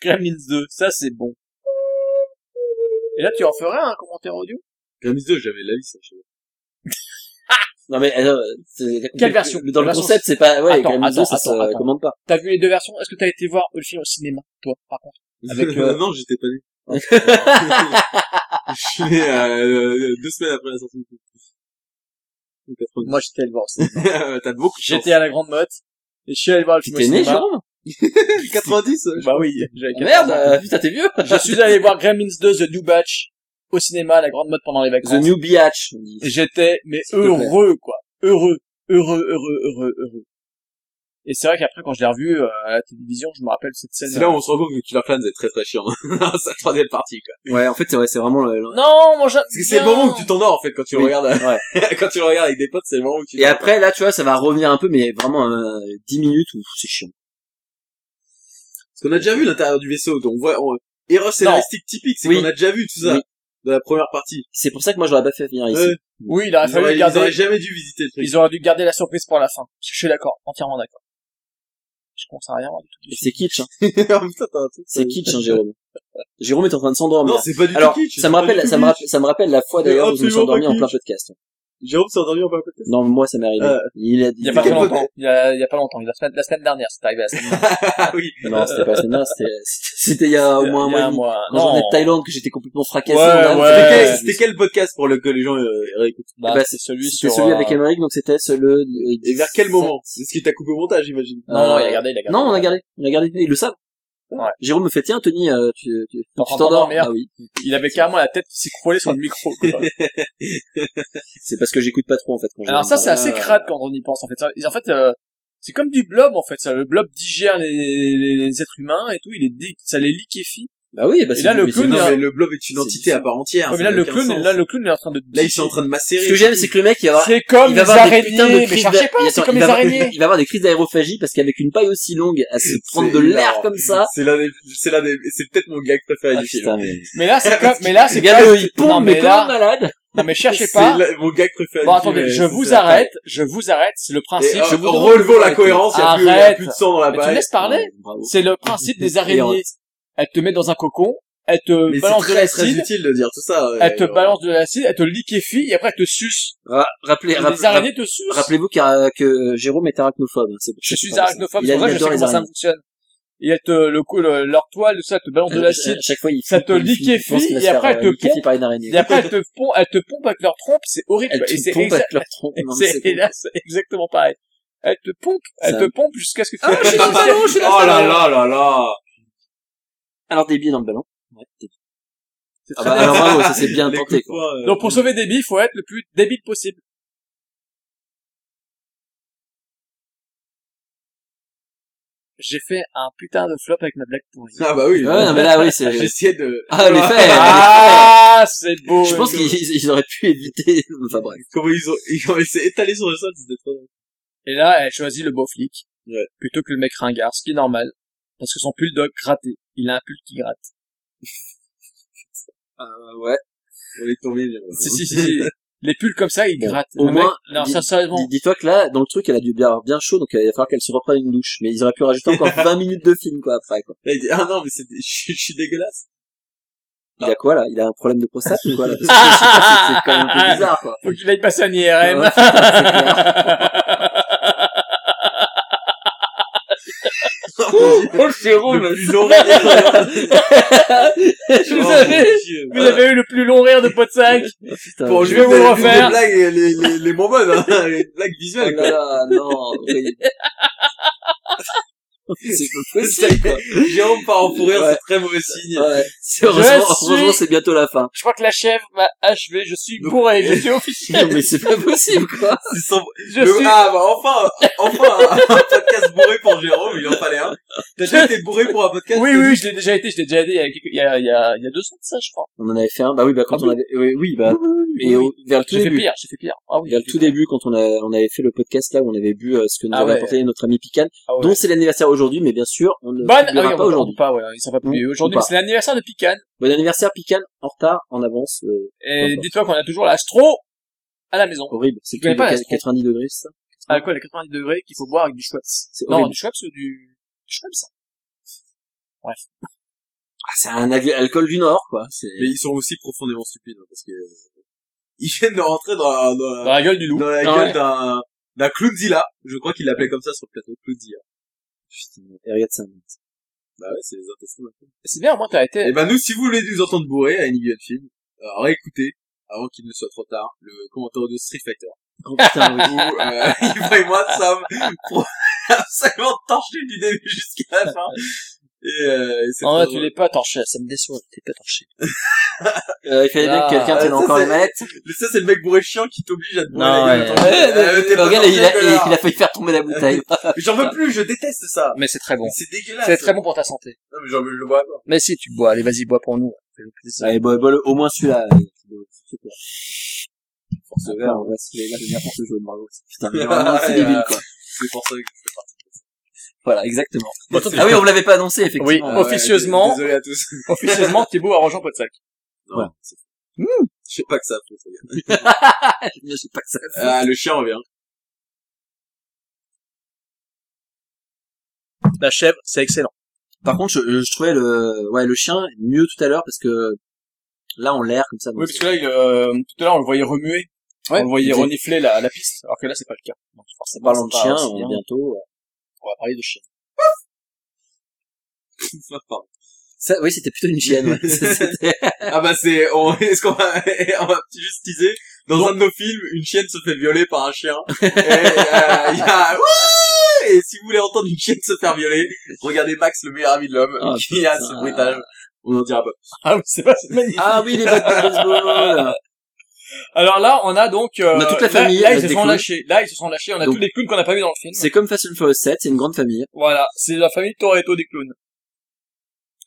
Gremlins 2, ça c'est bon. Et là, tu en ferais un commentaire audio Gremlins 2, j'avais la vie, ça, je sais Non, mais, alors, c'est- Quelle version Dans le Version- concept, c'est pas, ouais, Attends, quand même, attends, ça, ça attends, se attends. commande pas. T'as vu les deux versions Est-ce que t'as été voir le film au cinéma, toi, par contre pas. Avec, [laughs] euh, non, j'étais pas né. [laughs] je l'ai, euh, deux semaines après la sortie du film. Donc, quatre-vingt-dix. Moi, j'étais allé le voir au cinéma. T'as beaucoup de chance. J'étais à la grande motte, et je suis allé voir le film au T'es né, cinéma. [laughs] [laughs] Jérôme? 90, euh, Bah oui, j'avais Ah, Merde, euh, putain, t'es vieux? Je suis allé voir Gremlins 2 The New Batch au cinéma à la grande mode pendant les The vacances. New Biatch. on dit. Et J'étais mais S'il te plaît. heureux quoi, heureux, heureux, heureux, heureux, heureux. Et c'est vrai qu'après quand je l'ai revu euh, à la télévision, je me rappelle cette scène. C'est là où on se rend compte que Killer Clans est très très chiant. [laughs] Sa troisième partie, quoi. Ouais, en fait, c'est vrai, c'est vraiment le- le- Non, moi j'aime Parce que c'est le moment où tu t'endors, en fait, quand tu le Oui. regardes, [laughs] quand tu le regardes avec des potes, c'est le moment où tu Et après, là, tu vois, ça va revenir un peu, mais vraiment, euh, 10 minutes où c'est chiant. Parce qu'on a déjà vu l'intérieur du vaisseau, donc on voit, on... erreur scénaristique typique, c'est Oui. qu'on a déjà vu tout ça, Oui. dans la première partie. Euh, C'est pour ça que moi, je l'aurais pas fait venir ici. Ouais. Oui, il aurait Ils fallu auraient, ils garder. auraient jamais dû visiter le truc. [laughs] Ils auraient dû garder la surprise pour la fin. Je suis d'accord, entièrement d'accord. Je commence à rien voir du tout. Et C'est kitsch, hein. En même temps, Oh, t'as un truc, C'est euh, kitsch, hein, Jérôme. Jérôme est en train de s'endormir. Non, c'est pas du Alors, tout kitsch. ça c'est me pas du rappelle, tout ça me kitsch. rappelle, ça me rappelle la fois Mais d'ailleurs où je me suis absolument pas endormi en plein kitsch. podcast. hein. Jérôme s'est endormi en plein podcast. Non, moi, ça m'est arrivé. Euh, Il a dit, Il y a pas très Quel longtemps. Il y a, il y a pas longtemps. La semaine, la semaine dernière, c'est arrivé la semaine dernière. Ah oui. non, c'était pas celle-là, c'était, c'était c'était il y a au moins un Il y a mois et un demi. mois. Quand j'en ai Ah Non. de Thaïlande, que j'étais complètement fracassé. Ouais, en Inde, ouais. c'était- C'était quel- Euh, C'était quel podcast pour le que les gens euh, réécoutent Bah, bah, c'est celui C'était sur. celui avec euh, Emmerich, donc c'était ce- le... le- Et vers quel moment C'est ce qui t'a coupé au montage, j'imagine. Non, non, il a Euh, gardé, il a gardé. Non, on a gardé, on a gardé, ils le savent. Ouais. Jérôme me fait, tiens, Tony, euh, tu, tu, tu en train de t'endors. t'endormir. Ah oui. Il avait carrément la tête qui s'écroulait sur le micro. [laughs] quoi. C'est parce que j'écoute pas trop, en fait, quand Alors Jérôme ça, c'est parle. assez crade quand on y pense en fait. Ça- En fait, euh, c'est comme du blob en fait. Ça, le blob digère les, les- les êtres humains et tout. Il les dé- ça les liquéfie. Bah oui, bah Et c'est là, le mais c'est- clown, Non, il a- mais le blob est une C'est entité à bizarre. part entière. Ouais, mais ça là, n'a le aucun clown, sens. là, le clown il est en train de. Là, ils sont en train de macérer. Ce que j'aime, c'est que le mec, il va avoir C'est comme il va les avoir des putains de araignées. Mais crises cherchez d'a- pas, il- c'est attends, comme il les va avoir- [laughs] araignées. Il va avoir des crises d'aérophagie parce qu'avec une paille aussi longue à se prendre de C'est l'air hilarant. comme ça. C'est l'un des, c'est l'un des, c'est peut-être mon gag préféré Ah, du film. putain, mais... Mais là, c'est comme. Mais là, c'est Le gars, comme. il Non, pompe, mais mais comme un là, malade. non mais [laughs] cherchez C'est pas. la- mon gag préféré Bon, du film, attendez, et je c'est vous ça. arrête, je vous arrête. C'est le Et, principe. euh, Je vous demande- relevons la cohérence, il y a plus- il y a Arrête. plus de sang dans la Mais bah, tu me balle. laisses parler. Ouais, bravo. C'est le principe des Et en- araignées. Elle te met dans un cocon, elle te Mais c'est balance de très, très l'acide, utile de dire tout ça. ouais. elle te Alors, balance de l'acide, elle te liquéfie et après elle te suce. Ra- Ah, Rappelez, Et rapp- les araignées te sucent. Rappelez-vous qu'à- que Jérôme est arachnophobe. hein, c'est- je suis c'est pas arachnophobe, ça. c'est Il pour ça que je sais adore comment les ça araignées. fonctionne. Et elle te, le, coup, le- leur toile, tout ça, elle te balance Euh, de l'acide, À chaque fois, il ça flippe, te il flippe, il liquéfie, pense qu'il va et se faire, après, elle euh, te liquéfier pompe. par une araignée. et après elle te pompe, elle te pompe avec leur trompe, c'est horrible. Elle quoi. Et te c'est pompe exa- [laughs] avec leur tronc. Non, mais c'est- c'est et là, c'est exactement pareil. Elle te pompe, elle Ça- te pompe jusqu'à ce que tu Ah, [laughs] je suis dans le ballon, je suis dans le Oh là ballon. là là là Alors des billes dans le ballon. Ouais, des billes. Ah très bah, bien. alors bravo, ça c'est [laughs] bien Les tenté. coups Quoi. de poing, euh, Donc pour sauver Debbie, il faut être le plus débile possible. J'ai fait un putain de flop avec ma blague pourrie. Ah bah oui. Ouais, non, [laughs] mais là oui, [laughs] c'est. J'essayais de... Ah les faits. Ah, c'est beau. Je pense qu'ils ils auraient pu éviter. Enfin bref. Comment ils ont, ils ont essayé étalé sur le sol, c'était trop drôle. Et là, elle choisit le beau flic Ouais. plutôt que le mec ringard, ce qui est normal parce que son pull doit gratter. Il a un pull qui gratte. Ah Euh, ouais. On est tombé bien. Si si si. si. Les pulls comme ça, ils Bon, grattent. au Le mec- moins, non, dis- sincèrement, Dis- Dis-toi que là, dans le truc, elle a dû bien, bien chaud, donc euh, il va falloir qu'elle se reprenne une douche. Mais ils auraient pu [laughs] rajouter encore 20 minutes de film, quoi, après, quoi. Là, il dit, ah non, mais c'est, [laughs] je suis- je suis dégueulasse. Il a quoi, là? Il a un problème de prostate ou [laughs] quoi, là? Parce que c'est c'est quand même un peu bizarre, quoi. faut qu'il aille passer un IRM. Ah, Ouais, oh, Jérôme, [laughs] Le plus Oh, long [laughs] [laughs] rire. je Ah, vous avais, vous avez eu le plus long rire de pot [laughs] sac. [laughs] Putain. Bon, Euh, Je je vais vais vous vous refaire. refaire. Les blagues, les, les, les moins bonnes, hein. [laughs] Les blagues Oh visuelles, là quoi. là, non. oui. [laughs] C'est pas possible, quoi. Jérôme part en fou rire, Ouais. c'est très mauvais signe. Ouais. C'est- Heureusement, suis- heureusement, c'est bientôt la fin. Je crois que la chèvre m'a achevé. Je suis bourré. Je suis [laughs] officiel. Non, mais c'est pas possible, quoi. C'est son- Je Le- suis. Ah, bah, enfin, enfin, [laughs] un, un podcast bourré pour Jérôme, il en fallait un. T'as déjà été bourré pour un podcast? Oui, oui, je l'ai déjà été, je l'ai déjà été il y a, quelques- il y a, il y a, il y a deux ans de ça, je crois. On en avait fait un, bah oui, bah quand Ah on avait, oui, oui, bah, oui, et au- vers le tout J'ai fait début. pire, j'ai fait pire. Ah oui. Vers le tout début, quand on, a, on avait fait le podcast là où on avait bu euh, ce que nous Ah avait ouais. apporté notre ami Pican, Ah ouais. dont c'est l'anniversaire aujourd'hui, mais bien sûr, on ne Bonne, ah oui, publiera on pas va- on aujourd'hui. peut pas, ouais, ça va plus Ou- aujourd'hui, ou mais pas. c'est l'anniversaire de Picane. Bon anniversaire Pican, en retard, en avance, euh, Et D'accord. dis-toi qu'on a toujours l'astro à la maison. horrible. C'est Tu plus de connais pas la 90 degrés, c'est ça À quoi, les 90 degrés qu'il faut boire avec du Schweppes. C'est Non, horrible. du Schweppes ou du, du Schweppes. hein. Ah, c'est un al- alcool du Nord, quoi. C'est Mais ils sont aussi profondément stupides, hein, parce que, ils viennent de rentrer dans la, dans la- Dans la gueule du loup. dans la Ah gueule ouais. d'un d'un Clownzilla. Je crois qu'il l'appelait comme ça sur le plateau Clownzilla. Putain, et regarde ça. Bah ouais, c'est les intestins. C'est bien, au moins t'as [laughs] été. Et ben nous, si vous voulez nous entendre bourrer à une de film, alors réécoutez avant qu'il ne soit trop tard le commentaire audio Street Fighter Oh, putain, oui. où euh, [laughs] Yvan et moi sommes pro- [laughs] absolument torchés du début jusqu'à la fin. Et, euh, et c'est Non, très là, tu drôle. l'es pas torché, ça me déçoit, t'es pas torché. Euh, il fallait bien Ah, que quelqu'un ah, tienne ça, encore c'est- les manettes. Mais ça, c'est le mec bourré chiant qui t'oblige à te bourrer Non, la gueule. ouais. Attends, euh, t'es pas Regarde, torché, il a, connard. il a failli faire tomber la [laughs] bouteille. Mais J'en veux plus, je déteste ça. Mais c'est très bon. C'est dégueulasse. C'est très bon pour ta santé. Non, mais j'en veux, je le vois pas. Mais si, tu bois, allez, vas-y, bois pour nous. Fais-le plaisir. Allez, bon, bon, bah, au moins celui-là. euh, s'il te plaît. Force vert, ouais, c'est n'importe quoi, je Margot. Putain, mais vraiment, c'est Ouais, débile, euh, quoi. C'est pour ça que je fais partie. Voilà, exactement. Ah oui, on l'avait pas annoncé, Oui, effectivement. Ah ouais, officieusement. Désolé à tous. [laughs] [laughs] Officieusement, Thibaut a rejoint Potsac. Non, Voilà. c'est faux. Je sais pas que ça a fait, ça y Je sais pas que ça. est. Ah, le chien revient. La chèvre, c'est excellent. Par contre, je, je trouvais le, ouais, le chien mieux tout à l'heure parce que là, on l'air comme ça. donc Oui, parce que là, il, euh, tout à l'heure, on le voyait remuer. on le voyait renifler la, la piste, alors que là, c'est pas le cas. Donc, forcément, parlant de c'est pas hein. chien, aussi on- bien. bientôt. euh, on va parler de chien. Pardon. Ça, oui, c'était plutôt une chienne. [laughs] ouais. C'était- Ah bah c'est, on, [laughs] est-ce qu'on va, on va juste teaser Dans un de nos films, une chienne se fait violer par un [laughs] chien. Et, euh, il y a, Ouais et si vous voulez entendre une chienne se faire violer, regardez Max, le meilleur ami de l'homme, Ah, qui a putain. ce bruitage. On en dira pas. Ah oui, c'est pas, c'est magnifique. ah oui, les bottes de [laughs] baseball. Alors là, on a donc, euh, On a toute la là- famille Là, avec ils se des sont clowns. lâchés. Là, ils se sont lâchés. On a Donc- tous les clowns qu'on n'a pas vu dans le film. C'est comme Fast and Furious 7, c'est une grande famille. Voilà. C'est la famille Toretto des clowns.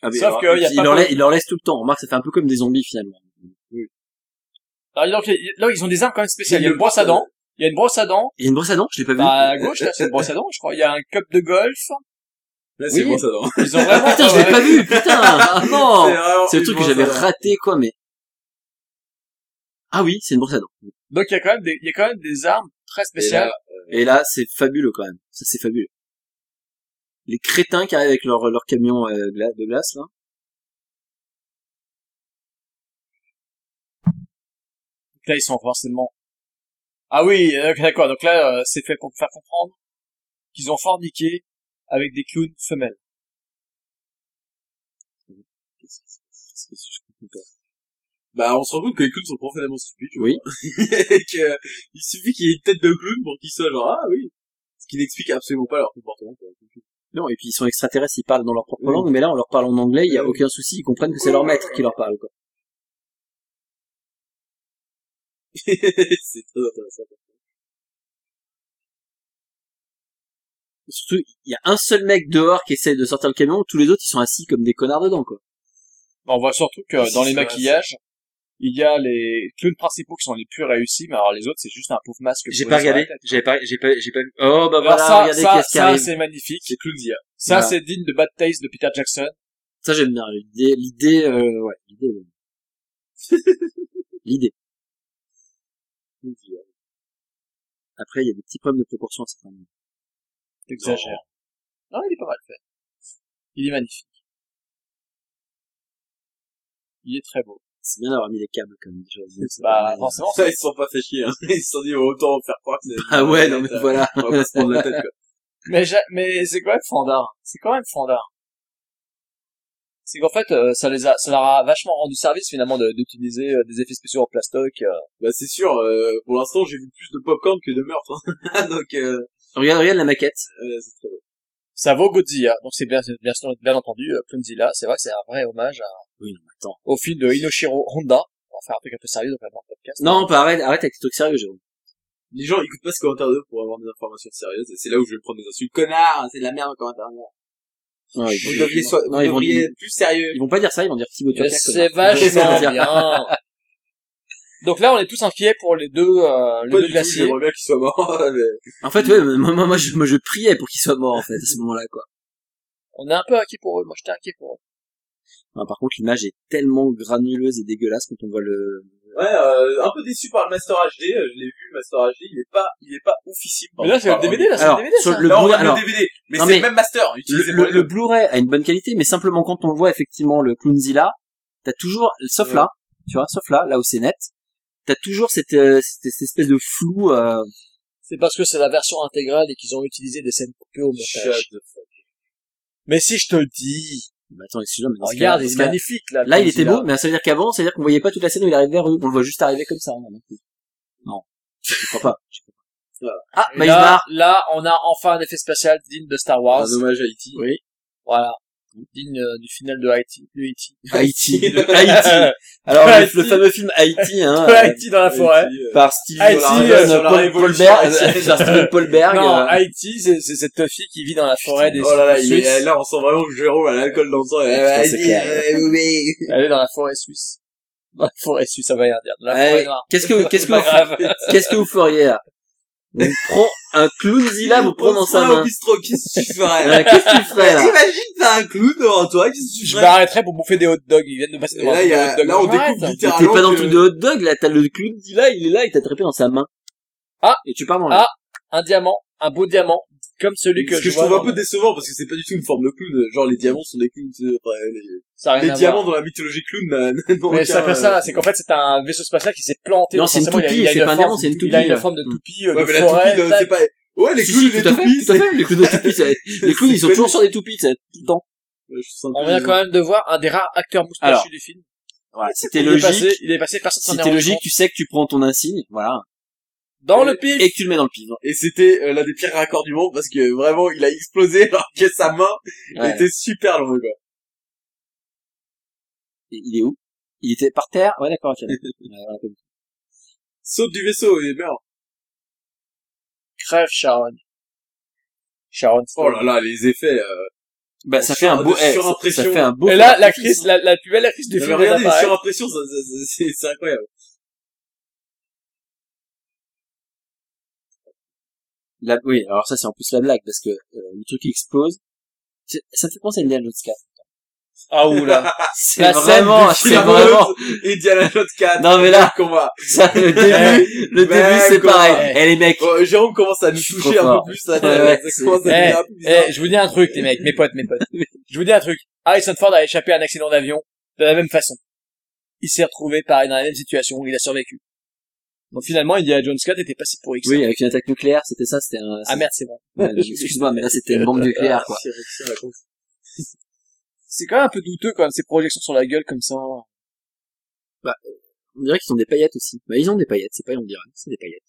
Ah, mais Sauf alors, que, y a il, pas leur comme- laisse, il leur laisse tout le temps. Remarque, ça fait un peu comme des zombies finalement. Alors, dis donc, les- là, ils ont des armes quand même spéciales. Mais Il y a le- une brosse à dents. Il y a une brosse à dents. Il y a une brosse à dents, je l'ai pas vu. Bah, à gauche, là, c'est une brosse à dents, je crois. Il y a un cup de golf. Là, c'est Oui. bon, ça non. Ils [laughs] ont Ah vraiment... putain, je l'ai pas vu, putain. Ah non. vraiment C'est le truc une que j'avais brosse à dents. raté, quoi, mais. Ah oui, c'est une brosse à dents. Donc, il y a quand même des, il y a quand même des armes très spéciales. Et là, c'est fabuleux quand même. Ça, c'est fabuleux. Les crétins qui arrivent avec leur, leur camion euh, gla- de glace, là. Donc là, ils sont forcément. Ah oui, euh, d'accord. Donc là, euh, c'est fait pour faire comprendre qu'ils ont forniqué avec des clowns femelles. Bah, on se rend compte que les clowns sont profondément stupides. je Oui. [laughs] crois. et que, il suffit qu'il y ait une tête de clown pour qu'il soit genre, ah oui. qui n'explique absolument pas leur comportement. quoi. Non, et puis ils sont extraterrestres, ils parlent dans leur propre langue, mais là on leur parle en anglais, il y a aucun souci, ils comprennent que c'est leur maître qui leur parle. [laughs] Quoi. c'est très intéressant. Et Surtout, il y a un seul mec dehors qui essaie de sortir le camion, tous les autres ils sont assis comme des connards dedans. quoi. On voit surtout que dans les C'est vrai, maquillages, il y a les clowns principaux qui sont les plus réussis, mais alors les autres, c'est juste un pauvre masque. posé J'ai pas sur la regardé, tête. j'ai pas, j'ai pas, j'ai pas vu. Oh bah Alors voilà, ça, regardez ça, qu'est-ce qui ça, arrive. c'est magnifique. C'est Clunsia. Ça, Voilà. c'est digne de Bad Taste de Peter Jackson. Ça j'aime bien, l'idée, l'idée, euh, ouais, l'idée. euh, l'idée. Après, il y a des petits problèmes de proportion à certains moments. T'exagères. Non, il est pas mal fait. Il est magnifique. Il est très beau. C'est bien d'avoir mis les câbles quand même. déjà. Bah, forcément, Ça, [laughs] ils se sont pas fait chier. Hein. [laughs] Ils se sont dit, autant faire croire que c'est... Ah ouais, non mais voilà. On va pas se prendre la tête, quoi. Mais, j'a- mais c'est quand même fandard. C'est quand même fandard. C'est qu'en fait, euh, ça les a, ça leur a vachement rendu service finalement de- d'utiliser euh, des effets spéciaux en plastoc. euh. Bah, c'est sûr, euh, pour l'instant, j'ai vu plus de popcorn que de meurtre. [laughs] hein. Donc, euh, Regarde, regarde la maquette. euh, c'est très beau. Ça vaut Godzilla. Donc c'est bien, c'est bien, sûr- bien entendu euh, Godzilla. C'est vrai que c'est un vrai hommage à- Oui, non, mais attends. au film de Inoshiro Honda. On va faire un truc un peu sérieux donc, dans le podcast. Non, bah, arrête, arrête avec tes trucs sérieux, Jérôme. Les gens écoutent pas ce commentaire 2 pour avoir des informations sérieuses. Et c'est là où je vais prendre des insultes. Connard, c'est de la merde, le commentaire 2. Non, ils, Vous devriez, so- non, vous ils, vont, devriez ils, être plus sérieux. ils vont pas dire ça, ils vont dire Thibaut Mais Turcot. c'est connard. vachement Ils vont dire- bien. Donc là, on est tous inquiets pour les deux, euh, les Pas deux du tout, glaciers. j'aimerais bien qu'ils soient morts. [laughs] mais- [laughs] En fait, ouais, moi, moi, moi, je, moi, je priais pour qu'ils soient morts, en fait, à ce moment-là, quoi. On est un peu inquiets pour eux. Moi, j'étais inquiet pour eux. Non, par contre, l'image est tellement granuleuse et dégueulasse quand on voit le... Ouais, euh, un peu déçu par le Master HD. euh, Je l'ai vu, Master HD. Il est pas, il est pas oufissime. Mais là, c'est le Pardon. DVD, là, c'est le Alors, DVD, sur ça. le Là, on Blu-ray- regarde alors, le DVD. Mais non, c'est mais- le même master. utilisé pour le, les le, le Blu-ray a une bonne qualité, mais simplement quand on le voit effectivement le Cloonzilla, t'as toujours, sauf Ouais. là, tu vois, sauf là, là où c'est net, t'as toujours cette, euh, cette, cette espèce de flou, euh, C'est parce que c'est la version intégrale et qu'ils ont utilisé des scènes coupées au deux. montage. Mais si je te dis, bah, attends, excuse-moi, mais dans ce cas-là- regarde, dans il ce est cas-là- magnifique là. Là, il était Godzilla. beau, mais ça veut dire qu'avant, ça veut dire qu'on voyait pas toute la scène où il arrive vers eux. On le voit juste arriver comme ça. Non, non, non. je crois pas. Je crois pas. Ah, Et bah, il se là, barre. là, on a enfin un effet spécial digne de Star Wars. Un hommage à E Haïti. Oui. Voilà. Digne euh, du final de Haïti. De E Haïti. [laughs] Haïti. Haïti. Alors, le- Haïti. le fameux film [laughs] Haïti, hein, De euh, Haïti dans la forêt. par Steve Haïti, Paul- euh, sur la Paul- Paul révolution Berg, haïtienne. [laughs] par Steven Paul Berg, Non, euh, Haïti, c'est c'est cette fille qui vit dans la forêt des hein. Oh là là, il Suisses. est, là on sent vraiment que Jérôme a l'alcool dans le sang. Eh, Putain, c'est vas-y, clair. euh, oui. Elle est dans la forêt suisse. Dans la forêt suisse, ça va rien dire. Dans la Ouais, forêt noire. [laughs] Qu'est-ce que, qu'est-ce C'est que, pas vous- grave. qu'est-ce que vous feriez, là? On [laughs] prend un clownzilla, vous prenez dans sa Prends-toi au main. bistrot, qu'est-ce que tu ferais là Ouais, Qu'est-ce que tu ferais, là? Imagine t'as un clown devant toi, qu'est-ce que tu Je ferais m'arrêterai pour bouffer des hot dogs. Ils viennent de passer Et devant là, un il y hot a, dog. là on J'arrête. découvre Mais T'es littéralement pas dans le truc de que... hot dog, là, t'as le clownzilla, il est là, il t'a attrapé dans sa main. Ah. Et tu pars dans l'air. Un diamant, un beau diamant, comme celui que Ce que je vois trouve un dans- peu décevant parce que c'est pas du tout une forme de clown. Genre les diamants sont des clowns. tu sais, enfin, les- Ça a rien les à diamants voir. dans la mythologie clown. n'a- [laughs] n'ont Mais aucun, ça fait ça, euh, c'est qu'en fait c'est un vaisseau spatial qui s'est planté. Non, donc c'est une forcément, il a- toupie, il a c'est une pas un forme- diamant, c'est une Il a toupie. une forme de Mm. toupie, euh, Ouais, de mais la forêt. toupie, non, tac. c'est pas. Ouais, les Si, clowns, si, les tout à fait, toupies, tout à fait, les clowns de toupies, ça- les clowns, ils sont toujours sur des toupies, ça, tout le temps. Je trouve ça un peu On vient quand même de voir un des rares acteurs Alors, moustachus du film. Voilà, c'était il Est logique. passé, il est passé, personne s'en Si est t'es rendu logique, euh, compte. tu sais que tu prends ton insigne, voilà. Dans le Et pif. que tu le mets dans le pivot. Et c'était euh, l'un des pires raccords du monde parce que vraiment il a explosé [laughs] alors que sa main Ouais. était super longue. Quoi. Et Il est où? Il était par terre? Ouais, d'accord, ok. Ouais, voilà, comme- Saute du vaisseau et meurt. Crève, Sharon. Sharon. Oh là là, les effets. Euh... Bah, ça fait un de beau, eh, ça, surimpression. ça fait un beau. Et là, feu la d'artifice, crise, la, la plus belle crise du non, film. mais regardez vient les d'apparaître. surimpressions, ça- ça- ça- c'est c'est incroyable. hein. La- oui, alors ça, c'est en plus la blague, parce que, euh, le truc explose. Ça- Ça me fait penser à Indiana Jones 4. Ah oula. C'est La scène vraiment, du Oh, c'est Indiana vraiment, Jones et Diana Jones 4. Non, mais là- Même combat. [laughs] ça, le début, le Ben, début, c'est quoi. pareil. Eh, les mecs. Oh, Jérôme commence à nous Je suis toucher trop un fort. peu plus. Ça, Ouais, ça commence à Eh, devenir un peu bizarre. Eh, je vous dis un truc, les mecs, mes potes, mes [laughs] potes. Je vous dis un truc. Harrison Ford a échappé à un accident d'avion de la même façon. Il s'est retrouvé pareil dans la même situation où il a survécu. Donc finalement, Indiana Jones 4 était pas si pourri que ça. Oui, avec une attaque nucléaire, c'était ça, c'était un, Ah merde, c'est Ah, vrai. Ouais, Excuse-moi, mais là, c'était une bombe nucléaire, quoi. [laughs] C'est quand même un peu douteux quand même ces projections sur la gueule comme ça. On dirait qu'ils ont des paillettes aussi. Bah, ils ont des paillettes, c'est pas, on dirait, c'est des paillettes.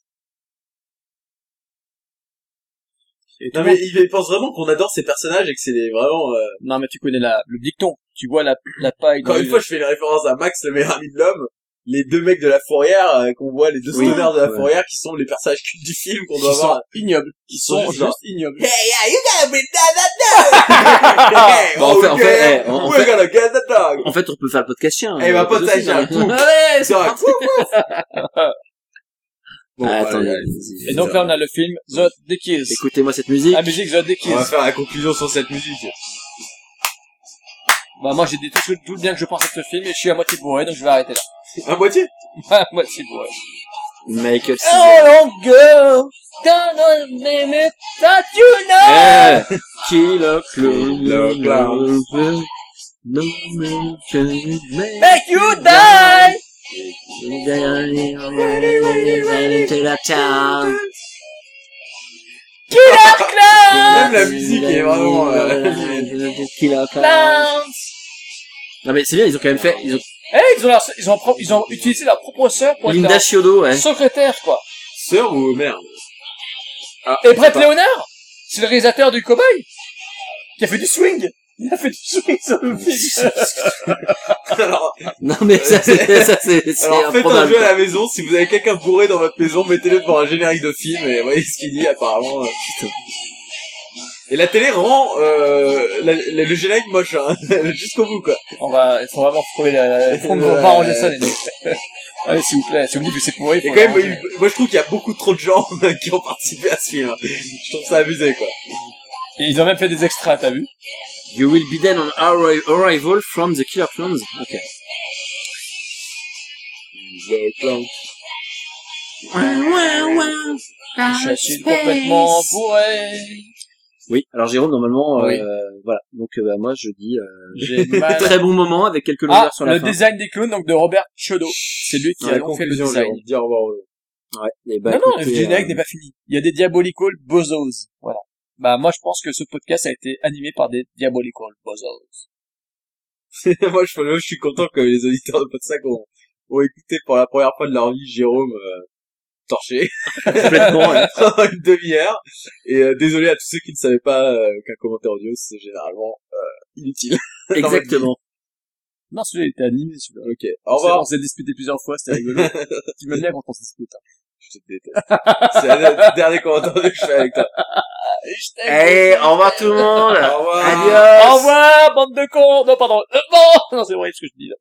Et Non mais il pense vraiment qu'on adore ces personnages et que c'est des- vraiment... euh, Non, mais tu connais la, le dicton. Tu vois la, la paille. Encore dans une le- fois, je fais une référence à Max, le meilleur ami de l'homme. Les deux mecs de la fourrière euh, qu'on voit, les deux Oui, stoners de la ouais. fourrière qui sont les personnages cultes du film qu'on qui doit sont avoir. ignobles. Qui sont sont juste juste ignobles. Hey, yeah, you gotta bring [laughs] that, that dog! hey, Bah, en fait- en fait, okay, hey, en- en we're fait- Ah, gonna get that dog! En fait, on peut faire le podcast chien. Eh, hein, ma pas de pote, ça, soucis, j'ai un [laughs] hein. coup. Allez, c'est Dog. parti. [laughs] Bon, Ah, bah, attendez, allez, allez-y. Et donc là, on a le film The Dickies. Écoutez-moi cette musique. La musique The Dickies. on va faire la conclusion sur cette musique. Bah, moi, j'ai dit tout, tout le bien que je pense à ce film et je suis à moitié bourré, donc je vais arrêter là. [laughs] À moitié? à moitié bourré. Michael C. go! Down on limit that you know! Eh, Kill a clown. Kill a clown. No man can make Make you die! me die. Ready, ready, ready to the town. Killer Clown! Même la musique est vraiment, euh, [laughs] Kill a clown. Non mais c'est bien, ils ont quand même fait. Ils ont... Eh, ils ont, leur- ils ont, pro- ils ont utilisé leur propre sœur pour être Linda leur Chiodo, hein. ouais. secrétaire, quoi. Sœur ou merde? Ah, Et Brett attends. Leonard, c'est le réalisateur du Cowboy, qui a fait du swing. Il a fait du swing sur le film. Alors, Non mais [laughs] ça c'est ça c'est c'est alors faites un improbable. jeu à la maison, si vous avez quelqu'un bourré dans votre maison, mettez-le devant un générique de film et voyez ce qu'il dit apparemment. euh, putain. Et la télé rend euh, la- la- le générique moche, hein, [laughs] jusqu'au bout quoi. On va, il faut vraiment trouver la, faut Euh, pas arranger ça, les mecs. [laughs] Allez, s'il vous plaît, si vous me dites que c'est pourri, Et faut quand même, l'arranger. il- moi je trouve qu'il y a beaucoup trop de gens [laughs] qui ont participé à ce film. hein. Je trouve ça abusé quoi. Et ils ont même fait des extras, t'as vu? You will be dead on our arrival from the Killer Clowns. Ok. The clown. Je suis complètement bourré. Oui. Alors Jérôme, normalement, euh, Oui. voilà. Donc euh, bah, moi je [laughs] dis euh, J'ai mal. très bon moment avec quelques longueurs Ah, sur la le fin. design des clowns, donc de Robert Chaudot. C'est lui qui La a donc fait le conclusion, j'ai design. envie de dire au revoir. Ouais. Et bah, non, non, le écoutez, générique euh, n'est pas fini. Il y a des Diabolical Bozos. Voilà. Bah, moi, je pense que ce podcast a été animé par des Diabolical Bozos. [laughs] moi, je, moi, je suis content que les auditeurs de Podsac ont, ont écouté pour la première fois de leur vie Jérôme euh, torché Complètement, ouais. [laughs] pendant une demi-heure. Et euh, désolé à tous ceux qui ne savaient pas euh, qu'un commentaire audio c'est généralement euh, inutile. [laughs] Exactement. Non, celui-là, il était animé, celui-là. ok, On au s'est- revoir. On s'est disputé plusieurs fois, c'était [laughs] rigolo. tu m'aimes bien quand on se dispute. hein. Je te déteste. c'est le dernier commentaire audio que je fais avec toi. Allez, au revoir tout le monde. Au revoir. Adios. Au revoir, bande de cons! Non, pardon. Euh, non! Non, c'est vrai ce que je dis, là.